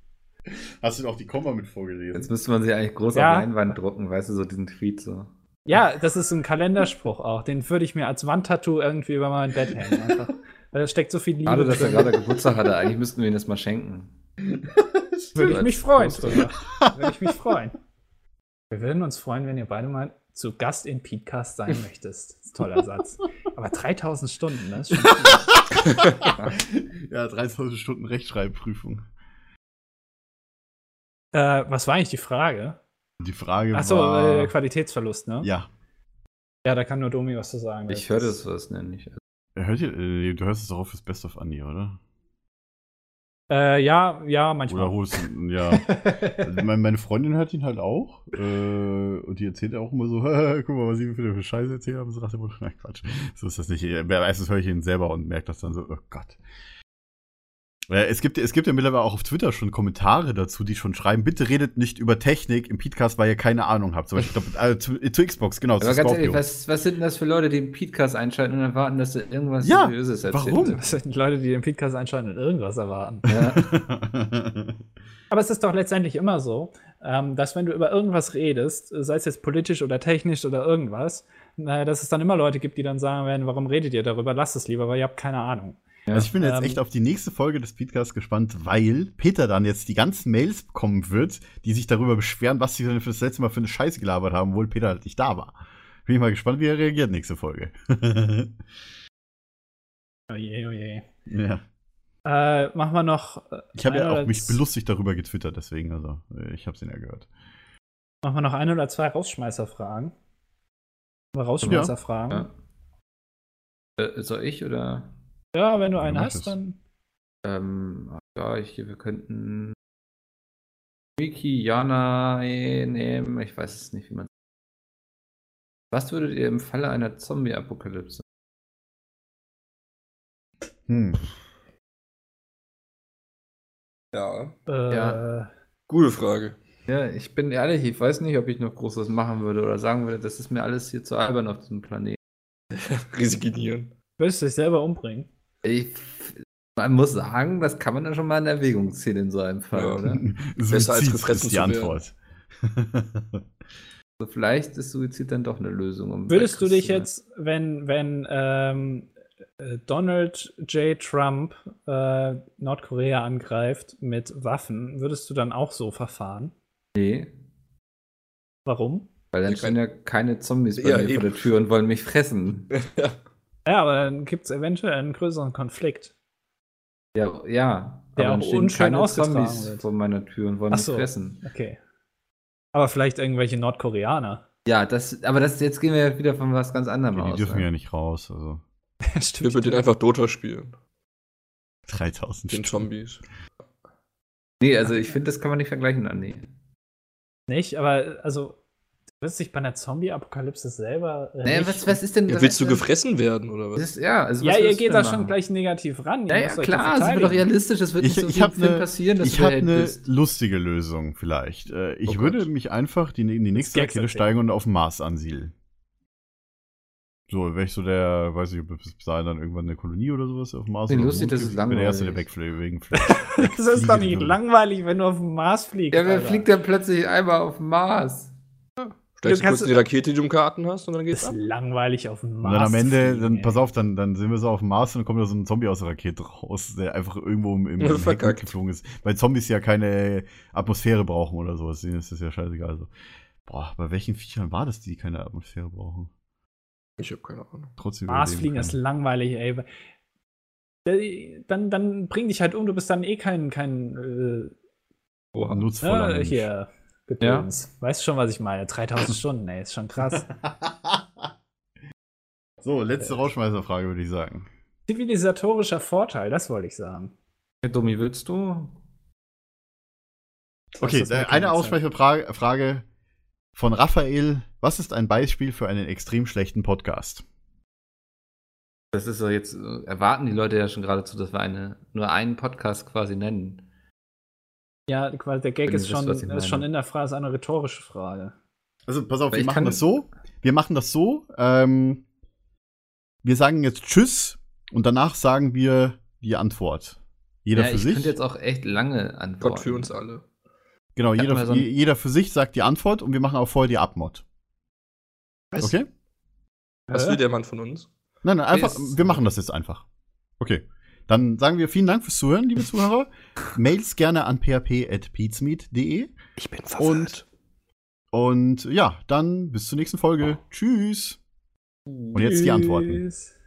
S3: Hast du auch die Komma mit vorgelesen?
S4: Jetzt müsste man sie eigentlich groß
S5: Ja.
S4: auf Leinwand drucken, weißt du, so diesen Tweet so.
S5: Ja, das ist ein Kalenderspruch auch. Den würde ich mir als Wandtattoo irgendwie über mein Bett hängen. Einfach. Weil da steckt so viel Liebe
S4: Schade, dass er
S5: drin.
S4: gerade Geburtstag hatte. Eigentlich müssten wir ihm das mal schenken.
S5: Würde ich
S4: als
S5: mich freuen.
S4: Poster.
S5: drüber. Würde ich mich freuen. Wir würden uns freuen, wenn ihr beide mal zu Gast in Peatcast sein möchtest. Das ist ein toller Satz. Aber 3000 Stunden, das ist schon viel.
S3: Ja, 3000 Stunden Rechtschreibprüfung.
S5: äh, Was war eigentlich die Frage?
S3: Die Frage
S5: Achso,
S3: war...
S5: äh, Qualitätsverlust, ne?
S3: ja.
S5: Ja, da kann nur Domi was zu sagen.
S4: Ich höre das was ne, nämlich.
S3: Hört ihr, äh, du hörst es doch auf fürs Best of Andi, oder?
S5: Äh, ja, ja,
S3: Oder
S5: manchmal.
S3: holst du, ja. meine, meine Freundin hört ihn halt auch. Äh, und die erzählt auch immer so, guck mal, was sie für eine Scheiße erzählt haben. So nach dem Motto, nein, Quatsch. So ist das nicht. Äh, Meistens höre ich ihn selber und merke das dann so, oh Gott. Äh, Es gibt, es gibt ja mittlerweile auch auf Twitter schon Kommentare dazu, die schon schreiben, bitte redet nicht über Technik im Podcast, weil ihr keine Ahnung habt. Zum Beispiel ich glaub, äh, zu, äh, zu Xbox, genau, zu
S4: Aber ganz ehrlich,
S3: Scorpio.
S4: was, was sind denn das für Leute, die den Podcast einschalten und dann warten, dass du irgendwas
S3: Ja,
S4: Seriöses
S3: warum?
S5: Das sind Leute, die den Podcast einschalten und irgendwas erwarten.
S4: Ja.
S5: Aber es ist doch letztendlich immer so, ähm, dass wenn du über irgendwas redest, äh, sei es jetzt politisch oder technisch oder irgendwas, äh, dass es dann immer Leute gibt, die dann sagen werden, warum redet ihr darüber? Lasst es lieber, weil ihr habt keine Ahnung.
S3: also ich bin jetzt
S5: ähm,
S3: echt auf die nächste Folge des Podcasts gespannt, weil Peter dann jetzt die ganzen Mails bekommen wird, die sich darüber beschweren, was sie denn für das letzte Mal für eine Scheiße gelabert haben, obwohl Peter halt nicht da war. Bin ich mal gespannt, wie er reagiert nächste Folge.
S5: Oje, oje.
S3: ja.
S5: oh Äh, machen wir noch, äh,
S3: Ich habe
S5: Ein
S3: ja
S5: oder
S3: auch mich
S5: z-
S3: belustigt darüber getwittert, deswegen, also äh, ich habe es ihn ja gehört.
S5: machen wir noch ein oder zwei Rausschmeißerfragen. Oder Rausschmeißerfragen.
S4: Ja. Äh, soll ich oder?
S5: Ja, wenn du
S3: Ja,
S5: einen
S3: mach es.
S5: hast, dann.
S4: Ähm, ja, ich, wir könnten. Wiki, Jana nehmen. Ich weiß es nicht, wie man. Was würdet ihr im Falle einer Zombie-Apokalypse?
S3: Hm.
S2: Ja.
S5: Äh,
S4: Ja.
S2: Gute Frage.
S4: Ja, ich bin ehrlich, ich weiß nicht, ob ich noch groß was machen würde oder sagen würde, das ist mir alles hier zu albern auf diesem Planeten.
S2: Resignieren.
S5: Willst du dich selber umbringen?
S4: Ich, man muss sagen, das kann man dann schon mal in Erwägung ziehen in so einem Fall,
S2: Ja.
S4: oder?
S3: Besser
S2: als gefressen
S3: ist die
S2: zu werden.
S3: Antwort.
S4: Also vielleicht ist Suizid dann doch eine Lösung. Um
S5: Würdest du
S4: bei Chris
S5: dich
S4: zu
S5: jetzt, wenn, wenn ähm, äh, Donald J. Trump äh, Nordkorea angreift mit Waffen, würdest du dann auch so verfahren?
S4: bleiben? Nee,
S5: Warum?
S4: weil dann
S2: Ja,
S4: stehen ja keine Zombies bei
S2: Ja,
S4: mir vor
S2: eben.
S4: der Tür und wollen mich fressen.
S5: Ja, aber dann gibt es eventuell einen größeren Konflikt.
S4: Ja, ja.
S5: Der
S4: aber
S5: auch
S4: dann stehen
S5: unschön
S4: keine
S5: ausgetragen
S4: Zombies
S5: wird.
S4: vor meiner Tür und wollen
S5: Ach
S4: mich
S5: so.
S4: fressen.
S5: Okay. Aber vielleicht irgendwelche Nordkoreaner.
S4: Ja, das, aber das, jetzt gehen wir ja wieder von was ganz anderem
S3: Die
S4: aus.
S3: dürfen
S4: ne?
S3: ja nicht raus, also
S2: Wir würden den einfach Dota spielen.
S3: 3000
S2: Den
S3: Stunden.
S2: Zombies.
S4: Nee, also ich finde, das kann man nicht vergleichen, Andi.
S5: Nicht, aber also, du würdest dich bei einer Zombie-Apokalypse selber. äh,
S4: Naja,
S5: nicht-
S4: was, was ist denn
S2: Ja, willst du
S4: was-
S2: gefressen werden oder
S4: Das
S2: was?
S4: ist, ja, also
S5: Ja,
S4: was
S5: ihr
S4: willst du
S5: geht
S4: denn
S5: da schon
S4: machen?
S5: gleich negativ ran. Ihr
S4: Ja, ja
S5: müsst euch
S4: klar,
S5: da
S4: sind wir doch
S5: verteidigen.
S4: realistisch, das wird
S3: Ich-
S4: nicht so
S3: ich
S4: wie im
S3: hab
S4: Film
S3: ne-
S4: passieren, dass
S3: Ich
S4: du
S3: habe
S4: der Held
S3: eine
S4: bist.
S3: lustige Lösung vielleicht. Äh, ich
S2: Oh
S3: würde
S2: Gott.
S3: mich einfach die, in die nächste
S5: Gags
S3: Rakete
S5: erzählen.
S3: steigen und auf dem Mars ansiedeln. So, wäre ich so der, weiß nicht, ob es bis dahin dann irgendwann eine Kolonie oder sowas auf dem Mars
S4: Wie
S3: oder
S4: lustig,
S3: Mond
S4: das
S3: gibt.
S4: ist
S3: Ich bin der Erste, der
S4: langweilig.
S3: wegfliegt. Wegen fliegt.
S5: Das ist doch nicht
S3: Wegfliegen.
S5: langweilig, wenn du auf den Mars fliegst.
S4: Ja, wer
S5: Alter.
S4: fliegt dann plötzlich einmal auf den Mars?
S2: Steigst
S5: du
S2: du kurz
S5: kannst-
S2: in die Rakete, die du im Karten hast und dann
S5: Das
S2: geht's
S5: ist
S2: ab.
S5: langweilig auf dem
S3: Und
S5: Mars.
S3: dann am Ende,
S5: fliegen,
S3: dann,
S5: ey.
S3: pass auf, dann, dann sind wir so auf dem Mars und dann kommt da so ein Zombie aus der Rakete raus, der einfach irgendwo im, im,
S2: Ja,
S3: im Heck
S2: verkackt.
S3: mitgeflogen ist. Weil Zombies ja keine Atmosphäre brauchen oder sowas. Denen ist das ja scheißegal. So. Boah, bei welchen Viechern war das, die keine Atmosphäre brauchen?
S2: Ich habe keine Ahnung.
S3: Trotzdem
S5: Marsfliegen ist
S3: überleben
S5: langweilig, ey. Der- Dann, dann bring dich halt um, du bist dann eh kein, kein
S3: können.
S5: äh,
S3: Nutzvoller
S5: äh,
S3: Mensch.
S5: hier Gedöns. Weißt schon, was ich meine? 3000 Stunden, ey, ist schon krass.
S3: so,
S4: Äh.
S3: letzte Rauschmeißerfrage, würde ich sagen.
S5: Zivilisatorischer Vorteil, das wollte ich sagen.
S4: Herr Dummi, willst du?
S3: Okay, äh,
S5: das merkt man
S3: eine
S5: jetzt
S3: Aussprechefrage Frage von Raphael. Was ist ein Beispiel für einen extrem schlechten Podcast?
S4: Das ist doch jetzt, äh, erwarten die Leute ja schon geradezu, dass wir eine, nur einen Podcast quasi nennen.
S5: Ja, quasi der
S4: Wenn
S5: Gag
S4: ihr
S5: ist
S4: wisst,
S5: schon,
S4: was ich meine.
S5: ist schon in der Frage, ist eine rhetorische Frage.
S3: Also pass auf,
S4: Weil
S3: wir
S4: ich
S3: machen
S4: kann-
S3: das so. Wir machen das so. Ähm, wir sagen jetzt Tschüss und danach sagen wir die Antwort. Jeder
S4: ja,
S3: für
S4: ich
S3: sich.
S4: könnte jetzt auch echt lange antworten.
S2: Gott für uns alle.
S3: genau,
S4: Ich hab mal
S3: jeder,
S4: so ein-
S3: je- jeder für sich sagt die Antwort und wir machen auch vorher die Abmod.
S2: Was?
S3: Okay?
S2: Was
S5: Äh?
S2: will der Mann von uns?
S3: Nein, nein, einfach,
S4: Ist-
S3: wir machen das jetzt einfach. Okay. Dann sagen wir vielen Dank fürs Zuhören, liebe Zuhörer. Mails gerne an php.peatsmeet.de.
S2: Ich bin
S3: verwirrt. Und ja, dann bis zur nächsten Folge. Tschüss. Und jetzt die Antworten.
S5: Tschüss.